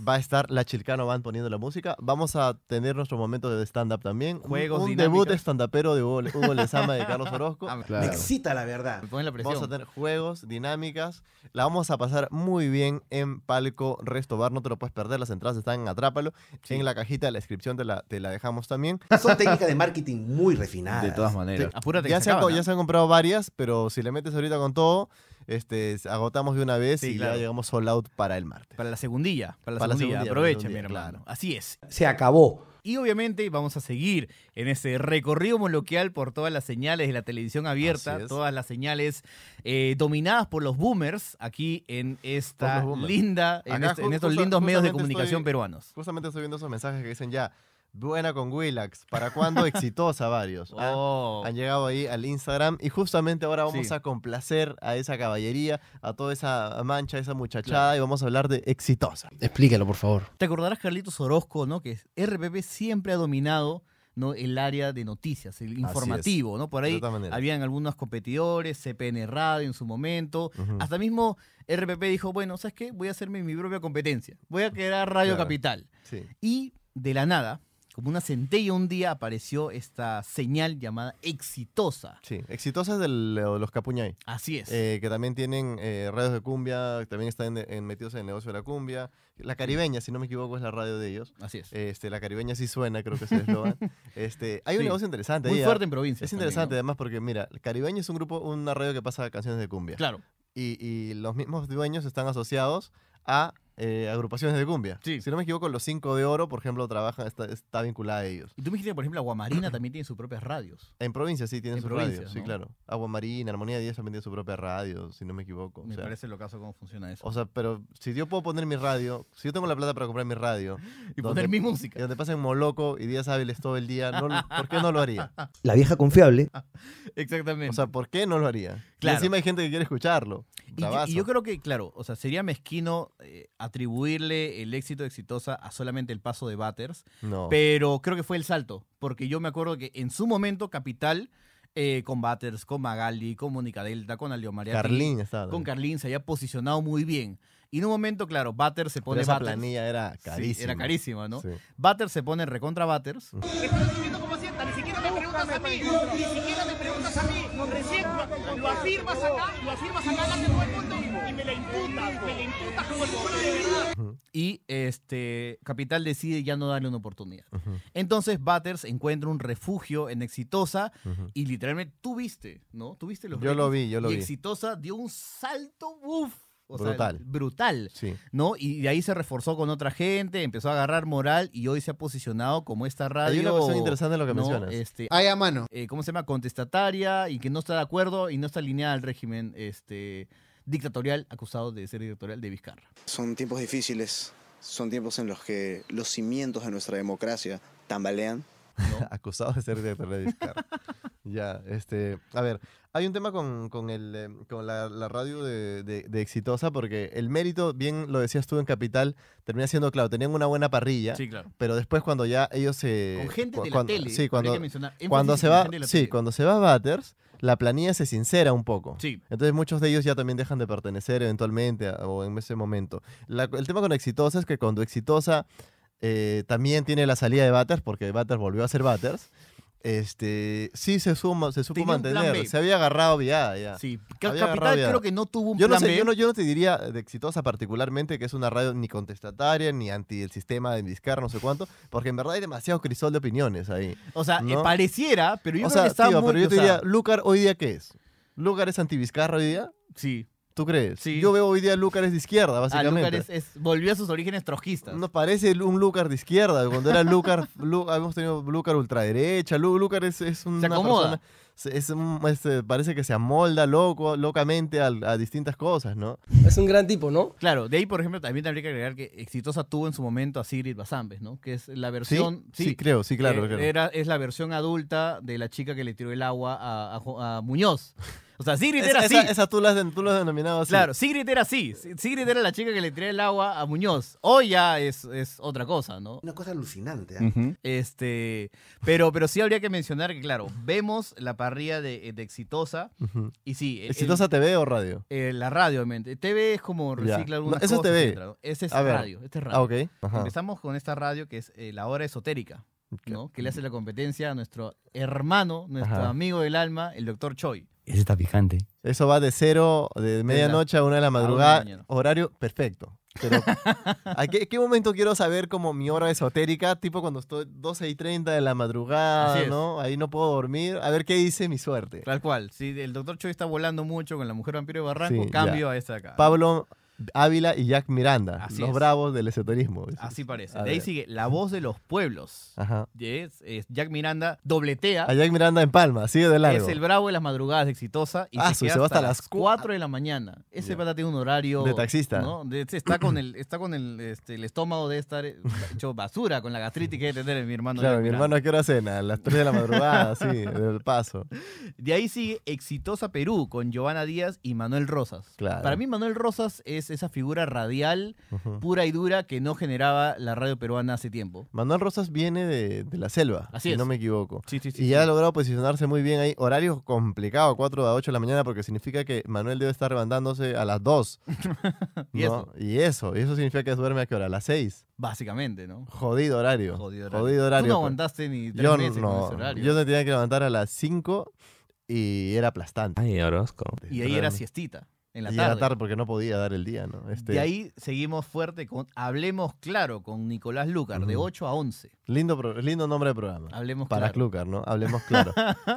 Speaker 2: Va a estar la Chilcano Van poniendo la música. Vamos a tener nuestro momento de stand-up también. Un-
Speaker 1: Juegos,
Speaker 2: Un,
Speaker 1: dinámicas.
Speaker 2: debut stand-upero de Hugo, Hugo Lezama y de Carlos Orozco.
Speaker 1: claro.
Speaker 2: Me
Speaker 6: excita, la verdad.
Speaker 1: Me ponen la presión.
Speaker 2: Vamos a tener juegos, dinámicas. La vamos a pasar muy bien en Palco Restobar. No te lo puedes perder. Las entradas están en Atrápalo. En la cajita de la descripción te la, te la dejamos también.
Speaker 6: Son técnicas de marketing muy refinadas.
Speaker 2: De todas maneras.
Speaker 1: Apúrate,
Speaker 2: ya,
Speaker 1: que se
Speaker 2: se han,
Speaker 1: acaban,
Speaker 2: co- ya
Speaker 1: ¿ah?
Speaker 2: se han comprado varias, pero si le metes ahorita con todo, este, agotamos de una vez
Speaker 1: Sí,
Speaker 2: y
Speaker 1: claro.
Speaker 2: ya llegamos sold out para el martes.
Speaker 1: Para la segundilla, para la
Speaker 2: Para la
Speaker 1: segundilla.
Speaker 2: segundilla,
Speaker 1: Aprovechen,
Speaker 2: para
Speaker 1: mi
Speaker 2: la segundilla,
Speaker 1: hermano. Así es.
Speaker 6: Se acabó.
Speaker 1: Y obviamente vamos a seguir en ese recorrido moloquial por todas las señales de la televisión
Speaker 2: Así
Speaker 1: abierta,
Speaker 2: es.
Speaker 1: todas las señales eh, dominadas por los boomers aquí en esta
Speaker 2: Por los boomers.
Speaker 1: linda, en,
Speaker 2: Acá
Speaker 1: este-
Speaker 2: ju-
Speaker 1: en estos
Speaker 2: justa-
Speaker 1: lindos medios de
Speaker 2: justamente
Speaker 1: comunicación
Speaker 2: estoy-
Speaker 1: peruanos.
Speaker 2: Justamente estoy viendo esos mensajes que dicen ya, buena con Willax, ¿para cuándo exitosa varios? Ah,
Speaker 1: Oh,
Speaker 2: Han llegado ahí al Instagram y justamente ahora vamos
Speaker 1: Sí.
Speaker 2: a complacer a esa caballería, a toda esa mancha, a esa muchachada y vamos a hablar de exitosa.
Speaker 4: Explícalo, por favor.
Speaker 1: Te acordarás, Carlitos Orozco, ¿no? Que RPP siempre ha dominado ¿no? el área de noticias, el informativo, ¿no? Por
Speaker 2: de
Speaker 1: ahí
Speaker 2: todas maneras.
Speaker 1: habían algunos competidores, CPN Radio en su momento.
Speaker 2: Ujú.
Speaker 1: Hasta mismo RPP dijo, bueno, ¿sabes qué? Voy a hacerme mi propia competencia. Voy a crear Radio
Speaker 2: Claro.
Speaker 1: Capital.
Speaker 2: Sí.
Speaker 1: Y de la nada, como una centella un día apareció esta señal llamada exitosa.
Speaker 2: Sí, exitosas de los Capuñay.
Speaker 1: Así es.
Speaker 2: Eh, que también tienen eh, radios de cumbia, también están en- en- metidos en el negocio de la cumbia. La caribeña, si no me equivoco, es la radio de ellos.
Speaker 1: Así es.
Speaker 2: Este, la caribeña sí suena, creo que es el eslogan. Este, hay un
Speaker 1: Sí.
Speaker 2: negocio interesante.
Speaker 1: Muy
Speaker 2: ahí, ¿ah?
Speaker 1: fuerte en provincias
Speaker 2: Es
Speaker 1: también,
Speaker 2: interesante,
Speaker 1: ¿no?
Speaker 2: además, porque mira, caribeña es un grupo, una radio que pasa canciones de cumbia.
Speaker 1: Claro.
Speaker 2: Y, y los mismos dueños están asociados a eh, agrupaciones de cumbia. Si no me equivoco, los cinco de oro, por ejemplo, trabajan, está, está vinculada a ellos.
Speaker 1: Y tú me dijiste que, por ejemplo, Aguamarina también tiene sus propias radios.
Speaker 2: En provincia sí tienen
Speaker 1: En
Speaker 2: su
Speaker 1: provincias,
Speaker 2: radio, sí,
Speaker 1: ¿no?
Speaker 2: claro. Agua Marina, Armonía 10 también tiene su propia radio, si no me equivoco. o
Speaker 1: Me
Speaker 2: sea.
Speaker 1: parece lo caso cómo funciona eso.
Speaker 2: O sea, pero si yo puedo poner mi radio, si yo tengo la plata para comprar mi radio
Speaker 1: Y poner mi música.
Speaker 2: y donde pasen Moloco y días hábiles todo el día, no, lo- ¿por qué no lo haría?
Speaker 6: La vieja confiable.
Speaker 1: Exactamente.
Speaker 2: O sea, ¿por qué no lo haría? Y
Speaker 1: Claro.
Speaker 2: encima hay gente que quiere escucharlo.
Speaker 1: Y yo,
Speaker 2: Bravazo.
Speaker 1: y yo creo que, claro, o sea, sería mezquino eh, atribuirle el éxito de exitosa a solamente el paso de Batters.
Speaker 2: No.
Speaker 1: Pero creo que fue el salto. Porque yo me acuerdo que en su momento, Capital, eh, con Batters, con Magali, con Mónica Delta, con Alio María.
Speaker 2: Carlín estaba
Speaker 1: Con
Speaker 2: también.
Speaker 1: Carlín se había posicionado muy bien. Y en un momento, claro, Batters se pone
Speaker 2: esa
Speaker 1: Batters.
Speaker 2: planilla era
Speaker 1: Sí,
Speaker 2: carísima.
Speaker 1: era carísima, ¿no?
Speaker 2: Sí. Mm.
Speaker 1: Batters se pone recontra Batters.
Speaker 5: como sienta, ni siquiera me preguntas a mí, ni siquiera me preguntas a mí, recién lo, lo afirmas acá, lo afirmas acá delante de todo el mundo y me la imputas, me la imputas como el pueblo de verdad.
Speaker 1: Y este Capital decide ya no darle una oportunidad. Entonces Batters encuentra un refugio en Exitosa
Speaker 2: Ujú.
Speaker 1: y literalmente tú viste, ¿no? Tú viste los
Speaker 2: Yo lo
Speaker 1: ratings,
Speaker 2: vi, yo lo
Speaker 1: y
Speaker 2: vi.
Speaker 1: Exitosa dio un salto, uff.
Speaker 2: Brutal.
Speaker 1: brutal,
Speaker 2: Sí.
Speaker 1: ¿no? Y de ahí se reforzó con otra gente, empezó a agarrar moral y hoy se ha posicionado como esta radio.
Speaker 2: Hay una cuestión interesante en lo que
Speaker 1: Ah, ¿no?
Speaker 2: mencionas.
Speaker 1: Este,
Speaker 4: Ahí a mano.
Speaker 1: eh, ¿cómo se llama? Contestataria y que no está de acuerdo y no está alineada al régimen este, dictatorial acusado de ser dictatorial de Vizcarra.
Speaker 19: Son tiempos difíciles, son tiempos en los que los cimientos de nuestra democracia tambalean.
Speaker 2: acusado de ser director de Vizcarra. ya, este, a ver, hay un tema con, con el, eh, con la, la radio de, de- de Exitosa, porque el mérito, bien lo decías tú en Capital, termina siendo, claro, tenían una buena parrilla,
Speaker 1: Sí, claro.
Speaker 2: pero después cuando ya ellos se...
Speaker 1: Con gente de la
Speaker 2: Eh, cuando-
Speaker 1: tele,
Speaker 2: Sí,
Speaker 1: habría
Speaker 2: cuando,
Speaker 1: que mencionar, énfasis
Speaker 2: cuando se
Speaker 1: en
Speaker 2: va,
Speaker 1: gente de la
Speaker 2: sí,
Speaker 1: tele.
Speaker 2: cuando se va a Batters, la planilla se sincera un poco.
Speaker 1: Sí.
Speaker 2: Entonces muchos de ellos ya también dejan de pertenecer eventualmente a- o en ese momento. La- el tema con Exitosa es que cuando Exitosa eh, también tiene la salida de Batters, porque Batters volvió a ser Batters, este, sí se, suma, se supo
Speaker 1: Tenía un plan
Speaker 2: mantener.
Speaker 1: B.
Speaker 2: Se había agarrado ya, ya.
Speaker 1: Sí, Ca-
Speaker 2: Había
Speaker 1: Capital
Speaker 2: agarrado ya.
Speaker 1: creo que no tuvo un
Speaker 2: Yo no,
Speaker 1: plan
Speaker 2: sé,
Speaker 1: B.
Speaker 2: yo, no, yo no te diría de exitosa particularmente que es una radio ni contestataria, ni anti el sistema de Vizcarra, no sé cuánto, porque en verdad hay demasiado crisol de opiniones ahí.
Speaker 1: O sea, eh,
Speaker 2: ¿no?
Speaker 1: pareciera, pero yo
Speaker 2: o
Speaker 1: creo
Speaker 2: sea,
Speaker 1: que está
Speaker 2: tío,
Speaker 1: muy...
Speaker 2: pero yo
Speaker 1: o
Speaker 2: te
Speaker 1: sea,
Speaker 2: diría, ¿Lucar hoy día qué es? ¿Lucar es anti-Vizcarra hoy día?
Speaker 1: Sí.
Speaker 2: ¿Tú crees? Yo veo hoy día Lucar es de izquierda,
Speaker 1: ah,
Speaker 2: básicamente.
Speaker 1: Lucar es- es- volvió a sus orígenes trojistas.
Speaker 2: Nos parece un Lucar de izquierda. Cuando era Lucar, Lu- habíamos tenido Lucar ultraderecha. Lu- Lucar es, es una
Speaker 1: acomoda.
Speaker 2: persona- se- es un- este, parece que se amolda loco, locamente al- a, distintas cosas, ¿no?
Speaker 1: Es un gran tipo, ¿no? Claro, de ahí, por ejemplo, también habría que agregar que exitosa tuvo en su momento a Sigrid Basambes, ¿no? Que es la versión...
Speaker 2: Sí, sí, creo, sí, claro,
Speaker 1: eh,
Speaker 2: claro.
Speaker 1: Era, es la versión adulta de la chica que le tiró el agua a, a Jo- a Muñoz. O sea, Sigrid
Speaker 2: Esa-
Speaker 1: era así.
Speaker 2: esa- esa tú la has, tú la has denominado así.
Speaker 1: Claro, Sigrid era así. Si- Sigrid era la chica que le tiró el agua a Muñoz. Hoy ya es, es otra cosa, ¿no?
Speaker 6: Una cosa alucinante. ¿ah?
Speaker 11: Mm,
Speaker 1: Este, pero, pero sí habría que mencionar que, claro, vemos la parrilla de, de Exitosa.
Speaker 2: Ujú.
Speaker 1: Y sí. el-
Speaker 2: ¿Exitosa TV o radio?
Speaker 1: eh, la radio, obviamente. TV es como
Speaker 2: Ya.
Speaker 1: recicla
Speaker 2: No,
Speaker 1: algunas
Speaker 2: eso es
Speaker 1: cosas,
Speaker 2: TV.
Speaker 1: etcétera, ¿no? Ese es
Speaker 2: A ver.
Speaker 1: radio. Este es
Speaker 2: Ah,
Speaker 1: radio.
Speaker 2: ok. Ajá.
Speaker 1: Empezamos con esta radio que es eh, La Hora Esotérica, ¿no? Que le hace la competencia a nuestro hermano, nuestro
Speaker 2: Ajá.
Speaker 1: amigo del alma, el doctor Choi.
Speaker 14: Ese está picante.
Speaker 2: Eso va de cero, de medianoche a una de la
Speaker 1: una de la
Speaker 2: madrugada,
Speaker 1: mañana.
Speaker 2: horario perfecto. Pero, ¿a qué, qué momento quiero saber como mi hora esotérica? Tipo cuando estoy 12 y 30 de la
Speaker 1: Así
Speaker 2: madrugada,
Speaker 1: es.
Speaker 2: ¿no? Ahí no puedo dormir. A ver qué dice mi suerte.
Speaker 1: Tal cual. Sí, el doctor Choi está volando mucho con la mujer vampiro de Barranco,
Speaker 2: Sí,
Speaker 1: cambio
Speaker 2: ya.
Speaker 1: a esta de acá.
Speaker 2: Pablo Ávila y Jack Miranda,
Speaker 1: Así
Speaker 2: los
Speaker 1: es.
Speaker 2: bravos del esoterismo.
Speaker 1: Así parece.
Speaker 2: A
Speaker 1: De ahí
Speaker 2: ver. Ah.
Speaker 1: sigue La Voz de los Pueblos.
Speaker 2: Ajá.
Speaker 1: Es- es Jack Miranda dobletea.
Speaker 2: A Jack Miranda en Palma, sigue de largo.
Speaker 1: Es el bravo de las madrugadas de exitosa y
Speaker 2: Ah,
Speaker 1: se,
Speaker 2: su,
Speaker 1: queda
Speaker 2: se va
Speaker 1: hasta,
Speaker 2: hasta
Speaker 1: las
Speaker 2: las
Speaker 1: 4 de la mañana. Ese pata tiene un horario
Speaker 2: De taxista.
Speaker 1: ¿no? De- este, está con el está con el, este, el estómago de estar hecho basura con la gastritis que debe tener mi hermano.
Speaker 2: Claro,
Speaker 1: Jack
Speaker 2: mi
Speaker 1: Miranda.
Speaker 2: hermano a qué hora cena, a las 3 de la madrugada, sí, del paso.
Speaker 1: De ahí sigue Exitosa Perú con Giovanna Díaz y Manuel Rosas.
Speaker 2: Claro.
Speaker 1: Para mí Manuel Rosas es es esa figura radial
Speaker 2: Ujú.
Speaker 1: pura y dura que no generaba la radio peruana hace tiempo.
Speaker 2: Manuel Rosas viene de, de la selva,
Speaker 1: Así
Speaker 2: si
Speaker 1: es.
Speaker 2: no me equivoco.
Speaker 1: sí,
Speaker 2: y ya
Speaker 1: sí.
Speaker 2: ha logrado posicionarse muy bien ahí. Horario complicado, 4 a 8 de la mañana, porque significa que Manuel debe estar levantándose a las 2.
Speaker 1: Y
Speaker 2: ¿no?
Speaker 1: eso.
Speaker 2: Y eso, y eso significa que duerme a qué hora? A las 6.
Speaker 1: Básicamente, ¿no?
Speaker 2: Jodido horario.
Speaker 1: Jodido horario.
Speaker 2: Jodido horario.
Speaker 1: Tú no aguantaste ni tres
Speaker 2: yo
Speaker 1: meses con
Speaker 2: no,
Speaker 1: ese horario.
Speaker 2: Yo me tenía que levantar a las 5 y era aplastante.
Speaker 10: Ay, Orozco.
Speaker 1: Y ahí era siestita, en la
Speaker 2: Y
Speaker 1: tarde.
Speaker 2: era tarde porque no podía dar el día, ¿no? Este,
Speaker 1: De ahí seguimos fuerte con Hablemos Claro con Nicolás Lucar, de
Speaker 2: Ujú.
Speaker 1: 8 a 11.
Speaker 2: Lindo, pro- lindo nombre de programa.
Speaker 1: Hablemos
Speaker 2: Para
Speaker 1: Claro.
Speaker 2: Clucar, ¿no? Hablemos claro.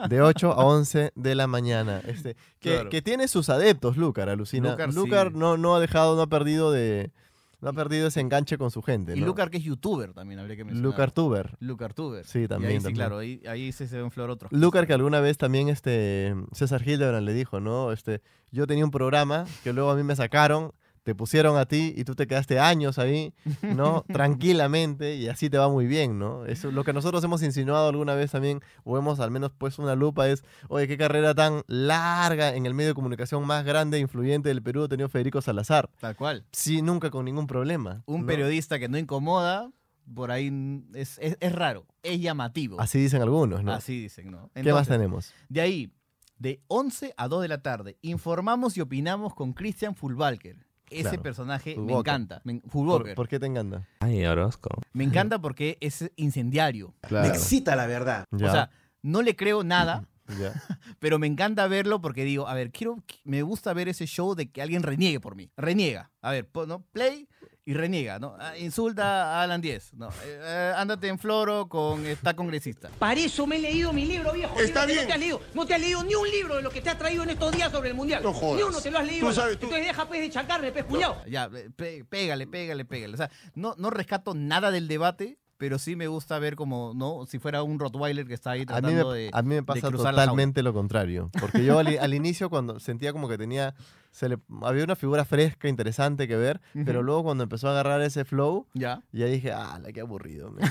Speaker 2: De 8 a 11 de la mañana. Este, que,
Speaker 1: Claro.
Speaker 2: que tiene sus adeptos, Lucar, alucina.
Speaker 1: Lucar,
Speaker 2: Lucar,
Speaker 1: sí.
Speaker 2: no, no ha dejado, no ha perdido de. No ha perdido ese enganche con su gente.
Speaker 1: Y
Speaker 2: ¿no?
Speaker 1: Lucar, que es youtuber también, habría que mencionar.
Speaker 2: Lucartuber.
Speaker 1: Lucartuber.
Speaker 2: Sí,
Speaker 1: Y ahí
Speaker 2: también,
Speaker 1: sí,
Speaker 2: también.
Speaker 1: claro, ahí, ahí sí se ven flor otros.
Speaker 2: Lucar que alguna vez también este César Hildebrand le dijo, ¿no? Este, yo tenía un programa que luego a mí me sacaron, te pusieron a ti y tú te quedaste años ahí, ¿no? Tranquilamente y así te va muy bien, ¿no? Eso es lo que nosotros hemos insinuado alguna vez también o hemos al menos puesto una lupa es, oye, qué carrera tan larga en el medio de comunicación más grande e influyente del Perú ha tenido Federico Salazar.
Speaker 1: Tal cual.
Speaker 2: Sí, nunca con ningún problema.
Speaker 1: Un
Speaker 2: ¿no?
Speaker 1: periodista que no incomoda, por ahí mm, es, es- es raro, es llamativo.
Speaker 2: Así dicen algunos, ¿no?
Speaker 1: Así dicen, ¿no?
Speaker 2: ¿Qué más
Speaker 1: Entonces,
Speaker 2: tenemos?
Speaker 1: De ahí, de 11 a 2 de la tarde, informamos y opinamos con Christian Fulbalker. Ese
Speaker 2: Claro.
Speaker 1: personaje me
Speaker 2: Fulwalker.
Speaker 1: encanta. Me,
Speaker 2: ¿Por,
Speaker 1: Fulwalker.
Speaker 2: por qué te encanta?
Speaker 10: Ay, Orozco.
Speaker 1: Me encanta porque es incendiario.
Speaker 2: Claro. Me excita
Speaker 1: la verdad. O
Speaker 2: Ya.
Speaker 1: sea, no le creo nada,
Speaker 2: Ya.
Speaker 1: pero me encanta verlo porque digo, a ver, quiero, me gusta ver ese show de que alguien reniegue por mí. Reniega. A ver, pon- ¿no? play y reniega, ¿no? Ah, Insulta a Alan 10. No, eh, eh, ándate en floro con esta congresista.
Speaker 5: Para eso me he leído mi libro, viejo.
Speaker 1: Está
Speaker 5: Libro que No
Speaker 1: bien.
Speaker 5: te has leído, no te has leído ni un libro de lo que te ha traído en estos días sobre el mundial.
Speaker 1: No jodas.
Speaker 5: Ni uno te lo has leído.
Speaker 1: Tú sabes, tú-
Speaker 5: Entonces deja pues de chancarle, pez cuñado.
Speaker 1: Ya, pe- pe- pégale, pégale, pégale. O sea, no, no rescato nada del debate, pero sí me gusta ver como, ¿no? Si fuera un Rottweiler que está ahí
Speaker 2: a mí me,
Speaker 1: tratando de.
Speaker 2: a mí me
Speaker 1: de
Speaker 2: pasa
Speaker 1: cruzar la jaula.
Speaker 2: totalmente lo contrario. Porque yo al, al inicio cuando sentía como que tenía, se le, había una figura fresca, interesante que ver, pero
Speaker 1: Ujú.
Speaker 2: luego cuando empezó a agarrar ese flow,
Speaker 1: Ya.
Speaker 2: ya dije, ah, la que aburrido. men".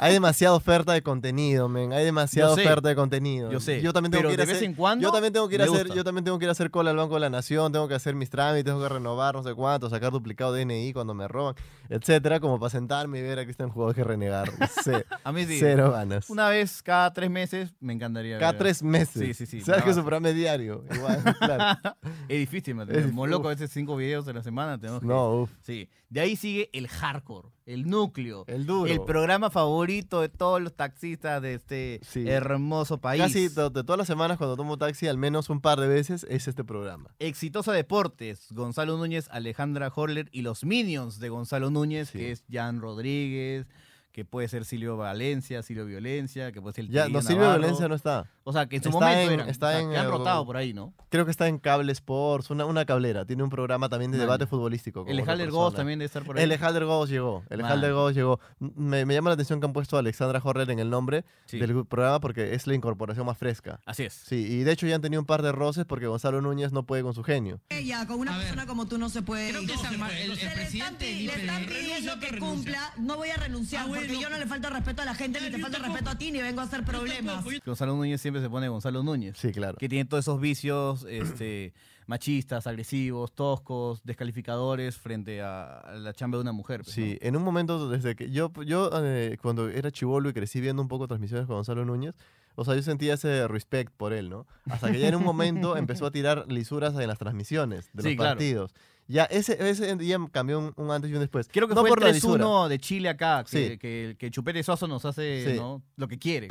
Speaker 2: Hay demasiada oferta de contenido, men. Hay demasiada
Speaker 1: sé.
Speaker 2: oferta de contenido.
Speaker 1: Yo sé.
Speaker 2: Yo también tengo
Speaker 1: Pero
Speaker 2: que ir
Speaker 1: de
Speaker 2: a
Speaker 1: vez
Speaker 2: hacer-
Speaker 1: en cuando
Speaker 2: Yo también tengo que ir a
Speaker 1: me
Speaker 2: hacer,
Speaker 1: gusta.
Speaker 2: yo también tengo que ir a hacer cola al Banco de la Nación, tengo que hacer mis trámites, tengo que renovar, no sé cuánto, sacar duplicado DNI cuando me roban, etcétera, como para sentarme y ver a Cristian jugador que renegar. Ce-
Speaker 1: A mí sí.
Speaker 2: Cero ganas.
Speaker 1: Una vez cada tres meses me encantaría.
Speaker 2: Cada
Speaker 1: ver.
Speaker 2: tres meses.
Speaker 1: Eh, Sí, sí, sí.
Speaker 2: ¿Sabes que su
Speaker 1: bravo.
Speaker 2: programa es diario? Igual, claro.
Speaker 1: Es difícil, man.
Speaker 2: Es difícil.
Speaker 1: Como loco, a veces cinco videos en la semana tenemos que-
Speaker 2: No, uf.
Speaker 1: Sí. De ahí sigue el hardcore, el núcleo.
Speaker 2: El duro.
Speaker 1: El programa favorito de todos los taxistas de este
Speaker 2: Sí.
Speaker 1: hermoso país.
Speaker 2: Casi to- de todas las semanas cuando tomo taxi, al menos un par de veces, es este programa.
Speaker 1: Exitosa Deportes, Gonzalo Núñez, Alejandra Horler y los Minions de Gonzalo Núñez, que es Jan Rodríguez, que puede ser Silvio Valencia, Silvio Violencia, que puede ser el
Speaker 2: Ya,
Speaker 1: Tigrillo
Speaker 2: no, Silvio
Speaker 1: Navarro.
Speaker 2: Violencia no está.
Speaker 1: O sea, que en su
Speaker 2: Está
Speaker 1: momento
Speaker 2: en-
Speaker 1: eran,
Speaker 2: está
Speaker 1: o sea,
Speaker 2: en
Speaker 1: que han
Speaker 2: el-
Speaker 1: rotado por ahí, ¿no?
Speaker 2: Creo que está en Cable Sports, una, una cablera. Tiene un programa también de
Speaker 1: Man.
Speaker 2: debate futbolístico. con
Speaker 1: El
Speaker 2: otra
Speaker 1: Halder Goss
Speaker 2: persona.
Speaker 1: también debe estar por ahí.
Speaker 2: pues, El Halder Goss llegó. El
Speaker 1: Man.
Speaker 2: Halder Goss llegó. M- Me, me llama la atención que han puesto a Alexandra Horrer en el nombre
Speaker 1: Sí.
Speaker 2: del programa porque es la incorporación más fresca.
Speaker 1: Así es.
Speaker 2: Sí, y de hecho ya han tenido un par de roces porque Gonzalo Núñez no puede con su genio.
Speaker 20: Ella, con una persona como tú no se puede. ir.
Speaker 21: el- el
Speaker 20: Se le están
Speaker 21: presidente del
Speaker 20: pi- le
Speaker 21: IPD
Speaker 20: están
Speaker 21: renuncia,
Speaker 20: pidiendo
Speaker 21: pero
Speaker 20: que
Speaker 21: renuncia.
Speaker 20: cumpla. No voy a renunciar
Speaker 21: Ah, bueno. Ah,
Speaker 20: porque yo no le falto respeto a la gente, ni te falto respeto a ti, ni vengo a hacer problemas.
Speaker 1: Gonzalo Núñez siempre se pone Gonzalo Núñez.
Speaker 2: Sí, claro.
Speaker 1: Que tiene todos esos vicios este, machistas, agresivos, toscos, descalificadores frente a a la chamba de una mujer. pues,
Speaker 2: Sí, en un momento desde que yo, yo eh, cuando era chivolo y crecí viendo un poco transmisiones con Gonzalo Núñez, o sea, yo sentía ese respect por él, ¿no? Hasta que ya en un momento empezó a tirar lisuras en las transmisiones de
Speaker 1: Sí,
Speaker 2: los
Speaker 1: claro.
Speaker 2: partidos. Ya ese, ese día cambió un, un antes y un después.
Speaker 1: Creo que
Speaker 2: no
Speaker 1: fue
Speaker 2: por la
Speaker 1: el
Speaker 2: lisura.
Speaker 1: 3-1 de Chile acá, que,
Speaker 2: Sí.
Speaker 1: que, que Chupete Suazo nos hace
Speaker 2: Sí.
Speaker 1: ¿no? lo que quiere.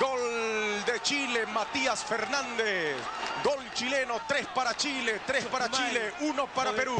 Speaker 22: Gol de Chile, Matías Fernández. Gol chileno, tres para Chile, tres para Chile, uno para Perú.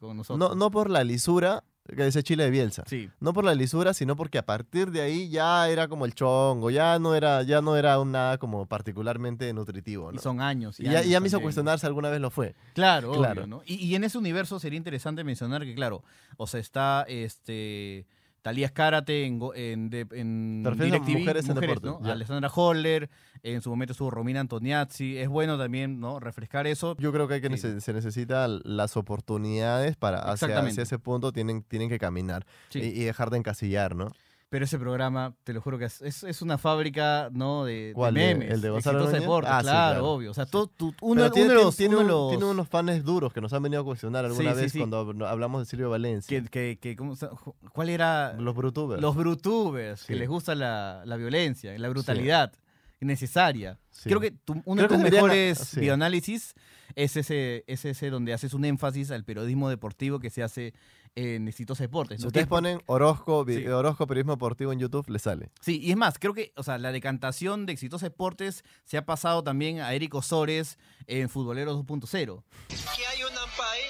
Speaker 1: Con nosotros.
Speaker 2: No, no por la lisura que dice Chile de Bielsa.
Speaker 1: Sí.
Speaker 2: No por la lisura, sino porque a partir de ahí ya era como el chongo, ya no era, ya no era un nada como particularmente nutritivo,
Speaker 1: Y
Speaker 2: ¿no?
Speaker 1: son años.
Speaker 2: Y ya,
Speaker 1: años
Speaker 2: y ya me hizo
Speaker 1: también.
Speaker 2: cuestionar si alguna vez lo fue.
Speaker 1: Claro, obvio,
Speaker 2: Claro.
Speaker 1: ¿no? Y, y en ese universo sería interesante mencionar que, claro, o sea, está este Talías Cárate en, go- en, de- en
Speaker 2: Te refieres a Mujeres en
Speaker 1: ¿no?
Speaker 2: Deporte, ya.
Speaker 1: Alessandra Holler, en su momento estuvo Romina Antoniazzi. Es bueno también, ¿no? Refrescar eso.
Speaker 2: Yo creo que, hay que
Speaker 1: Sí.
Speaker 2: nece- se necesitan las oportunidades para hacia,
Speaker 1: Exactamente.
Speaker 2: hacia ese punto tienen, tienen que caminar
Speaker 1: Sí.
Speaker 2: y, y dejar de encasillar, ¿no?
Speaker 1: Pero ese programa, te lo juro que es, es- es una fábrica, ¿no? De, de
Speaker 2: ¿Cuál?
Speaker 1: memes.
Speaker 2: ¿El de Gonzalo
Speaker 1: Exitosa
Speaker 2: Ordóñez?
Speaker 1: Deportes,
Speaker 2: Ah, sí,
Speaker 1: claro,
Speaker 2: claro.
Speaker 1: obvio. O sea,
Speaker 2: Sí.
Speaker 1: tú- tú-
Speaker 2: Pero
Speaker 1: uno,
Speaker 2: tiene,
Speaker 1: uno de los...
Speaker 2: tiene
Speaker 1: uno de
Speaker 2: un-
Speaker 1: los-
Speaker 2: tiene unos fans duros que nos han venido a cuestionar alguna
Speaker 1: Sí, sí,
Speaker 2: vez
Speaker 1: sí.
Speaker 2: cuando hab- hablamos de Silvio Valencia.
Speaker 1: que, que- que- ¿cómo se- ¿Cuál era?
Speaker 2: Los brutubers.
Speaker 1: Los brutubers, que
Speaker 2: Sí.
Speaker 1: les gusta la, la violencia, la brutalidad necesaria.
Speaker 2: Sí.
Speaker 1: Creo que tu- uno de
Speaker 2: Creo que
Speaker 1: tus
Speaker 2: deberían-
Speaker 1: mejores
Speaker 2: sí.
Speaker 1: videoanálisis es ese, es ese donde haces un énfasis al periodismo deportivo que se hace en exitosos deportes.
Speaker 2: Si
Speaker 1: ¿no?
Speaker 2: ustedes
Speaker 1: Que es-
Speaker 2: ponen Orozco, vi-
Speaker 1: Sí.
Speaker 2: Orozco Periodismo Deportivo en YouTube, les sale.
Speaker 1: Sí, y es más, creo que, o sea, la decantación de exitosos deportes se ha pasado también a Eric Osores en Futbolero 2.0.
Speaker 3: que hay un ampay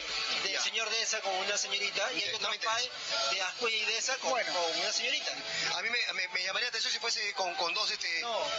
Speaker 3: del señor Deza con una señorita y hay otro ampay de Ascuella y Deza con, con una señorita. A mí me, me- me llamaría la atención si fuese con, con dos este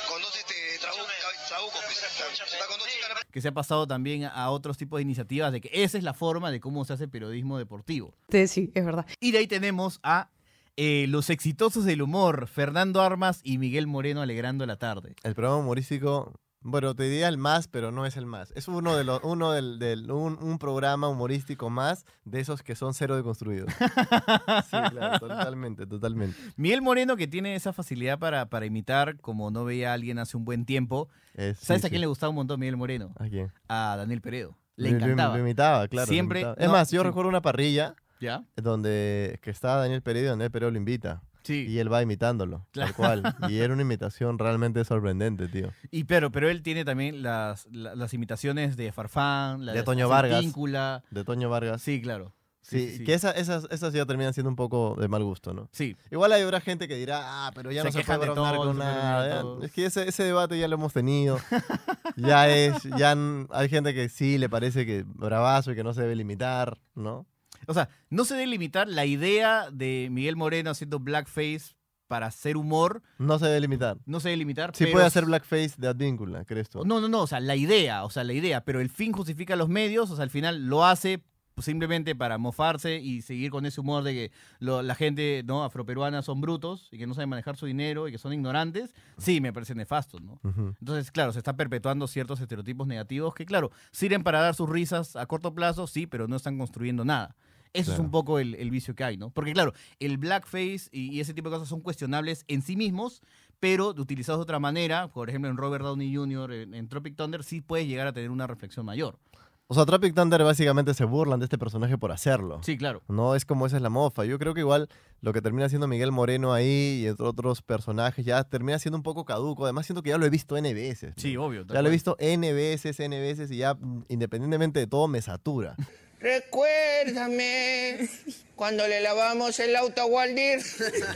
Speaker 3: con dos este trabu- trabucos. pues. Está con dos chicas. ¿no?
Speaker 1: Que se ha pasado también a otros tipos de iniciativas de que esa es la forma de cómo se hace periodismo deportivo.
Speaker 9: Sí, es verdad.
Speaker 1: Y de ahí tenemos a eh, los exitosos del humor, Fernando Armas y Miguel Moreno alegrando la tarde.
Speaker 2: El programa humorístico, bueno, te diría el más, pero no es el más. Es uno de los, uno del, del- un, un programa humorístico más de esos que son cero deconstruidos. sí, claro, to- totalmente, totalmente.
Speaker 1: Miguel Moreno que tiene esa facilidad para, para imitar como no veía a alguien hace un buen tiempo.
Speaker 2: Eh, sí,
Speaker 1: ¿Sabes a
Speaker 2: sí.
Speaker 1: quién le gustaba un montón Miguel Moreno?
Speaker 2: ¿A quién?
Speaker 1: A Daniel Peredo. Le
Speaker 2: Lo- lo-
Speaker 1: encantaba.
Speaker 2: Lo, imitaba, claro. lo
Speaker 1: Siempre.
Speaker 2: imitaba. Es
Speaker 1: no,
Speaker 2: más, yo
Speaker 1: sí.
Speaker 2: recuerdo una parrilla
Speaker 1: ¿Ya?
Speaker 2: donde que estaba Daniel Peredo y Daniel Peredo lo invita.
Speaker 1: Sí.
Speaker 2: Y él va imitándolo,
Speaker 1: Claro.
Speaker 2: tal cual. Y era una imitación realmente sorprendente, tío.
Speaker 1: Y pero, pero él tiene también las, la- las imitaciones de Farfán, la
Speaker 2: de Toño Vargas.
Speaker 1: Víncula.
Speaker 2: De Toño Vargas.
Speaker 1: Sí, claro.
Speaker 2: Sí,
Speaker 1: sí, sí.
Speaker 2: que esa- esas, esas ya terminan siendo un poco de mal gusto, ¿no?
Speaker 1: Sí.
Speaker 2: Igual hay habrá gente que dirá, ah, pero ya
Speaker 1: Se
Speaker 2: no se
Speaker 1: quejan
Speaker 2: puede
Speaker 1: de
Speaker 2: bromear
Speaker 1: todo,
Speaker 2: con
Speaker 1: se puede
Speaker 2: nada.
Speaker 1: bromear de
Speaker 2: ya-
Speaker 1: todo.
Speaker 2: es que ese, ese debate ya lo hemos tenido. ya es, ya n- hay gente que sí le parece que bravazo y que no se debe limitar, ¿no?
Speaker 1: O sea, no se debe limitar la idea de Miguel Moreno haciendo blackface para hacer humor.
Speaker 2: No se debe limitar.
Speaker 1: No se debe limitar.
Speaker 2: Sí
Speaker 1: pero-
Speaker 2: puede hacer blackface de Advíncula, ¿crees tú?
Speaker 1: No, no, no. O sea, la idea, o sea, la idea. Pero el fin justifica los medios. O sea, al final lo hace simplemente para mofarse y seguir con ese humor de que lo- la gente no afroperuana son brutos y que no saben manejar su dinero y que son ignorantes. Sí, me parece nefasto, ¿no?
Speaker 2: Ujú.
Speaker 1: Entonces, claro, se están perpetuando ciertos estereotipos negativos que, claro, sirven para dar sus risas a corto plazo, sí, pero no están construyendo nada. Eso es
Speaker 2: Claro.
Speaker 1: un poco el, el vicio que hay, ¿no? Porque, claro, el blackface y, y ese tipo de cosas son cuestionables en sí mismos, pero utilizados de otra manera, por ejemplo, en Robert Downey Jr., en, en Tropic Thunder, sí puedes llegar a tener una reflexión mayor.
Speaker 2: O sea, Tropic Thunder básicamente se burlan de este personaje por hacerlo.
Speaker 1: Sí, claro.
Speaker 2: No es como esa es la mofa. Yo creo que igual lo que termina siendo Miguel Moreno ahí y entre otros personajes ya termina siendo un poco caduco. Además, siento que ya lo he visto N veces.
Speaker 1: Sí, obvio. tal
Speaker 2: Ya lo he
Speaker 1: cual.
Speaker 2: visto N veces, N veces y ya mm, independientemente de todo me satura.
Speaker 21: Recuérdame cuando le lavamos el auto a Waldir.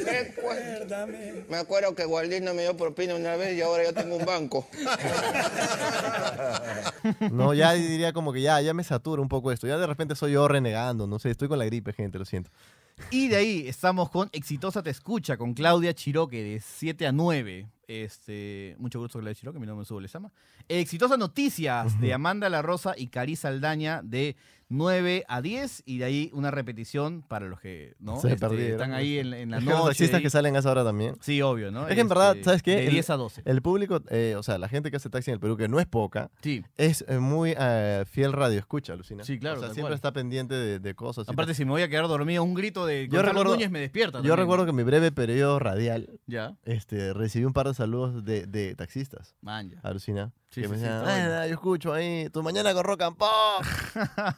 Speaker 21: Recuérdame. Me acuerdo que Waldir no me dio propina una vez y ahora yo tengo un banco.
Speaker 2: No, ya diría como que ya, ya me satura un poco esto. Ya de repente soy yo renegando, no sé, estoy con la gripe, gente, lo siento.
Speaker 1: Y de ahí estamos con Exitosa Te Escucha, con Claudia Chiroque, de 7 a 9. Este, mucho gusto, Claudia Chiroque, mi nombre es Hugo Lezama. Exitosa Noticias, de Amanda La Rosa y Cari Saldaña, de 9 a 10. Y de ahí una repetición para los que ¿no?
Speaker 2: Se
Speaker 1: Este,
Speaker 2: perdieron.
Speaker 1: están ahí en, en la
Speaker 2: Es que
Speaker 1: noche.
Speaker 2: Los taxistas
Speaker 1: ahí.
Speaker 2: que salen a esa hora también.
Speaker 1: Sí, obvio, ¿no?
Speaker 2: Es que en verdad,
Speaker 1: Este,
Speaker 2: ¿sabes qué?
Speaker 1: De
Speaker 2: El-
Speaker 1: 10 a 12.
Speaker 2: El público, eh, o sea, la gente que hace taxi en el Perú, que no es poca,
Speaker 1: Sí.
Speaker 2: es eh, muy eh, fiel radio escucha, Lucina.
Speaker 1: Sí, claro,
Speaker 2: O sea,
Speaker 1: tal
Speaker 2: siempre
Speaker 1: cual.
Speaker 2: está pendiente de, de cosas. y
Speaker 1: Aparte,
Speaker 2: tal.
Speaker 1: si me voy a quedar dormido, un grito de Gonzalo Núñez me despierta.
Speaker 2: Yo
Speaker 1: también.
Speaker 2: recuerdo que en mi breve periodo radial
Speaker 1: Ya.
Speaker 2: este, recibí un par de saludos de, de taxistas.
Speaker 1: Man, ya.
Speaker 2: Alucina.
Speaker 1: Sí,
Speaker 2: que
Speaker 1: sí,
Speaker 2: me
Speaker 1: sí,
Speaker 2: decían,
Speaker 1: está bueno.
Speaker 2: "Ay, nada, yo escucho ahí, tu mañana con rock and pop.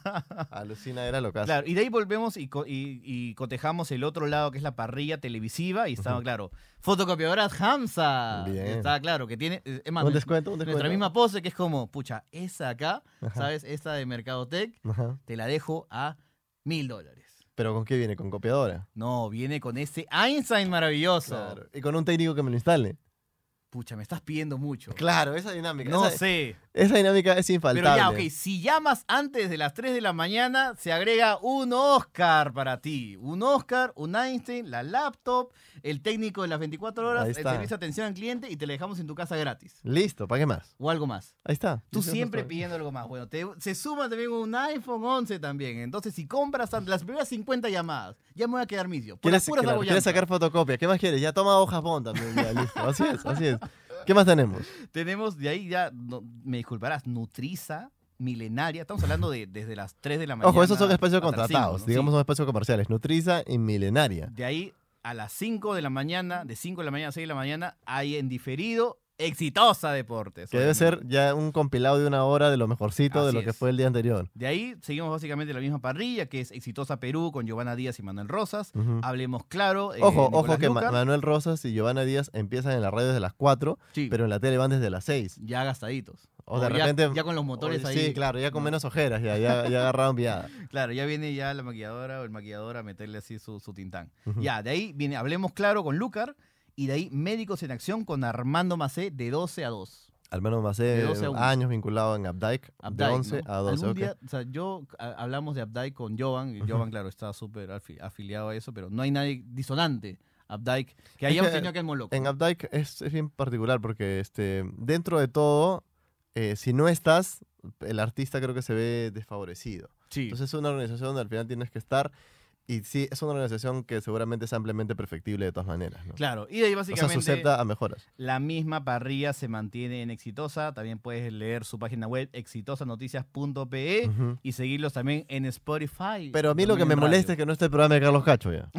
Speaker 2: Alucina, era lo que
Speaker 1: Claro, y de ahí volvemos y, co- y- y cotejamos el otro lado, que es la parrilla televisiva, y estaba claro. Fotocopiadoras Hamza.
Speaker 2: Bien.
Speaker 1: Estaba claro, que tiene. eh, Es más,
Speaker 2: Un
Speaker 1: nues-
Speaker 2: descuento, un
Speaker 1: Nuestra
Speaker 2: descuento.
Speaker 1: misma pose, que es como, pucha, esa acá,
Speaker 2: Ajá.
Speaker 1: ¿sabes? Esta de Mercadotec,
Speaker 2: Ajá.
Speaker 1: te la dejo a mil dólares.
Speaker 2: Pero ¿con qué viene? ¿Con copiadora?
Speaker 1: No, viene con ese Einstein maravilloso.
Speaker 2: Claro. Y con un técnico que me lo instale.
Speaker 1: Pucha, me estás pidiendo mucho.
Speaker 2: Claro, esa dinámica.
Speaker 1: No
Speaker 2: esa-
Speaker 1: sé.
Speaker 2: Esa dinámica es infaltable.
Speaker 1: Pero ya, ok, si llamas antes de las 3 de la mañana, se agrega un Oscar para ti. Un Oscar, un Einstein, la laptop, el técnico de las 24 horas,
Speaker 2: Ahí
Speaker 1: el
Speaker 2: está.
Speaker 1: servicio de atención al cliente y te la dejamos en tu casa gratis.
Speaker 2: Listo, ¿para qué más?
Speaker 1: O algo más.
Speaker 2: Ahí está.
Speaker 1: Tú
Speaker 2: Ese es
Speaker 1: siempre
Speaker 2: nuestro-
Speaker 1: pidiendo algo más. Bueno, te- se suma también un iPhone 11 también. Entonces, si compras ante las primeras 50 llamadas, ya me voy a quedar misio. Por
Speaker 2: ¿Quieres,
Speaker 1: las puras
Speaker 2: claro,
Speaker 1: hago
Speaker 2: quieres
Speaker 1: llanta.
Speaker 2: sacar fotocopia? ¿Qué más quieres? Ya toma hojas bond también. ya, listo. Así es, así es. ¿Qué más tenemos?
Speaker 1: Tenemos de ahí ya, no- me disculparás, Nutriza, Milenaria. Estamos hablando de desde las 3 de la mañana.
Speaker 2: Ojo, esos son espacios
Speaker 1: hasta las
Speaker 2: contratados.
Speaker 1: 5, ¿no?
Speaker 2: Digamos,
Speaker 1: Sí.
Speaker 2: son espacios comerciales. Nutriza y Milenaria.
Speaker 1: De ahí a las 5 de la mañana, de 5 de la mañana a 6 de la mañana, hay en diferido Exitosa Deportes.
Speaker 2: Que debe ser ya un compilado de una hora de lo mejorcito de
Speaker 1: Así
Speaker 2: lo que
Speaker 1: es.
Speaker 2: fue el día anterior.
Speaker 1: De ahí seguimos básicamente la misma parrilla, que es Exitosa Perú con Giovanna Díaz y Manuel Rosas.
Speaker 2: Ujú.
Speaker 1: Hablemos claro. Ah, eh,
Speaker 2: Ojo,
Speaker 1: Nicolás
Speaker 2: ojo que Ma-
Speaker 1: Lucar.
Speaker 2: Manuel Rosas y Giovanna Díaz empiezan en la radio desde las 4, pero en la tele van desde las 6.
Speaker 1: Ya gastaditos.
Speaker 2: O de
Speaker 1: ya-
Speaker 2: repente-
Speaker 1: Ya, con los motores
Speaker 2: o-
Speaker 1: ahí.
Speaker 2: Sí, claro, ya con menos ojeras, ya, ya, ya agarraron viada.
Speaker 1: Claro, ya viene ya la maquilladora o el maquillador a meterle así su, su tintán.
Speaker 2: Ujú.
Speaker 1: Ya, de ahí viene Hablemos Claro con Lucar y de ahí Médicos en Acción con Armando Macé de 12 a 2.
Speaker 2: Al menos más
Speaker 1: De
Speaker 2: eh,
Speaker 1: 12 a 1.
Speaker 2: años vinculado en Updike,
Speaker 1: Updike,
Speaker 2: de 11
Speaker 1: ¿no?
Speaker 2: a 12.
Speaker 1: Algún
Speaker 2: ok.
Speaker 1: día, o sea, yo a- hablamos de Updike con Jovan, y
Speaker 2: Ujú.
Speaker 1: Jovan, claro, está súper afi- afiliado a eso, pero no hay nadie disonante. Updike, que hayamos
Speaker 2: Es que
Speaker 1: tenido que es Moloco.
Speaker 2: En Updike es, es bien particular porque este, dentro de todo, eh, si no estás, el artista creo que se ve desfavorecido. Entonces es una organización donde al final tienes que estar. Y sí, es una organización que seguramente es ampliamente perfectible de todas maneras. ¿no?
Speaker 1: Claro, y de ahí
Speaker 2: O sea,
Speaker 1: básicamente-
Speaker 2: suscepta a mejoras.
Speaker 1: La misma parrilla se mantiene en Exitosa. También puedes leer su página web exitosanoticias.pe
Speaker 2: Ujú.
Speaker 1: y seguirlos también en Spotify.
Speaker 2: Pero a mí lo que
Speaker 1: También
Speaker 2: me
Speaker 1: en
Speaker 2: molesta es que no esté el programa de Carlos Cacho ya.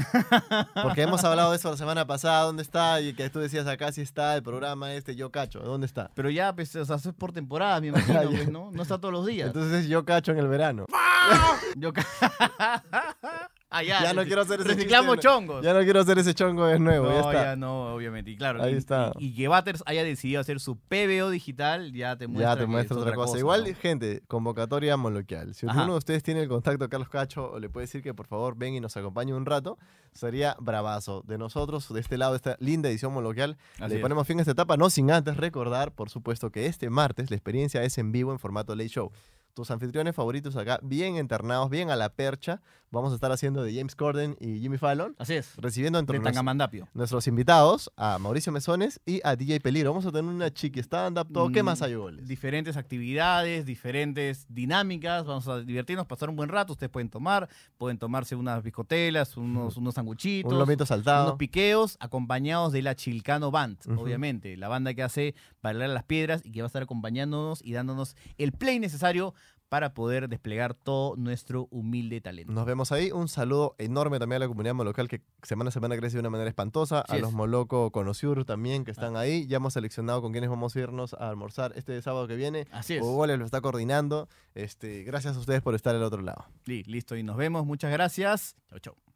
Speaker 2: Porque hemos hablado de eso la semana pasada, ¿dónde está? Y que tú decías acá sí está el programa este, yo Cacho, ¿dónde está?
Speaker 1: Pero ya, pues, o sea, eso es por temporada, me imagino, pues, ¿no? No está todos los días.
Speaker 2: Entonces yo Cacho en el verano.
Speaker 1: Yo ca- Ah, ya,
Speaker 2: Ya no
Speaker 1: reci-
Speaker 2: quiero hacer ese
Speaker 1: Reciclamos
Speaker 2: chiste, no.
Speaker 1: chongos.
Speaker 2: Ya no quiero hacer ese chongo de nuevo,
Speaker 1: no,
Speaker 2: ya está.
Speaker 1: no, obviamente. Y claro,
Speaker 2: Ahí
Speaker 1: y-
Speaker 2: está.
Speaker 1: Y, y que Butters haya decidido hacer su PBO digital, ya te muestra.
Speaker 2: ya te
Speaker 1: que
Speaker 2: muestra
Speaker 1: es
Speaker 2: otra cosa. Igual,
Speaker 1: ¿no?
Speaker 2: gente, convocatoria moloquial. Si
Speaker 1: Ajá.
Speaker 2: uno de ustedes tiene el contacto de Carlos Cacho, o le puede decir que por favor ven y nos acompañe un rato, sería bravazo. De nosotros, de este lado, esta linda edición moloquial,
Speaker 1: Así
Speaker 2: le
Speaker 1: es.
Speaker 2: ponemos fin a esta etapa, no sin antes recordar, por supuesto, que este martes la experiencia es en vivo en formato late show. Tus anfitriones favoritos acá, bien internados, bien a la percha. Vamos a estar haciendo de James Corden y Jimmy Fallon.
Speaker 1: Así es.
Speaker 2: Recibiendo entre
Speaker 1: De
Speaker 2: nos-
Speaker 1: Tangamandapio.
Speaker 2: nuestros invitados, a Mauricio Mesones y a DJ Peligro. Vamos a tener una chiqui stand-up, todo. ¿Qué
Speaker 1: Mm,
Speaker 2: más hay, Gol?
Speaker 1: Diferentes actividades, diferentes dinámicas. Vamos a divertirnos, pasar un buen rato. Ustedes pueden tomar, pueden tomarse unas biscotelas, unos, unos sanguchitos.
Speaker 2: Un lomito saltado.
Speaker 1: Unos piqueos, acompañados de la Chilcano Band,
Speaker 2: Ujú.
Speaker 1: obviamente. La banda que hace Bailar a las Piedras y que va a estar acompañándonos y dándonos el play necesario para poder desplegar todo nuestro humilde talento.
Speaker 2: Nos vemos ahí. Un saludo enorme también a la comunidad molocal que semana a semana crece de una manera espantosa.
Speaker 1: Así
Speaker 2: a
Speaker 1: es. Ah.
Speaker 2: los moloco conociur también que están ahí. Ya hemos seleccionado con quienes vamos a irnos a almorzar este sábado que viene.
Speaker 1: Así es.
Speaker 2: Hugo Goles lo está coordinando. Este, gracias a ustedes por estar al otro lado.
Speaker 1: Li- Listo, y nos vemos. Muchas gracias. Chau, chau.